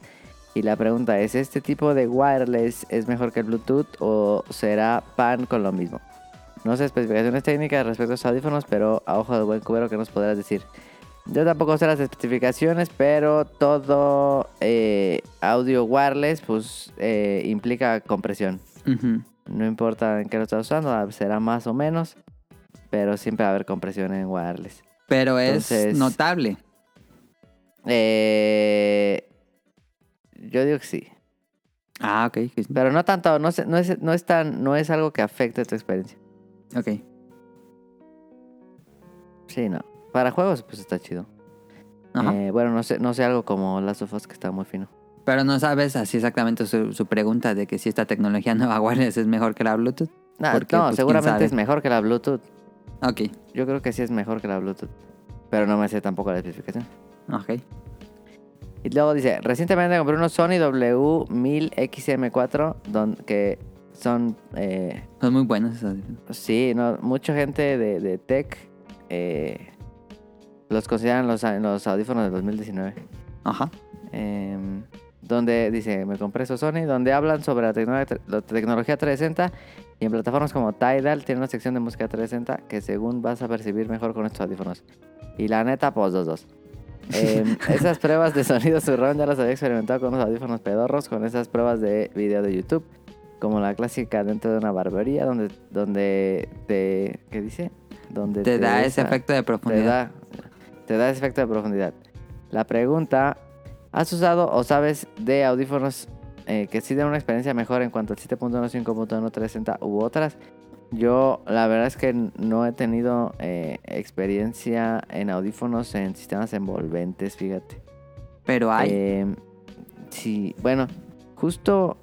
Y la pregunta es, ¿este tipo de wireless es mejor que el Bluetooth o será pan con lo mismo? No sé especificaciones técnicas respecto a los audífonos, pero a ojo de buen cubero, ¿qué nos podrás decir? Yo tampoco sé las especificaciones, pero todo eh, audio wireless pues eh, implica compresión. Ujú. No importa en qué lo estás usando, ah, será más o menos, pero siempre va a haber compresión en wireless. Pero Entonces- es notable. Eh, yo digo que sí. Ah, ok. que- Pero no tanto, no, sé- no, es, no, es tan, no es algo que afecte tu experiencia. Ok. Sí, no. Para juegos, pues está chido. Ajá. Eh, bueno, no sé, no sé algo como Last of Us, que está muy fino. Pero no sabes así exactamente su, su pregunta de que si esta tecnología nueva wireless es mejor que la Bluetooth. Nah, Porque, no, pues, quién seguramente sabe. es mejor que la Bluetooth. Ok, Yo creo que sí es mejor que la Bluetooth. Pero no me sé tampoco la especificación. ok. Y luego dice, recientemente compré unos Sony W1000XM4 don- que son... eh, Son muy buenos esos audífonos. sí, no, mucha gente de, de tech eh, los consideran los, a- los audífonos del 2019. Ajá. em, donde dice, me compré esos Sony, donde hablan sobre la, tecno- la tecnología 360 y en plataformas como Tidal tiene una sección de música 360 que según vas a percibir mejor con estos audífonos. Y la neta, pues dos, dos. Em, esas pruebas de sonido surround ya las había experimentado con los audífonos pedorros, con esas pruebas de video de YouTube, como la clásica dentro de una barbería donde, donde te... ¿Qué dice? Donde Te da ese esa- efecto de te profundidad. da, te da ese efecto de profundidad. La pregunta, ¿has usado o sabes de audífonos eh, que sí dan una experiencia mejor en cuanto al 7.1, 5.1, 360 u otras? Yo la verdad es que no he tenido eh, experiencia en audífonos en sistemas envolventes, fíjate. Pero hay. Eh, sí, bueno, justo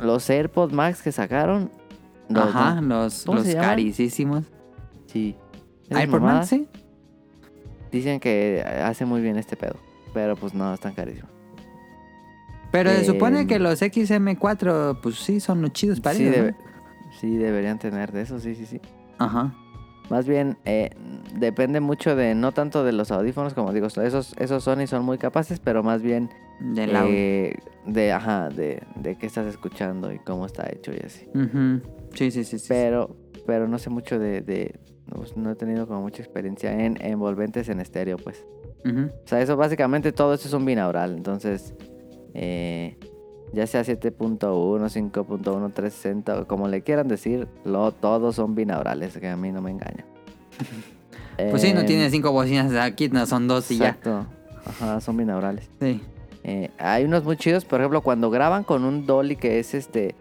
los AirPod Max que sacaron. los- Ajá, los, ¿Cómo los se llaman? carísimos. Sí. Esas ¿Hay por mamadas. más? Sí. Dicen que hace muy bien este pedo. Pero pues no, están carísimos. Pero se Eh, supone que los XM4, pues sí, son los chidos para Sí, ellos, ¿no? debe- sí, deberían tener de eso, sí, sí, sí. Ajá. Más bien, eh, depende mucho de, no tanto de los audífonos, como digo, esos, esos Sony son muy capaces, pero más bien Del audio. eh, de, ajá, de, de qué estás escuchando y cómo está hecho y así. Ujú. Sí, sí, sí. sí, sí. Pero, pero no sé mucho de, de- pues, no he tenido como mucha experiencia en envolventes en estéreo, pues. Ujú. O sea, eso básicamente todo esto es un binaural. Entonces, eh, ya sea 7.1, 5.1, 360, o como le quieran decir, lo, todos son binaurales, que a mí no me engaña. Pues sí, no Em, tiene cinco bocinas aquí, no, son dos y ya. Exacto. Ajá, son binaurales. Sí. Eh, hay unos muy chidos, por ejemplo, cuando graban con un dolly que es este.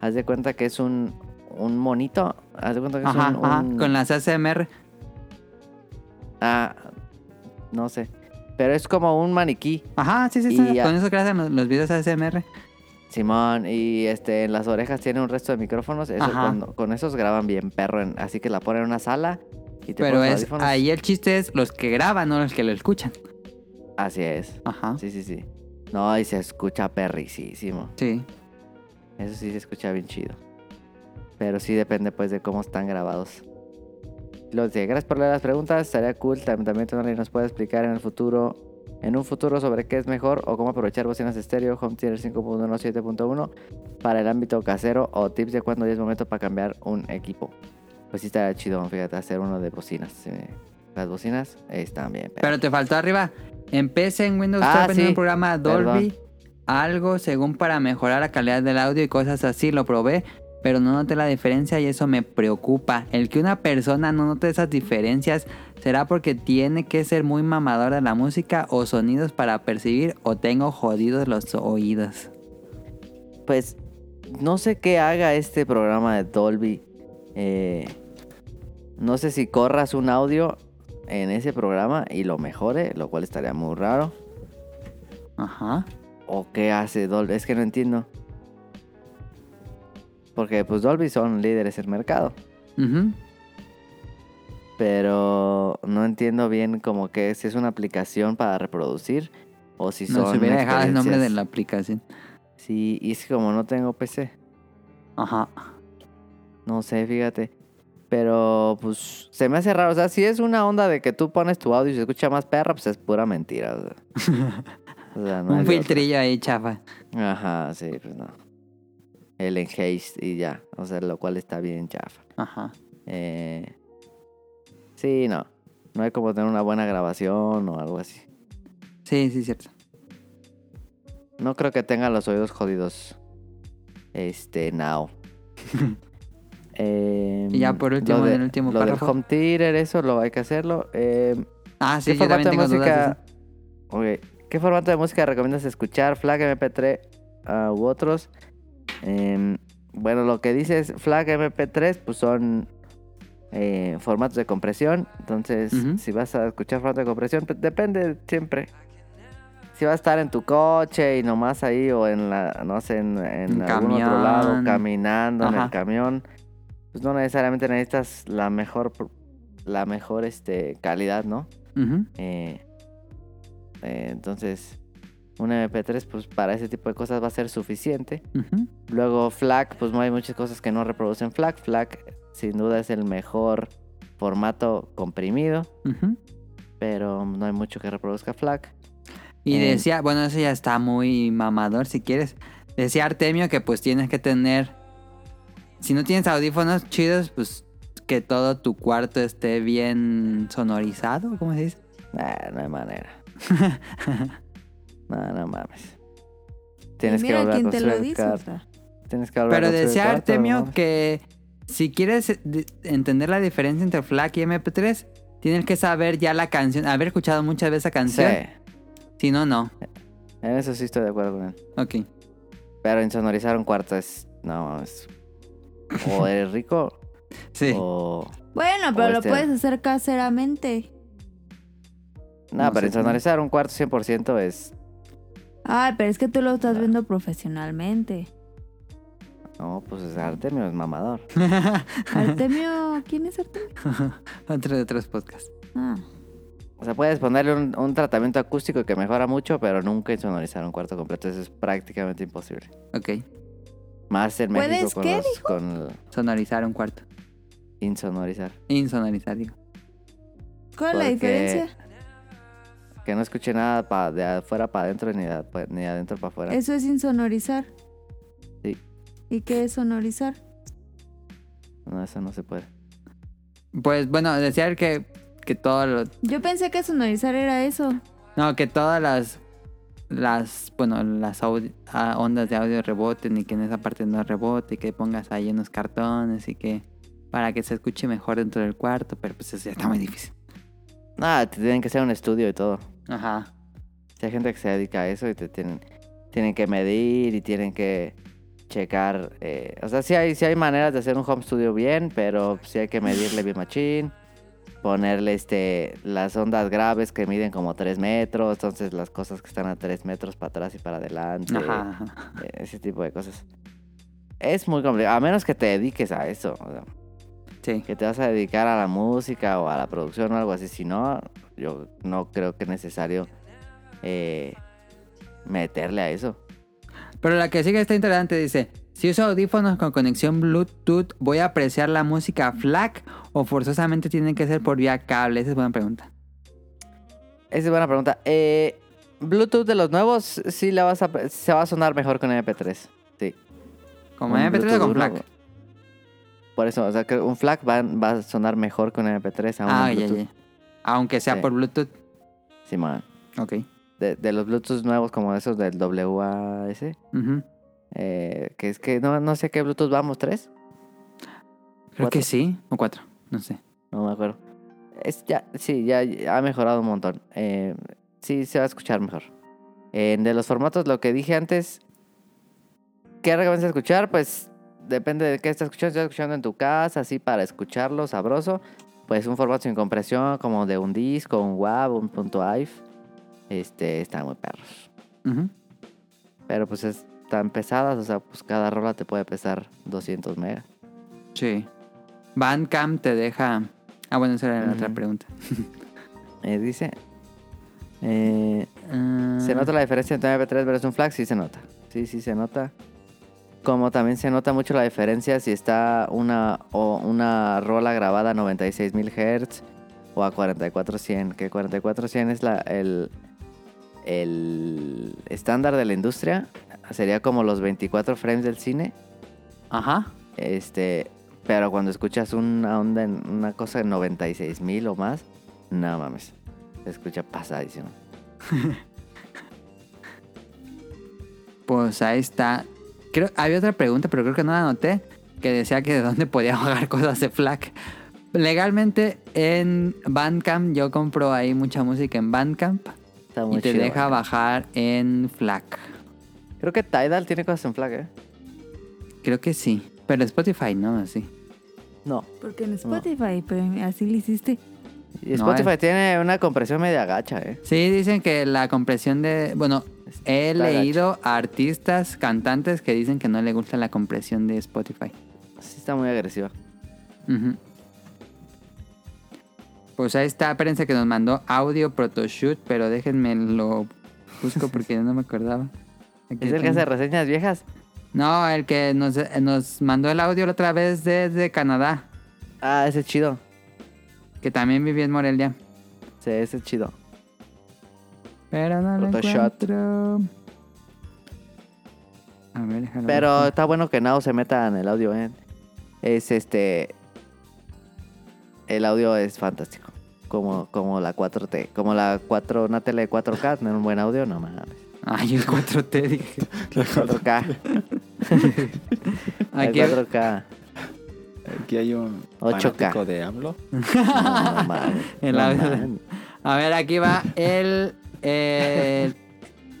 Haz de cuenta que es un, un monito. Haz de cuenta que es Ajá, un. ajá. un- Con las ASMR. Ah, no sé. Pero es como un maniquí. Ajá, sí, sí, Y sí. ya. Con eso que hacen los, los videos ASMR. Simón, y este, en las orejas tiene un resto de micrófonos. Eso Ajá. cuando- con esos graban bien, perro. en- así que la ponen en una sala y te Pero pones los es audífonos. ahí el chiste es los que graban, no los que lo escuchan. Así es. Ajá. Sí. Sí, sí, sí. No, y se escucha perricísimo. Eso sí se escucha bien chido. Pero sí depende, pues, de cómo están grabados. Lo dice, gracias por leer las preguntas. Estaría cool. También, también Tonali nos puede explicar en el futuro, en un futuro, sobre qué es mejor o cómo aprovechar bocinas estéreo, home theater 5.1, 7.1 para el ámbito casero o tips de cuándo ya es momento para cambiar un equipo. Pues sí estaría chido, fíjate, hacer uno de bocinas. sí. Las bocinas eh, están bien. Pero te faltó arriba. Empecé en Windows Ah, 7 en sí. un programa Dolby. Algo según para mejorar la calidad del audio y cosas así. Lo probé, pero no noté la diferencia y eso me preocupa. El que una persona no note esas diferencias será porque tiene que ser muy mamadora de la música o sonidos para percibir o tengo jodidos los oídos. Pues no sé qué haga este programa de Dolby. Eh, no sé si corras un audio en ese programa y lo mejore, lo cual estaría muy raro. Ajá. ¿O qué hace Dolby? Es que no entiendo. Porque pues Dolby son líderes en mercado. Ujú. Pero no entiendo bien como que si es una aplicación para reproducir O si son. Nos hubiera dejado el nombre de experiencias- la aplicación. Sí, y es que como no tengo PC. Ajá. No sé, fíjate. Pero pues se me hace raro. O sea, si es una onda de que tú pones tu audio y se escucha más perra, pues es pura mentira. O sea, O sea, no hay Un de filtrillo ahí, chafa. otra. Ajá, sí, pues no. El enhaste y ya. O sea, lo cual está bien chafa. Ajá. Eh, Sí, no. No hay como tener una buena grabación o algo así. Sí, sí, cierto. No creo que tenga los oídos jodidos. Este, now. Em, Y ya por último, lo en el último lo del párrafo. home theater, eso lo hay que hacerlo. Em, Ah, sí, ¿Qué yo también formato de tengo dudas. música? ok, ¿Qué formato de música recomiendas escuchar? ¿Flag, MP3 ah, u otros? Em, bueno, lo que dices, Flag, MP3, pues son eh, formatos de compresión. Entonces, Ujú. si vas a escuchar formato de compresión, pues, depende siempre. Si vas a estar en tu coche y nomás ahí o en la, no sé, en, en En algún otro lado, camión. caminando en el Ajá. camión, pues no necesariamente necesitas la mejor, pr- la mejor este, calidad, ¿no? esas. Ujú. Eh, eh, entonces, un MP3, pues para ese tipo de cosas va a ser suficiente. Ujú. Luego, FLAC, pues no hay muchas cosas que no reproducen FLAC. FLAC, sin duda, es el mejor formato comprimido, Ujú. pero no hay mucho que reproduzca FLAC. Y Eh, decía, bueno, eso ya está muy mamador si quieres. Decía Artemio que pues tienes que tener, si no tienes audífonos chidos, pues que todo tu cuarto esté bien sonorizado, ¿cómo se dice? Nah, no hay manera. no, no mames. Tienes Y que mira volver a quién te lo construir dice. el cuarto. Oscar. Tienes que volver a Pero construir el decía cuarto, Artemio no mames. que si quieres de- entender la diferencia entre FLAC y MP3, tienes que saber ya la canción, haber escuchado muchas veces esa canción. Sí, Si no, no. en eso sí estoy de acuerdo con él. Ok. Pero insonorizar un cuarto es. No, es. O eres rico, Oh. Sí. o. Bueno, pero O lo este- puedes hacer caseramente. No, No pero sé, insonorizar un cuarto 100% es. Ay, pero es que tú lo estás Ah. viendo profesionalmente. No, pues es Artemio, es mamador. Artemio, ¿quién es Artemio? Otro de otros podcasts. Ah. O sea, puedes ponerle un, un tratamiento acústico que mejora mucho, pero nunca insonorizar un cuarto completo. Eso es prácticamente imposible. Ok. Más en ¿Puedes México con, qué, los- con el Sonorizar un cuarto. insonorizar. Insonorizar, digo. ¿Cuál es la Porque- diferencia? Que no escuche nada pa- de afuera para adentro ni de, afu- ni de adentro para afuera. Eso es insonorizar. Sí. ¿Y qué es sonorizar? No, eso no se puede. Pues bueno, decía él que, que todo lo- Yo pensé que sonorizar era eso. No, que todas las. Las. Bueno, las audi- ah, ondas de audio reboten y que en esa parte no rebote y que pongas ahí unos cartones y que. Para que se escuche mejor dentro del cuarto, pero pues eso ya está muy difícil. Nada, te tienen que hacer un estudio y todo. Ajá. Si hay gente que se dedica a eso y te tienen, tienen que medir y tienen que checar. eh, o sea, sí hay, sí hay maneras de hacer un home studio bien, pero sí hay que medirle bien machín. Ponerle este, las ondas graves que miden como 3 metros, entonces las cosas que están a 3 metros para atrás y para adelante, Ajá. ajá. eh, ese tipo de cosas. Es muy complicado, a menos que te dediques a eso, o sea, Sí. que te vas a dedicar a la música o a la producción o algo así, si no, yo no creo que es necesario eh, meterle a eso. Pero la que sigue está interesante, dice. Si uso audífonos con conexión Bluetooth, ¿voy a apreciar la música FLAC o forzosamente tienen que ser por vía cable? Esa es buena pregunta. Esa es buena pregunta. Eh, Bluetooth de los nuevos sí la vas a, se va a sonar mejor con MP3. Sí. ¿Como Un MP3 o con Bluetooth, FLAC? ¿no? Por eso, o sea, que un FLAC va, va a sonar mejor con MP3 aún. Ah, ya, ya. Aunque sea Sí. por Bluetooth. Sí, man. Ok. De, de los Bluetooth nuevos como esos del WAS. Ujú. eh, que es que no, no sé qué Bluetooth vamos, ¿tres? Creo Cuatro. que sí. O cuatro. No sé. No me acuerdo. Es ya, sí, ya ya ha mejorado un montón. Eh, sí, se va a escuchar mejor. Eh, de los formatos, lo que dije antes, ¿qué recomiendas escuchar? Pues depende de qué estás escuchando. Si estás escuchando en tu casa, así para escucharlo, sabroso. Pues un formato sin compresión, como de un disco, un WAV, un punto .iv. Este, están muy perros. Ujú. Pero pues están pesadas, o sea, pues cada rola te puede pesar 200 megas. Sí. Bandcamp te deja. Ah, bueno, esa era la Ujú. otra pregunta. Eh, dice. eh, Ah, Se nota la diferencia entre un MP3 versus un FLAC, sí se nota. Sí, sí se nota. Como también se nota mucho la diferencia si está una, o una rola grabada a 96.000 Hz o a 44.100, que 44.100 es la, el, el estándar de la industria. Sería como los 24 frames del cine. Ah, Ajá. Este, pero cuando escuchas una onda en una cosa de 96 mil o más, no mames. Se escucha pasadísimo. Pues ahí está. Creo, había otra pregunta, pero creo que no la anoté. Que decía que de dónde podía bajar cosas de FLAC. Legalmente en Bandcamp, yo compro ahí mucha música en Bandcamp. Está y muy te chido, ¿eh? deja güey. bajar en FLAC. Creo que Tidal tiene cosas en flag, ¿eh? Creo que sí. Pero Spotify no, así. No. Porque en Spotify, pero así le hiciste. Y No, Spotify eh. tiene una compresión media gacha, ¿eh? Sí, dicen que la compresión de... Bueno, he Está gacho. leído a artistas, cantantes que dicen que no le gusta la compresión de Spotify. Sí está muy agresiva. Ujú. Pues ahí está, espérense que nos mandó audio protoshoot, pero déjenme lo busco porque no me acordaba. Aquí ¿Es el que tengo. hace reseñas viejas? No, el que nos, eh, nos mandó el audio la otra vez desde Canadá, Ah, ese es chido. que también vivía en Morelia. Sí, ese es chido. Pero no lo Protoshoot. encuentro. A ver, déjalo. Pero busco. está bueno que Nao se meta en el audio, ¿eh? Es este... El audio es fantástico. Como, como la 4T. Como la 4... Una tele de 4K, tener un buen audio, no mames. Ay, el 4T, dije. 4K. El Aquí, 4K. Aquí hay un 8K. fanático de AMLO. No, no mames. el No audio. mames. A ver, aquí va el eh,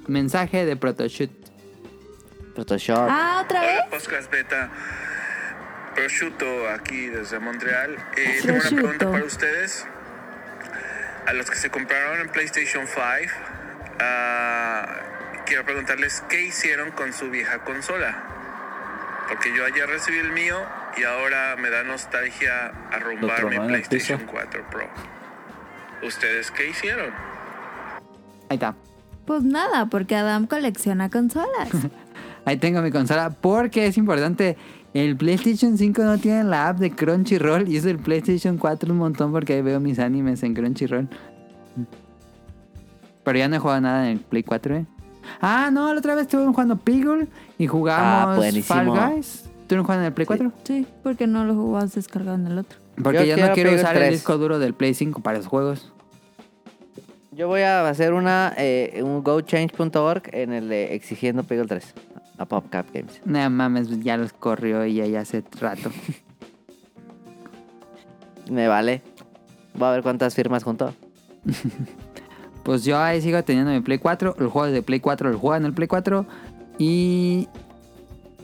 mensaje de protoshoot. Photoshop. Ah, otra vez. Podcast Beta Prosciutto aquí desde Montreal. Eh, tengo una Prosciutto. pregunta para ustedes. A los que se compraron en PlayStation 5, ah, quiero preguntarles qué hicieron con su vieja consola. Porque yo ayer recibí el mío y ahora me da nostalgia arrumbar mi tronaron al piso. PlayStation 4 Pro. ¿Ustedes qué hicieron? Ahí está. Pues nada, porque Adam colecciona consolas. Ahí tengo mi consola. Porque es importante. El PlayStation 5 no tiene la app de Crunchyroll. Y es el PlayStation 4 un montón porque ahí veo mis animes en Crunchyroll. Pero ya no he jugado nada en el Play 4, ¿eh? Ah, no, la otra vez estuvimos jugando Piggle y jugamos Ah, buenísimo. Fall Guys. ¿Tú no jugando en el Play 4? Sí, porque no lo jugabas descargado en el otro. Porque yo, Yo no quiero quiero Piggle usar el 3. disco duro del Play 5 para los juegos. Yo voy a hacer una eh, un gochange.org en el de exigiendo Peggle 3 a PopCap Games. No mames, ya los corrió y ya hace rato. Me vale. Voy a ver cuántas firmas junto. Pues yo ahí sigo teniendo mi Play 4, el juego de Play 4, el juego en el Play 4 y.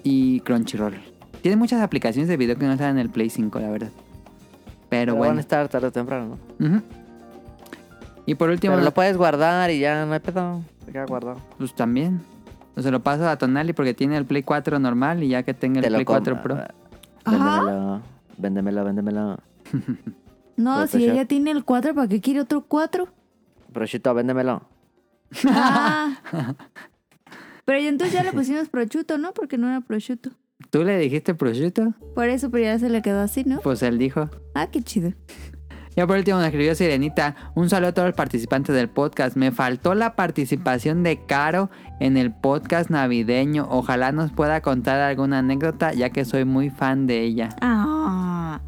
y Crunchyroll. Tiene muchas aplicaciones de video que no están en el Play 5, la verdad. Pero, Pero bueno. van a estar tarde o temprano, ¿no? Ujú. Y por último, Pero lo puedes guardar y ya no hay pedo. Se queda guardado. pues también. Se lo paso a Tonali porque tiene el Play 4 normal y ya que tenga el Te lo Play 4 Pro. compro. Véndemelo. Véndemelo, véndemelo. No, si Photoshop. ella tiene el 4, ¿para qué quiere otro 4? Prosciutto, véndemelo. Ah. Pero ya- entonces ya le pusimos prosciutto, ¿no? Porque no era prosciutto. ¿Tú le dijiste prosciutto? Por eso, pero ya se le quedó así, ¿no? Pues él dijo. Ah, qué chido. Ya por último nos escribió Sirenita. Un saludo a todos los participantes del podcast. Me faltó la participación de Caro en el podcast navideño. Ojalá nos pueda contar alguna anécdota, ya que soy muy fan de ella. Ah.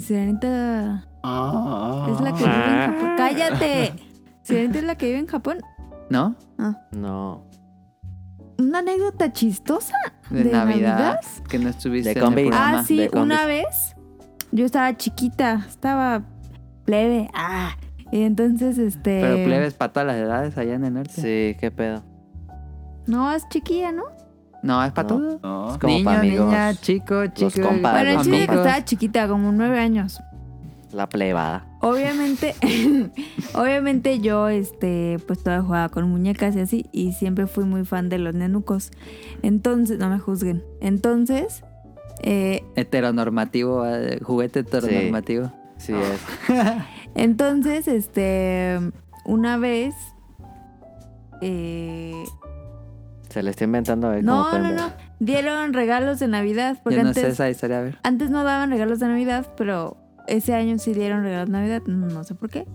Sirenita Ah, es la que vive en Japón. ¡Cállate! Sirenita es la que vive en Japón. ¿No? No. Una anécdota chistosa De, de, Navidad. Navidad. Que no estuviste De en el combi. programa. Ah, sí, de combis. una vez yo estaba chiquita, estaba plebe. Ah, y entonces este. Pero plebes para todas las edades allá en el norte. Sí, qué pedo. No, es chiquilla, ¿no? No, es para No. todo. no. Es como Niño, pa' amigos. niña, chico, chico. compas, Para Bueno, el los chile que amigos. estaba chiquita, como nueve años. La plebada. Obviamente, obviamente yo, este, pues todavía jugaba con muñecas y así, y siempre fui muy fan de los nenucos. Entonces, no me juzguen. Entonces, eh, Heteronormativo, eh, juguete heteronormativo. Sí es. Entonces, este, una vez eh, Se le está inventando. eh, como no, pueden no, ver. no, dieron regalos de Navidad. Porque Yo no sé antes, esa historia, a ver. antes no daban regalos de Navidad, pero ese año sí dieron regalos de Navidad, no sé por qué.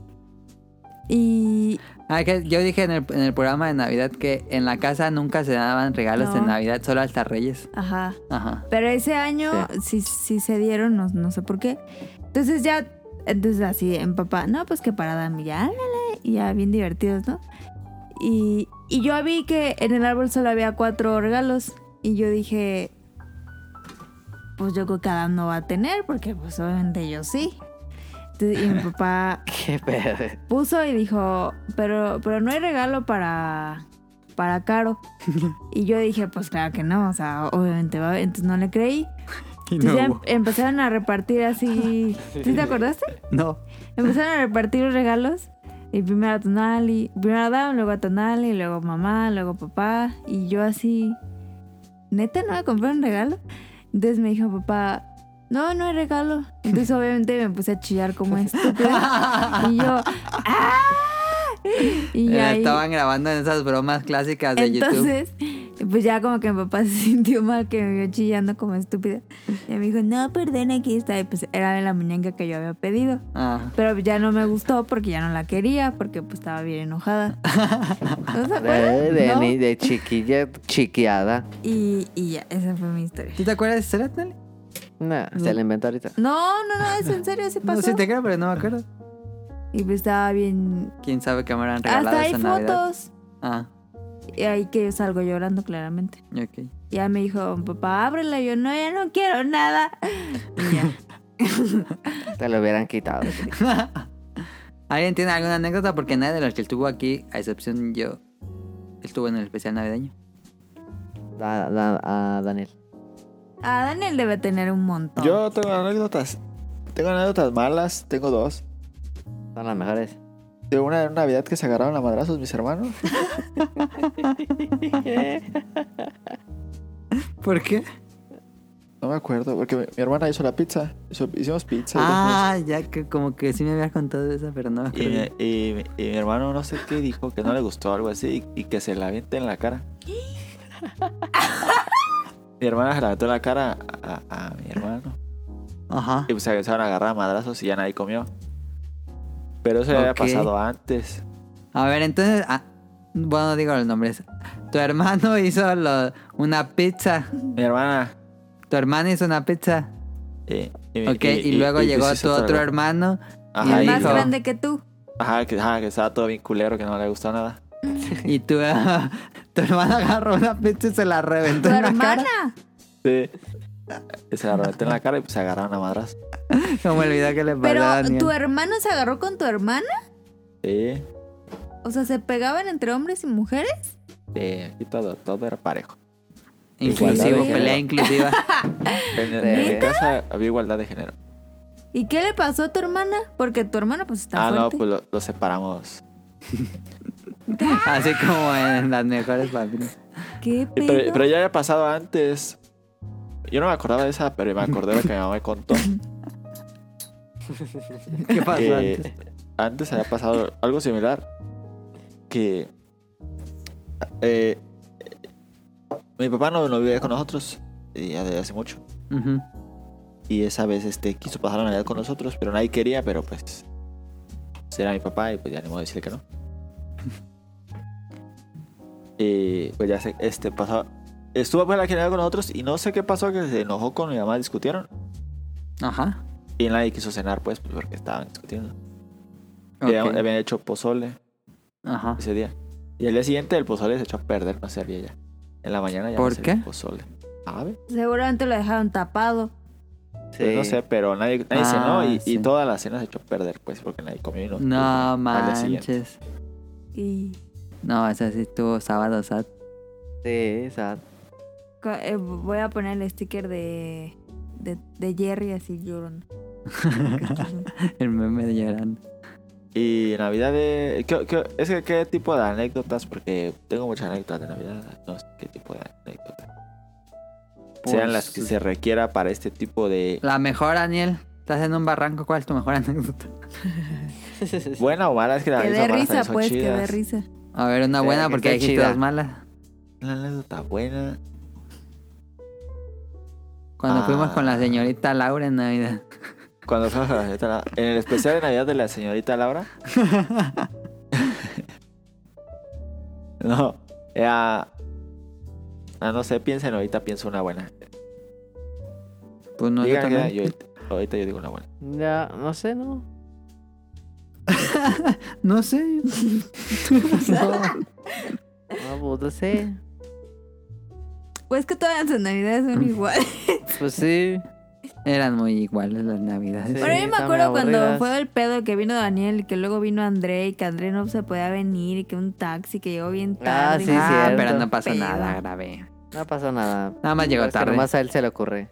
Y Ah, que yo dije en el, en el programa de Navidad que en la casa nunca se daban regalos de No. Navidad, solo hasta Reyes. Ajá. Ajá. Pero ese año sí, sí se dieron, no, no sé por qué. Entonces ya, entonces así en papá, no, pues que para Dami, ya, ándale", y ya bien divertidos, ¿no? Y, y yo vi que en el árbol solo había cuatro regalos y yo dije, pues yo creo que Adam no va a tener, porque pues obviamente yo sí. Entonces, y mi papá Qué pedo. puso y dijo, pero, pero no hay regalo para, para Caro. y yo dije, pues claro que no, o sea, obviamente va a haber, entonces no le creí. Y no, Entonces ya hubo. em- empezaron a repartir así. ¿Sí te acordaste? no. Empezaron a repartir los regalos. Y primero a Tonali, primero a Dam, luego a Tonali, luego a mamá, luego a papá. Y yo así, ¿neta no me compraron regalo? Entonces me dijo papá, no, no hay regalo. Entonces obviamente me puse a chillar como estúpida. Y yo, ¡ah! Y Eh, ya ahí- Estaban grabando en esas bromas clásicas de YouTube. entonces, pues ya como que mi papá se sintió mal que me vio chillando como estúpida. Y me dijo, no, perdón, aquí está. Y pues era de la muñeca que yo había pedido. Ah. Pero ya no me gustó porque ya no la quería, porque pues estaba bien enojada. ¿No se acuerdan? Eh, de, ¿No? ni- de chiquilla, chiquiada. Y, y ya, esa fue mi historia. ¿Tú te acuerdas de esa historia, Nelly? No, se la inventó ahorita. No, no, no, eso en serio sí No, pasó. sí te creo, pero no me acuerdo. Y pues estaba bien... ¿Quién sabe qué me habrán regalado Hasta hay esa Navidad? fotos. Ah, Y ahí que yo salgo llorando claramente. ok. Ya me dijo, papá, ábrela. Y yo, no, ya no quiero nada. Y ya. Te lo hubieran quitado. ¿Alguien tiene alguna anécdota? Porque nadie de los que estuvo aquí, a excepción yo, estuvo en el especial navideño. Da- da- a Daniel. Ah, Daniel debe tener un montón. Yo tengo anécdotas. Tengo anécdotas malas, tengo dos. Son las mejores. De una era Navidad que se agarraron a madrazos mis hermanos. ¿Por qué? No me acuerdo, porque mi, mi hermana hizo la pizza. Hizo- hicimos pizza. y Ah, ya que como que sí me habías contado esa, pero no me Y, acuerdo. y- y mi hermano no sé qué dijo, que no le gustó algo así y, y que se la avienta en la cara. mi hermana se la aventó en la cara a, a- a mi hermano. Ajá. Y pues se empezaron a agarrar a madrazos y ya nadie comió. Pero eso ya había Ok. pasado antes. A ver, entonces, ah, bueno, digo los nombres. Tu hermano hizo lo- una pizza. Mi hermana. Tu hermana hizo una pizza. eh, mi- Ok, y, luego y llegó pues tu hizo otro otra- hermano. Y Ajá, el y más hijo. dijo- grande que tú. ajá, que, ajá, que estaba todo bien culero, que no le gustó nada. Y tu, tu hermana agarró una pizza y se la Tu reventó en la hermana. cara. Sí. Y se la reventó en la cara y pues se agarraron a madrazos. No me olvidó que le pasó Pero a Daniel. tu hermano se agarró con tu hermana. Sí. O sea, se pegaban entre hombres y mujeres. sí, aquí todo, todo era parejo. Inclusivo, Igualdad de pelea género. inclusiva. En, en ¿Neta? mi casa había igualdad de género. ¿Y qué le pasó a tu hermana? Porque tu hermana pues está Ah, no, fuerte. pues lo- los separamos. Así como en las mejores familias. ¿Qué Eh, pedo? Pero, pero ya había pasado antes. Yo no me acordaba de esa, pero me acordé de lo que mi mamá me contó. ¿Qué pasó que antes? antes había pasado algo similar. Que eh, mi papá no, no vivía con nosotros eh, ya de hace mucho. Ujú. Y esa vez este, quiso pasar la Navidad con nosotros, pero nadie quería, pero pues será mi papá y pues ya ni modo de decir que no. y pues ya se, este pasó. Estuvo pues la Navidad con nosotros y no sé qué pasó, que se enojó con mi mamá, discutieron. Ajá. Y nadie quiso cenar pues porque estaban discutiendo. Y Ok. habían- habían hecho pozole Ajá. ese día. Y el día siguiente el pozole se echó a perder, no servía ya. En la mañana ya ¿Por no servía qué? el pozole. A ver, Seguramente lo dejaron tapado. pues, no sé, pero nadie, nadie Ah, cenó y, y sí. toda la cena se echó a perder pues porque nadie comió y no. No al día siguiente. manches. Y No, esa sí estuvo sábado, sad. Sí, esa. co- eh, voy a poner el sticker de, de, de Jerry así llorón. El meme de llorando. Y Navidad de... ¿qué- qué- es que qué tipo de anécdotas, porque tengo muchas anécdotas de Navidad, no sé qué tipo de anécdotas. Sean Pues, las que se requiera para este tipo de... La mejor, Daniel. Estás en un barranco. ¿Cuál es tu mejor anécdota? Buena o mala, es que la que misma dé mala risa, también son pues, que dé chidas. risa. A ver, una Sí, buena que porque esté dijiste chida. dos malas. Una anécdota buena. Cuando Ah. fuimos con la señorita Laura en Navidad. Cuando fuimos a la señorita Laura- En el especial de Navidad de la señorita Laura. no. Era. Ah, no sé, piensen ahorita, pienso una buena. Pues no, yo Digan que también. yo- ahorita yo digo una buena. Ya, no sé, ¿no? No sé. No, pues no sé. Pues que todas las navidades son iguales. Pues sí. Eran muy iguales las Navidades. Sí. Pero yo me están acuerdo bien cuando aburridas. fue el pedo que vino Daniel y que luego vino André y que André no se podía venir y que un taxi que llegó bien Ah, tarde. sí, Ah, ah, cierto. pero no pasó Pedo. nada grave. No pasó nada. Nada más llegó Es que tarde. Nomás a él se le ocurre.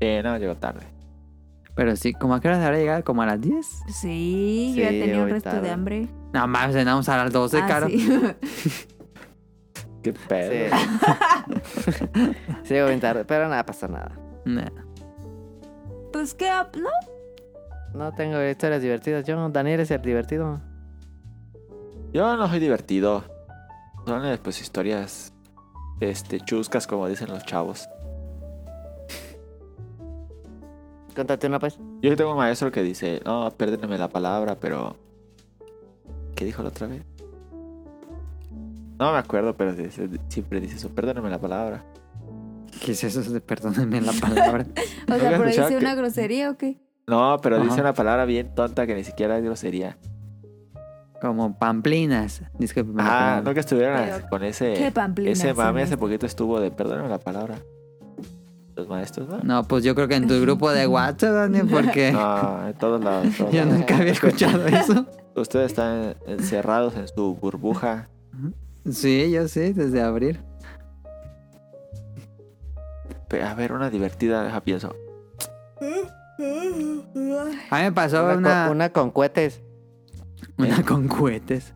Eh, no, llegó tarde. Pero sí, como a qué hora se habrá llegado, como a las 10. Sí, yo ya Sí, tenía un hoy resto tarde. de hambre. Nada más cenamos a las Pues 12, Ah, caro. sí. Qué pedo. Sí. Sí, llegó bien tarde, pero nada pasó nada. Nah. pues que no, No tengo historias divertidas. Yo, Daniel es el divertido. Yo no soy divertido. Son eh, pues historias este chuscas como dicen los chavos. Contate una, pues. Yo tengo un maestro que dice, no, perdóname la palabra, pero. ¿Qué dijo la otra vez? No me acuerdo, pero dice- siempre dice eso, perdóname la palabra. ¿Qué es eso? de Perdónenme la palabra. o sea, Había pero escuchado hice una que- Eh, grosería o qué? No, pero Ajá. dice una palabra bien tonta que ni siquiera es grosería. Como pamplinas. Disculpe. Ah, no que estuvieron Pero, a- con Qué ese pamplina. ese mame sí, hace poquito estuvo de perdóname la palabra. Los maestros, ¿no? No, pues yo creo que en tu grupo de WhatsApp, Dani, porque No, en todos lados. en todos yo lados. nunca había escuchado eso. Ustedes están encerrados en su burbuja. Sí, yo sí, desde abril. Pe- A ver, una divertida, deja pienso. A mí me pasó Una, una, con- una con cohetes. una con cohetes.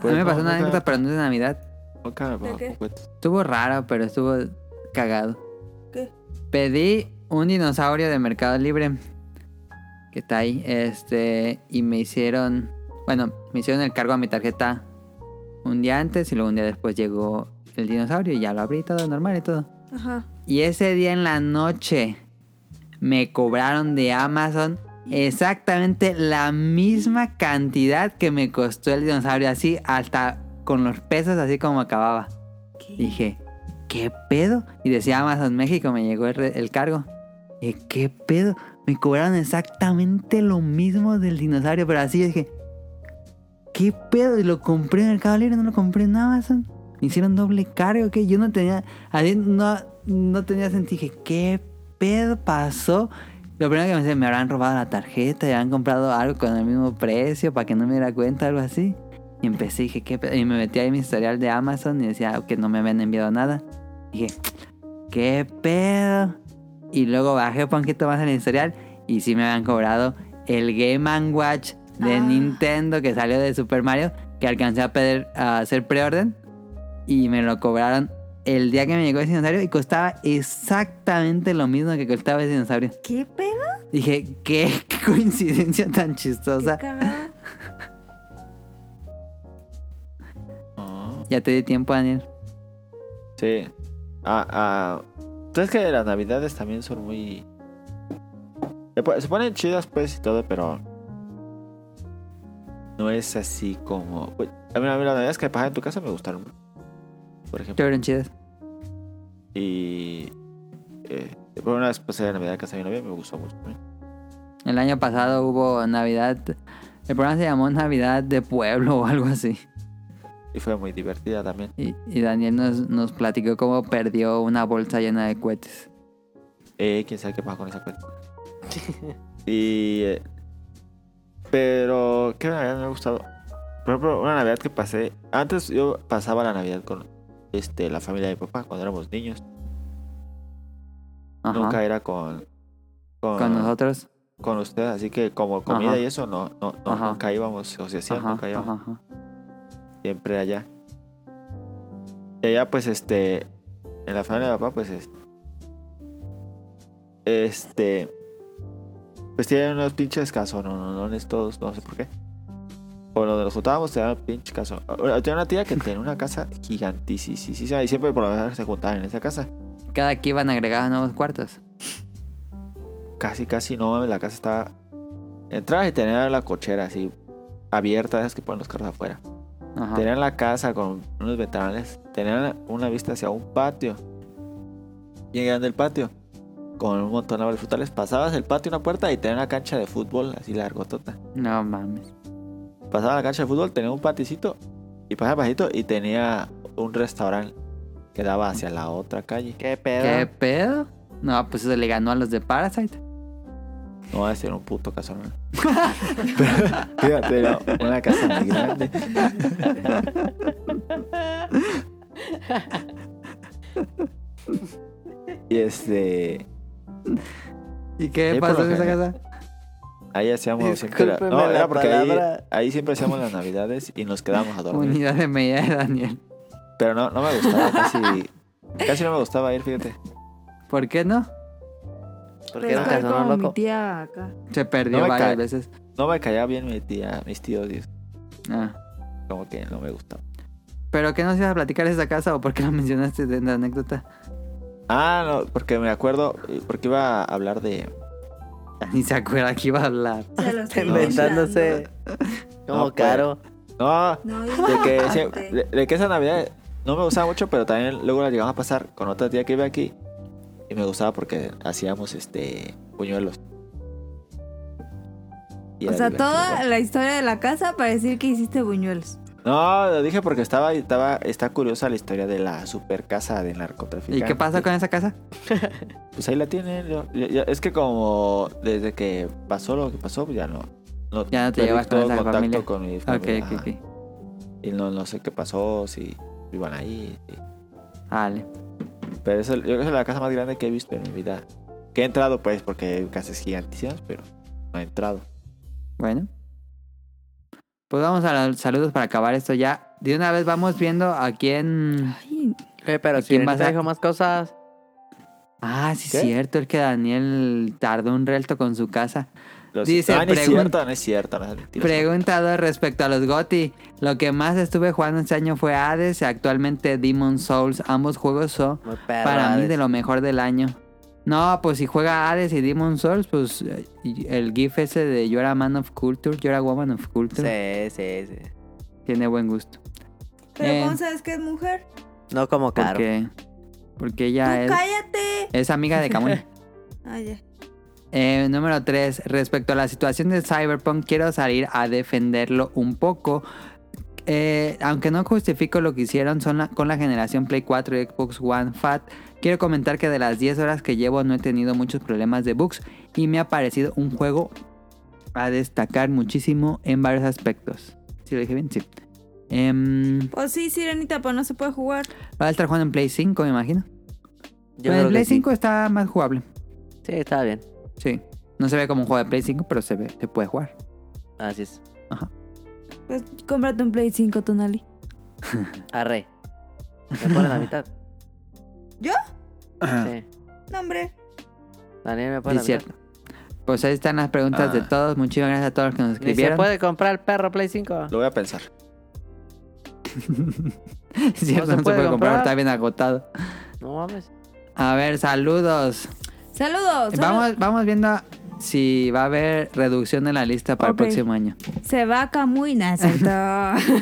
Pues a mí me no, pasó una nunca- anécdota, pero no es de Navidad. Nunca me bajó ¿De qué? con cuentos. Estuvo raro, pero estuvo cagado. ¿Qué? Pedí un dinosaurio de Mercado Libre. Que está ahí. Este. Y me hicieron. Bueno, me hicieron el cargo a mi tarjeta un día antes y luego un día después llegó el dinosaurio y ya lo abrí todo normal y todo. Ajá. Y ese día en la noche me cobraron de Amazon exactamente la misma cantidad que me costó el dinosaurio, así hasta con los pesos, así como acababa. Dije, ¿qué pedo? Y decía Amazon México, me llegó el, re- el cargo. Dije, ¿qué pedo? Me cobraron exactamente lo mismo del dinosaurio, pero así yo dije, ¿qué pedo? Y lo compré en Mercado Libre, no lo compré en Amazon. Me hicieron doble cargo, que yo no tenía, así no, no tenía sentido. Dije, ¿qué pedo pasó? Lo primero que me dice, me habrán robado la tarjeta, y habrán comprado algo con el mismo precio para que no me diera cuenta, algo así. Y empecé, dije, ¿qué pedo? Y me metí ahí en mi historial de Amazon y decía que no me habían enviado nada. Dije, ¿qué pedo? Y luego bajé un poquito más en el historial y sí me habían cobrado el Game and Watch de Ah. Nintendo que salió de Super Mario, que alcancé a, pedir, a hacer preorden y me lo cobraron el día que me llegó ese dinosaurio y costaba exactamente lo mismo que costaba ese dinosaurio. ¿Qué pedo? Dije, qué coincidencia tan chistosa. ¿Qué cagada? Ya te di tiempo, Daniel. Sí. Ah, ah. ¿Sabes que las navidades también son muy. Se po- se ponen chidas, pues y todo, pero. No es así como. Uy, A mí, a mí las navidades que pasan en tu casa me gustaron. mucho, Por ejemplo. Estuvieron chidas. Y. Eh, por una vez pasé la navidad en casa de mi novia, me gustó mucho. también. El año pasado hubo Navidad. El programa se llamó Navidad de Pueblo o algo así. Y fue muy divertida también. Y, y Daniel nos, nos platicó cómo perdió una bolsa llena de cohetes. Eh, quién sabe qué pasa con esa cuenta. y. eh, pero. ¿Qué Navidad me ha gustado? Por ejemplo, una Navidad que pasé. Antes yo pasaba la Navidad con este, la familia de mi papá cuando éramos niños. Ajá. Nunca era con. Con, Con nosotros. Con ustedes, así que como comida Ajá. y eso, no, no, no, Ajá. nunca íbamos. O sea, sí, Ajá, nunca íbamos. ajá, ajá. Siempre allá. Y allá, pues, este. En la familia de papá, pues es. Este. Pues tienen unos pinches casos, no, no, no, todos, no sé por qué. O donde nos juntábamos tenía un pinche caso. Tenía una tía que tenía una casa gigantísima y siempre por lo menos se juntaban en esa casa. Cada que iban agregados nuevos cuartos. Casi, casi no mames, la casa estaba. Entrabas y tenían la cochera así abierta, esas que ponen los carros afuera. Ajá. Tenían la casa con unos ventanales. Tenían una vista hacia un patio. Llegan del patio. Con un montón de árboles frutales. Pasabas el patio una puerta y tenían una cancha de fútbol así largotota. No mames. Pasaba la cancha de fútbol, tenía un paticito. Y pasaba bajito y tenía un restaurante que daba hacia la otra calle. ¿Qué pedo? ¿Qué pedo? No, pues eso le ganó a los de Parasite. No va a ser un puto casonón. Fíjate, era una casa muy grande. y este. ¿Y qué Sí, por pasó lo en esa general. casa? Ahí hacíamos siempre. la- No, Discúlpeme la era porque ahí, palabra. ahí siempre hacíamos las navidades y nos quedábamos a dormir. Unidad de medida de Daniel. Pero no, no me gustaba casi. Casi no me gustaba ir, fíjate. ¿Por qué no? Porque era un Pues Fue casonón como mi loco. tía acá. Se perdió No me varias cae. veces. No me callaba bien mi tía, mis tíos, y es Ah. como que no me gustaba. ¿Pero qué nos ibas a platicar de esa casa o por qué la mencionaste de la anécdota? Ah, no, porque me acuerdo, porque iba a hablar de. Ni se acuerda que iba a hablar. Se lo estoy Inventándose. Como No, pues. caro. No, No, De que, sí, sie- de- de que esa Navidad no me gustaba mucho, pero también luego la llegamos a pasar con otra tía que vive aquí. Y me gustaba porque hacíamos este puñuelos. Y O era sea, divertido. toda la historia de la casa para decir que hiciste buñuelos. No, lo dije porque estaba, estaba, está curiosa la historia de la super casa de narcotraficante. ¿Y qué pasa con esa casa? Pues ahí la tienen. yo- yo- yo- es que como desde que pasó lo que pasó, pues ya no. no Ya no te perdí llevas con todo esa contacto familia. con mi Ah. Ok, familia, ok, ajá. ok. Y no, no sé qué pasó, si iban ahí. si- Vale. Pero es el- yo creo que es la casa más grande que he visto en mi vida. Que he entrado, pues, porque casas gigantísimas, pero no he entrado. Bueno. Pues vamos a los saludos para acabar esto ya. De una vez vamos viendo a quién. Ay, Eh, pero ¿Y si quién me vas a- dejo más cosas. Ah, sí, ¿Qué? es cierto. El que Daniel tardó un reto con su casa. Los- Dice, Ah, no es pregun- cierto, no es cierto. No es mentira. Preguntado respecto a los GOTI. Lo que más estuve jugando este año fue Hades y actualmente Demon Souls. Ambos juegos son Muy perro, para mí Hades. de lo mejor del año. No, pues si juega Hades y Demon Souls, pues eh, y- el GIF ese de You're a Man of Culture, You're a Woman of Culture, Sí, sí, sí. tiene buen gusto. ¿Pero Eh, cómo sabes que es mujer? No como caro. Porque, porque ¡Tú ella es, cállate! es amiga de Kamui. Ah, ya. Eh, número 3. Respecto a la situación de Cyberpunk, quiero salir a defenderlo un poco. Eh, aunque no justifico lo que hicieron son la- con la generación Play 4 y Xbox One Fat, quiero comentar que de las 10 horas que llevo no he tenido muchos problemas de bugs y me ha parecido un juego a destacar muchísimo en varios aspectos. ¿Sí lo dije bien? Sí. Em, Pues sí, Sirenita, pues no se puede jugar. va a estar jugando en Play 5, me imagino. Yo Pero creo en Play que sí. 5 está más jugable. Sí, está bien. Sí. No se ve como un juego de Play 5, pero se, ve, se puede jugar. Así es. Pues cómprate un Play 5, Tonali. Arre. Me pone la mitad. ¿Yo? Sí. No, hombre. Daniel me Sí, pone es la mitad. cierto. Pues ahí están las preguntas de Ah. todos. Muchísimas gracias a todos los que nos Ni se escribieron. puede comprar el perro Play 5. Lo voy a pensar. Es cierto, no se, puede, comprar, está bien agotado. No mames. A ver, saludos. ¡Saludos! saludos. Eh, Vamos, vamos viendo si va a haber reducción en la lista para Ok. el próximo año. Se va Camuy, ¿no es ¿cierto?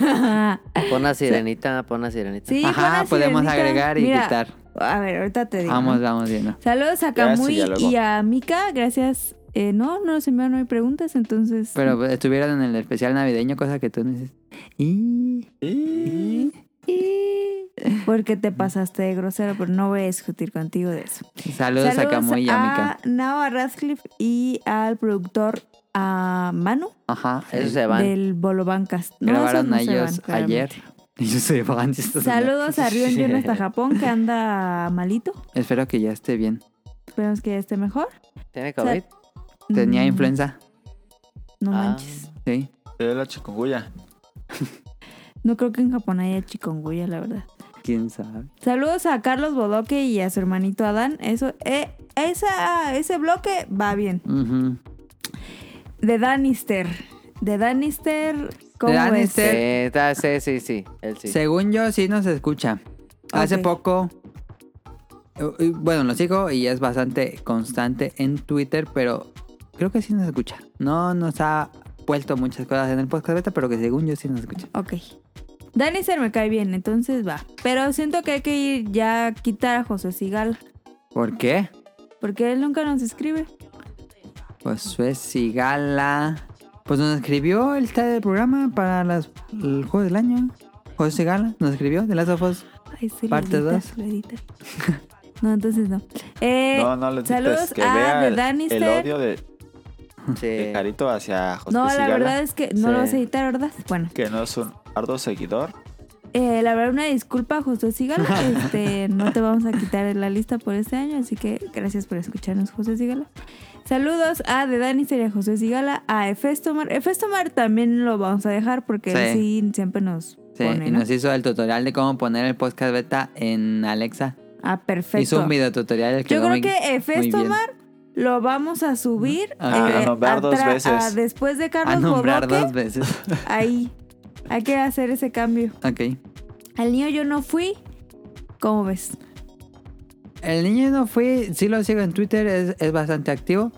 Pon una sirenita, pon una sirenita. sí, Ajá, buena podemos Sirenita. agregar y Mira, quitar. A ver, ahorita te digo. Vamos, vamos viendo. Saludos a Ya, eso Camuy ya luego. y a Mika. Gracias. Eh, no, no nos enviaron hoy preguntas, entonces. Pero estuvieron en el especial navideño, cosa que tú no hiciste. Y... Y- Porque te pasaste de grosero, pero no voy a discutir contigo de eso. Saludos, a Camuy y a Mika. Nava Radcliffe y al productor a Manu Ajá. Esos se van. del Bolo Bancas. No, esos Grabaron no a se ellos van, claramente. ayer. Ellos se van. estos- Saludos a Rion John hasta Japón, que anda malito. Espero que ya esté bien. Esperemos que ya esté mejor. ¿Tiene COVID? Tenía Mm, influenza, No Ah. manches. sí. Se ve la chikungunya. No creo que en Japón haya chikungunya, la verdad. ¿Quién sabe? Saludos a Carlos Bodoque y a su hermanito Adán. Eso, eh, esa, ese bloque va bien. Ujú. De Danister. De Danister ¿Cómo ves? Lannister. Eh, ta- sí, sí, sí. Él sí. Según yo, sí nos escucha. Hace Ok. poco. eh, eh, Bueno, lo sigo y es bastante constante en Twitter, pero creo que sí nos escucha. No nos ha puesto muchas cosas en el podcast beta, pero que según yo sí nos escucha. Ok. Danister me cae bien, entonces va. Pero siento que hay que ir ya a quitar a José Sigal, ¿Por qué? porque él nunca nos escribe. Pues Suez Sigala. Pues nos escribió el tal del programa para las, el juego del año. José Sigala nos escribió de las ofos. Ay, sí, lo Parte edita, dos. sí lo edita. No, entonces no. Eh, No, no les saludos dices que a vea The el, Danister. el odio de, de Sí. Carito hacia José no, la Sigala, verdad es que no Sí. lo vas a editar, ¿verdad? Bueno, que no es un arduo seguidor. eh, la verdad, una disculpa, José Sigala. Este, no te vamos a quitar de la lista por este año, así que gracias por escucharnos, José Sigala. Saludos a The Danister y a José Sigala, a Efestomar. Efestomar también lo vamos a dejar porque él Sí. sí siempre nos Sí, pone, y ¿no? nos hizo el tutorial de cómo poner el podcast beta en Alexa. Ah, perfecto. Hizo un video tutorial. Yo creo que Efestomar Efestomar lo vamos a subir Ah, a nombrar dos atra- veces. a después de A Carlos nombrar Bodoque, dos veces. Ahí. Hay que hacer ese cambio. Ok. Al niño yo no fui. ¿Cómo ves? El niño no fui, sí lo sigo en Twitter, es, es bastante activo.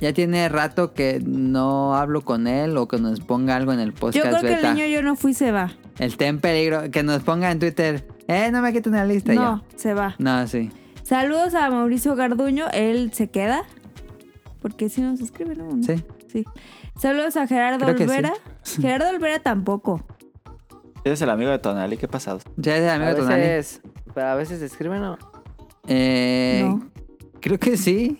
Ya tiene rato que no hablo con él o que nos ponga algo en el Yo podcast creo que el beta. niño yo no fui se va. Está en peligro. Que nos ponga en Twitter. Eh, no me quiten la lista No, ya. se va. No, sí. Saludos a Mauricio Garduño. Él se queda. Porque si nos escribe, ¿no? ¿No? Sí. Saludos a Gerardo Creo que Olvera. Gerardo Olvera tampoco. Eres el amigo de Tonali, ¿qué pasado? Ya es el amigo A de Tonali. veces, pero a veces escriben ¿no? Eh, No. Creo que sí.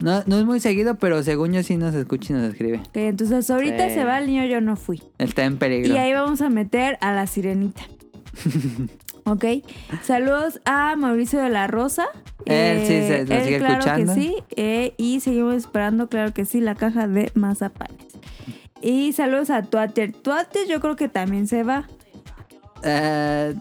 No, no es muy seguido, pero según yo sí nos escucha y nos escribe. Ok, entonces ahorita Sí. se va el niño yo no fui. Está en peligro. Y ahí vamos a meter a la sirenita. ok. Saludos a Mauricio de la Rosa. Eh, Él sí se- nos sigue claro escuchando. que sí. eh, y seguimos esperando, claro que sí, la caja de mazapanes. Y saludos a Twitter. Twitter yo creo que también se va. Eh,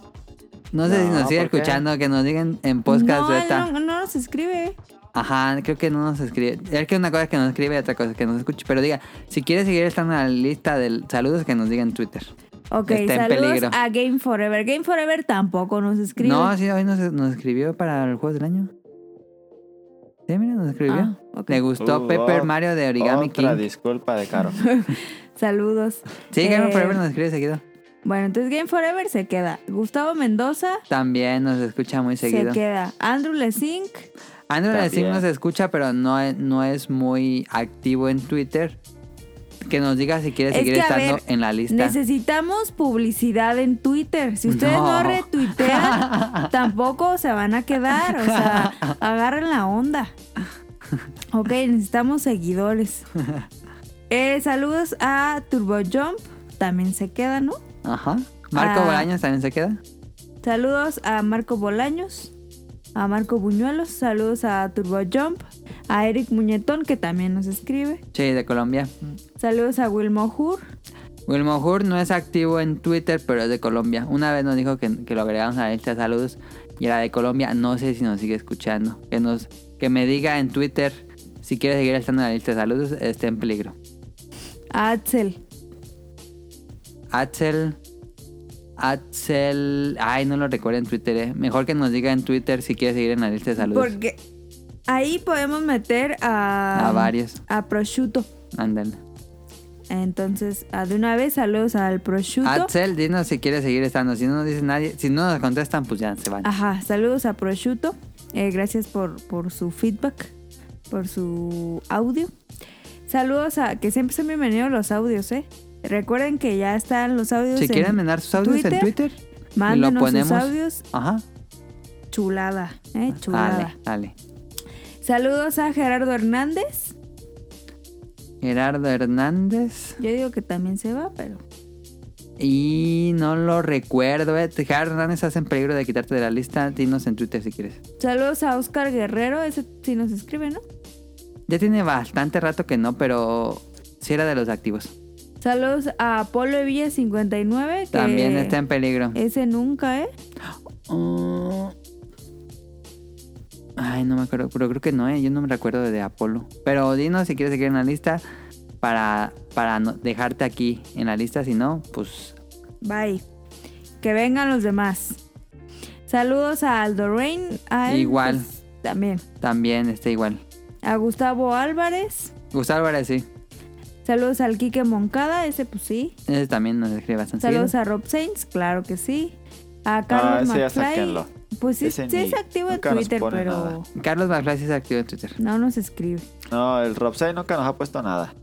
no sé si No, nos sigue ¿por qué? escuchando, que nos digan en podcast no, él beta. no, no nos escribe. Ajá, creo que no nos escribe. Es que una cosa es que nos escribe y otra cosa es que nos escuche. Pero diga, si quieres seguir estando en la lista de saludos, que nos diga en Twitter. Ok, Está en saludos peligro. a Game Forever. Game Forever tampoco nos escribe. No, sí, hoy nos, nos escribió para el juego del año. Sí, mira, nos escribió. Ah, ok. Le gustó Uh, Pepper ot- Mario de Origami Otra King. disculpa de Caro. Saludos. Sí, Game Eh, Forever nos escribe seguido. Bueno, entonces Game Forever se queda. Gustavo Mendoza También nos escucha muy seguido. se queda. Andrew Lesink. Andrew Lessing También. nos escucha, pero no, es- no es muy activo en Twitter. Que nos diga si quiere Es seguir que, a estando ver, en la lista. Necesitamos publicidad en Twitter. Si ustedes no, No. retuitean, tampoco se van a quedar. O sea, agarren la onda. Ok, necesitamos seguidores. Eh, saludos a Turbo Jump. También se queda, ¿no? Ajá. Marco Ah. Bolaños también se queda. Saludos a Marco Bolaños, a Marco Buñuelos. Saludos a Turbo Jump, a Eric Muñetón, que también nos escribe. Sí, de Colombia. Saludos a Wilmo Hur. Wilmo Hur no es activo en Twitter, pero es de Colombia. Una vez nos dijo que, que lo agregamos a la lista de saludos y era de Colombia. No sé si nos sigue escuchando. Que, nos, que me diga en Twitter si quiere seguir estando en la lista de saludos, está en peligro. a Axel. Axel. Axel. Ay, no lo recuerdo en Twitter, eh. Mejor que nos diga en Twitter si quiere seguir en la lista de saludos. Porque ahí podemos meter a. A varios. A prosciutto. Ándale. Entonces, ah, de una vez, saludos al prosciutto. Axel, dinos si quiere seguir estando. Si no nos dice nadie, si no nos contestan, pues ya se van. Ajá, saludos a prosciutto. Eh, gracias por, por su feedback, por su audio. Saludos a. Que siempre son bienvenidos los audios, ¿eh? Recuerden que ya están los audios. si en- quieren mandar sus audios en Twitter, Twitter, y mándenos lo ponemos. sus audios. Ajá. Chulada, ¿eh? Chulada. Dale, dale. Saludos a Gerardo Hernández. Gerardo Hernández. Yo digo que también se va, pero. Y no lo recuerdo. eh. Gerardo Hernández hace en peligro de quitarte de la lista. Dinos en Twitter si quieres. Saludos a Oscar Guerrero, ese sí nos escribe, ¿no? Ya tiene bastante rato que no, pero sí era de los activos. Saludos a Apolo Evilla 59, que También está en peligro. ese nunca, ¿eh? Oh. Ay, no me acuerdo, pero creo que no, eh. yo no me recuerdo de Apolo. Pero dinos si quieres seguir en la lista. para, para no- dejarte aquí en la lista. Si no, pues Bye. Que vengan los demás. Saludos a Aldo Rain. a él, Igual. pues, también. también está igual. A Gustavo Álvarez. Gustavo Álvarez, sí. Saludos al Quique Moncada, ese pues sí. Ese también nos escribe bastante. Saludos seguido. a Rob Saints, claro que sí. A Ah, Carlos ese ya sáquenlo. McFly. Pues sí, Ese sí ni- es activo en nunca nos Twitter, pone pero nada. Carlos McFly sí se activó en Twitter. no nos escribe. No, el Robsay nunca nos ha puesto nada.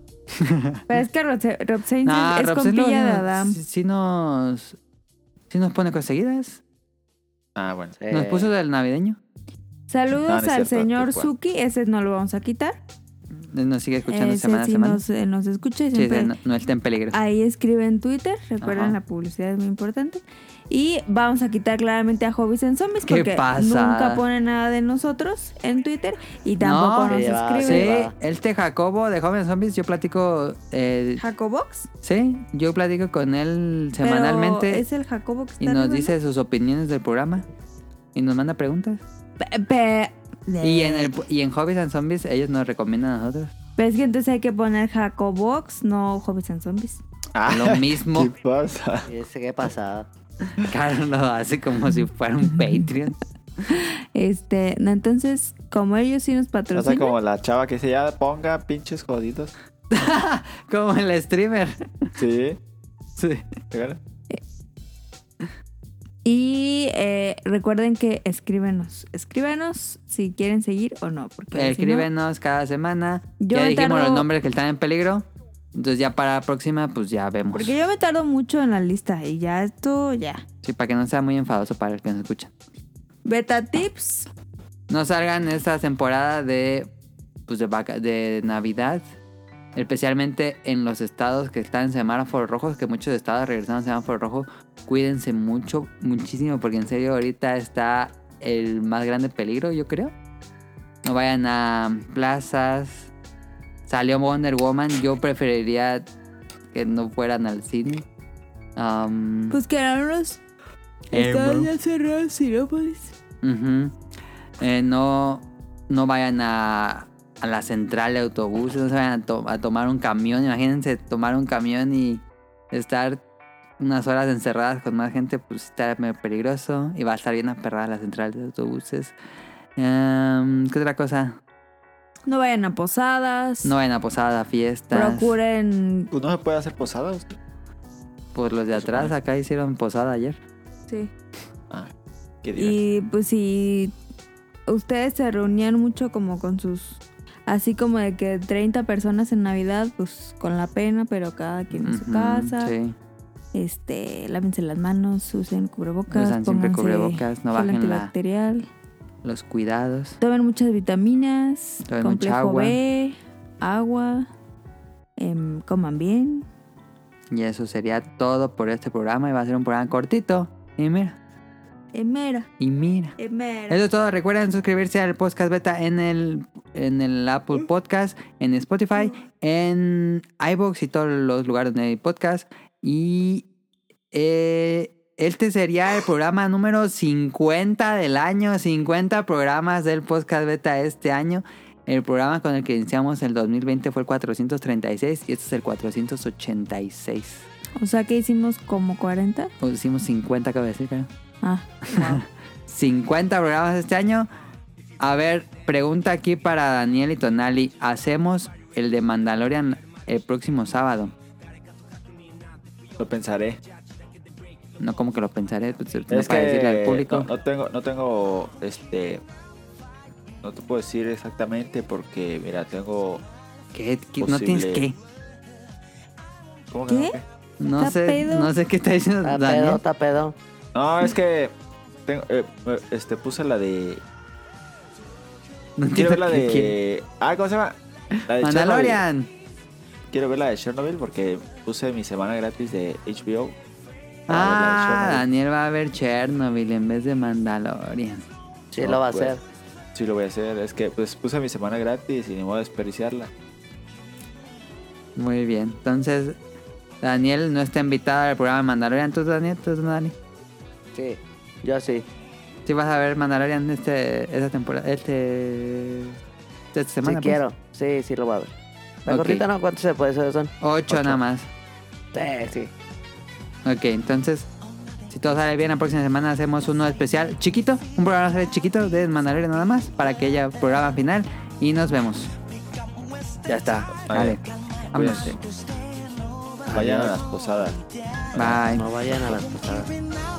Pero es que Rob, Rob Saints Nah, es, es Rob compilla Selo, de no, Adam. Ah, Sí, sí nos, sí nos pone cosas seguidas. Ah, bueno. Nos Eh, puso del navideño. Saludos No, no es al cierto, señor Tijuana. Suki, ese no lo vamos a quitar. Eh, Nos sigue escuchando Ese semana a sí semana. Nos, eh, nos escucha y Sí, siempre no, no está en peligro. ahí escribe en Twitter. Recuerden, Ajá. la publicidad es muy importante. Y vamos a quitar claramente a Hobbies en Zombies ¿Qué porque pasa? nunca pone nada de nosotros en Twitter y tampoco No, nos qué va, escribe. Sí, va. este Jacobo de Jóvenes Zombies, yo platico. eh, Jacobox. sí, yo platico con él pero semanalmente Es el Jacobo que está y nos arriba, dice sus opiniones del programa y nos manda preguntas. ¿no? Pe- pe- Y en, el, y en Hobbies and Zombies ellos nos recomiendan a nosotros. Pero Pues es que entonces hay que poner Jacobox, no Hobbies and Zombies. Ah, Lo mismo, ¿Qué pasa? y ese qué pasada. Carlos lo hace como si fuera un Patreon. Este, no, entonces, como ellos sí nos O sea, patrocinan. como la chava que dice, ya ponga pinches jodidos. Como el streamer. Sí. Sí. claro. Y eh, recuerden que escríbenos, escríbenos si quieren seguir o no. Porque si no- Escríbenos cada semana. Yo ya me dijimos tardo- los nombres que están en peligro. Entonces ya para la próxima, pues ya vemos. porque yo me tardo mucho en la lista y ya esto, ya. Sí, para que no sea muy enfadoso para el que nos escucha. Beta tips. No salgan esta temporada de pues de, vaca- de Navidad. Especialmente en los estados que están en semáforos rojos, que muchos estados regresaron a semáforo rojo. Cuídense mucho, muchísimo, porque en serio ahorita está el más grande peligro, yo creo. No vayan a plazas. Salió Wonder Woman, yo preferiría que no fueran al cine. Um, Am, Pues quedaron los Eh, estados bro. ya cerrados, Sirópolis. Ujú. Eh, no, no vayan a, a la central de autobuses, no se vayan a, to- a tomar un camión. Imagínense tomar un camión y estar unas horas encerradas con más gente, pues está medio peligroso y va a estar bien aperrada la central de autobuses. Em, ¿Qué otra cosa? No vayan a posadas. No vayan a posada, fiestas. Procuren. Pues no se puede hacer posada. usted. Pues los de atrás acá hicieron posada ayer. Sí. Ah, qué divertido. Y pues si ustedes se reunían mucho como con sus... Así como de que 30 personas en Navidad, pues con la pena, pero cada quien en su Ujú, casa. Sí. este, lávense las manos, usen cubrebocas, Usan siempre pónganse cubrebocas, no gel bajen la- antibacterial, Los cuidados. tomen muchas vitaminas, Tomen complejo mucha agua. B, agua, em, coman bien. Y eso sería todo por este programa. Y va a ser un programa cortito. Y mira. Emera, Y mira. emera. Eso es todo. Recuerden suscribirse al podcast beta en el, en el Apple Podcast, en Spotify, en iBox y todos los lugares donde hay podcast. Y eh, este sería el programa número 50 del año. 50 programas del podcast beta este año. El programa con el que iniciamos el 2020 fue el 436 y este es el 486. O sea que hicimos como 40. O hicimos 50, acabo de decir, creo. Ah, 50 programas este año. A ver, pregunta aquí para Daniel y Tonali. ¿Hacemos el de Mandalorian el próximo sábado? Lo pensaré. No como que lo pensaré, pues, no es para que decirle al público. No, no tengo, no tengo, este, no te puedo decir exactamente porque, mira, tengo, ¿Qué? ¿Qué? ¿No Posible. tienes qué? ¿cómo que ¿Qué? no? No ¿Está sé, pedo? no sé qué está diciendo Está pedo, Daniel. está pedo. No, es que tengo, eh, eh, este, puse la de, No entiendo quiero ver la qué quiere. de, ah, ¿cómo se llama? La de Chernobyl. Mandalorian. Quiero ver la de Chernobyl porque puse mi semana gratis de HBO. para ver la de Ah, Chernobyl. Daniel va a ver Chernobyl en vez de Mandalorian. Sí, No, lo va a pues. hacer. Sí, lo voy a hacer. Es que, pues, puse mi semana gratis y ni modo de desperdiciarla. Muy bien. Entonces, Daniel no está invitado al programa de Mandalorian. ¿Tú, Daniel? ¿Tú, Dani? Sí, yo sí. Si vas a ver Mandalorian este, esta temporada, este, esta semana. pues. sí quiero. Sí, sí lo va a ver. La Ok. gorrita no, ¿cuántos se puede ser? Son. Ocho nada más. Sí, sí. Ok, entonces, si todo sale bien, la próxima semana hacemos uno especial chiquito, un programa sale chiquito de Mandalorian nada más, para que haya programa final y nos vemos. Ya está. Vale. Vámonos. Cuídense. Vayan a las posadas. Bye. No vayan a las posadas. oh,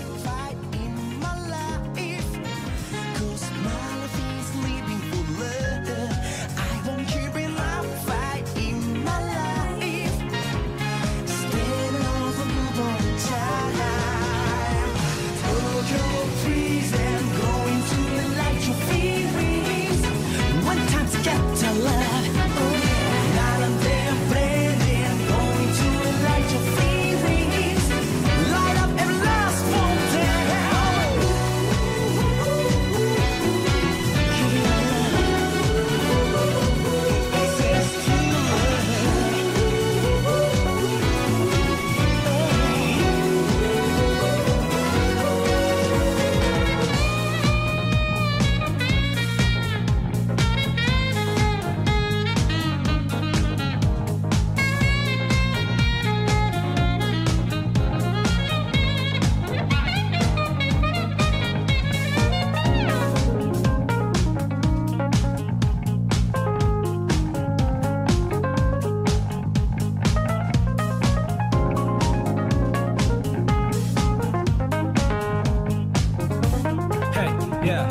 Hey, yeah.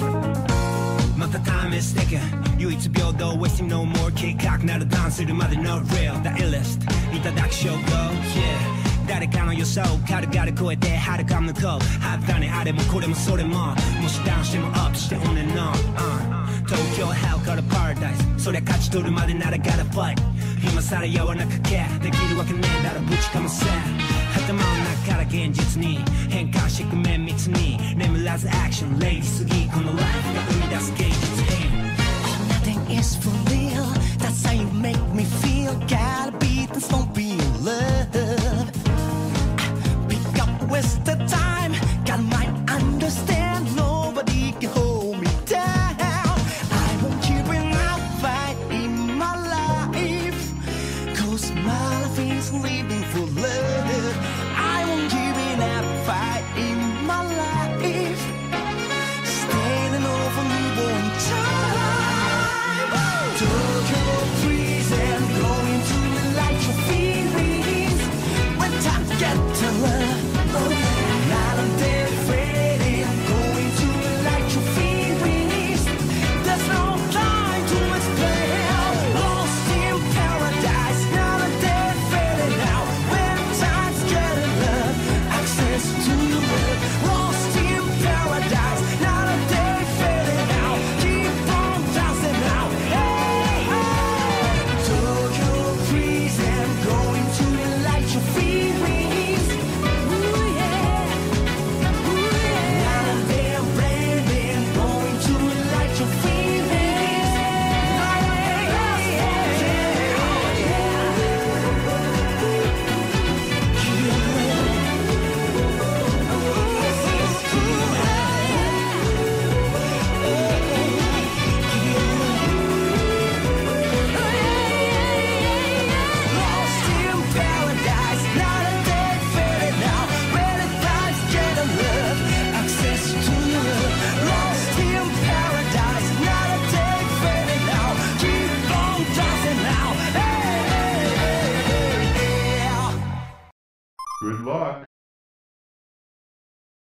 Month of time is ticking. 唯一平等 wasting no more 計画なるダンするまで not real だ illest いただく衝動 yeah 誰かの予想軽々超えてはるか向こう肌にあれもこれもそれももしダウンしてもアップして on and on、uh. 東京 hell から paradise そりゃ勝ち取るまでなら gotta fight 今さら柔らかけできるわけねえだろぶちかませ頭の中から現実に変換してく綿密に眠らずアクションレイジすぎこのライフが生み出す芸術変 Oh, nothing is for real. That's how you make me feel. Gotta be this don't be in love. Pick up wasted time. Got my understand. Nobody can hold me down. I won't give up fight in my life. Cause my life is living for love. I won't give up fight in my life. Standing over newborn child.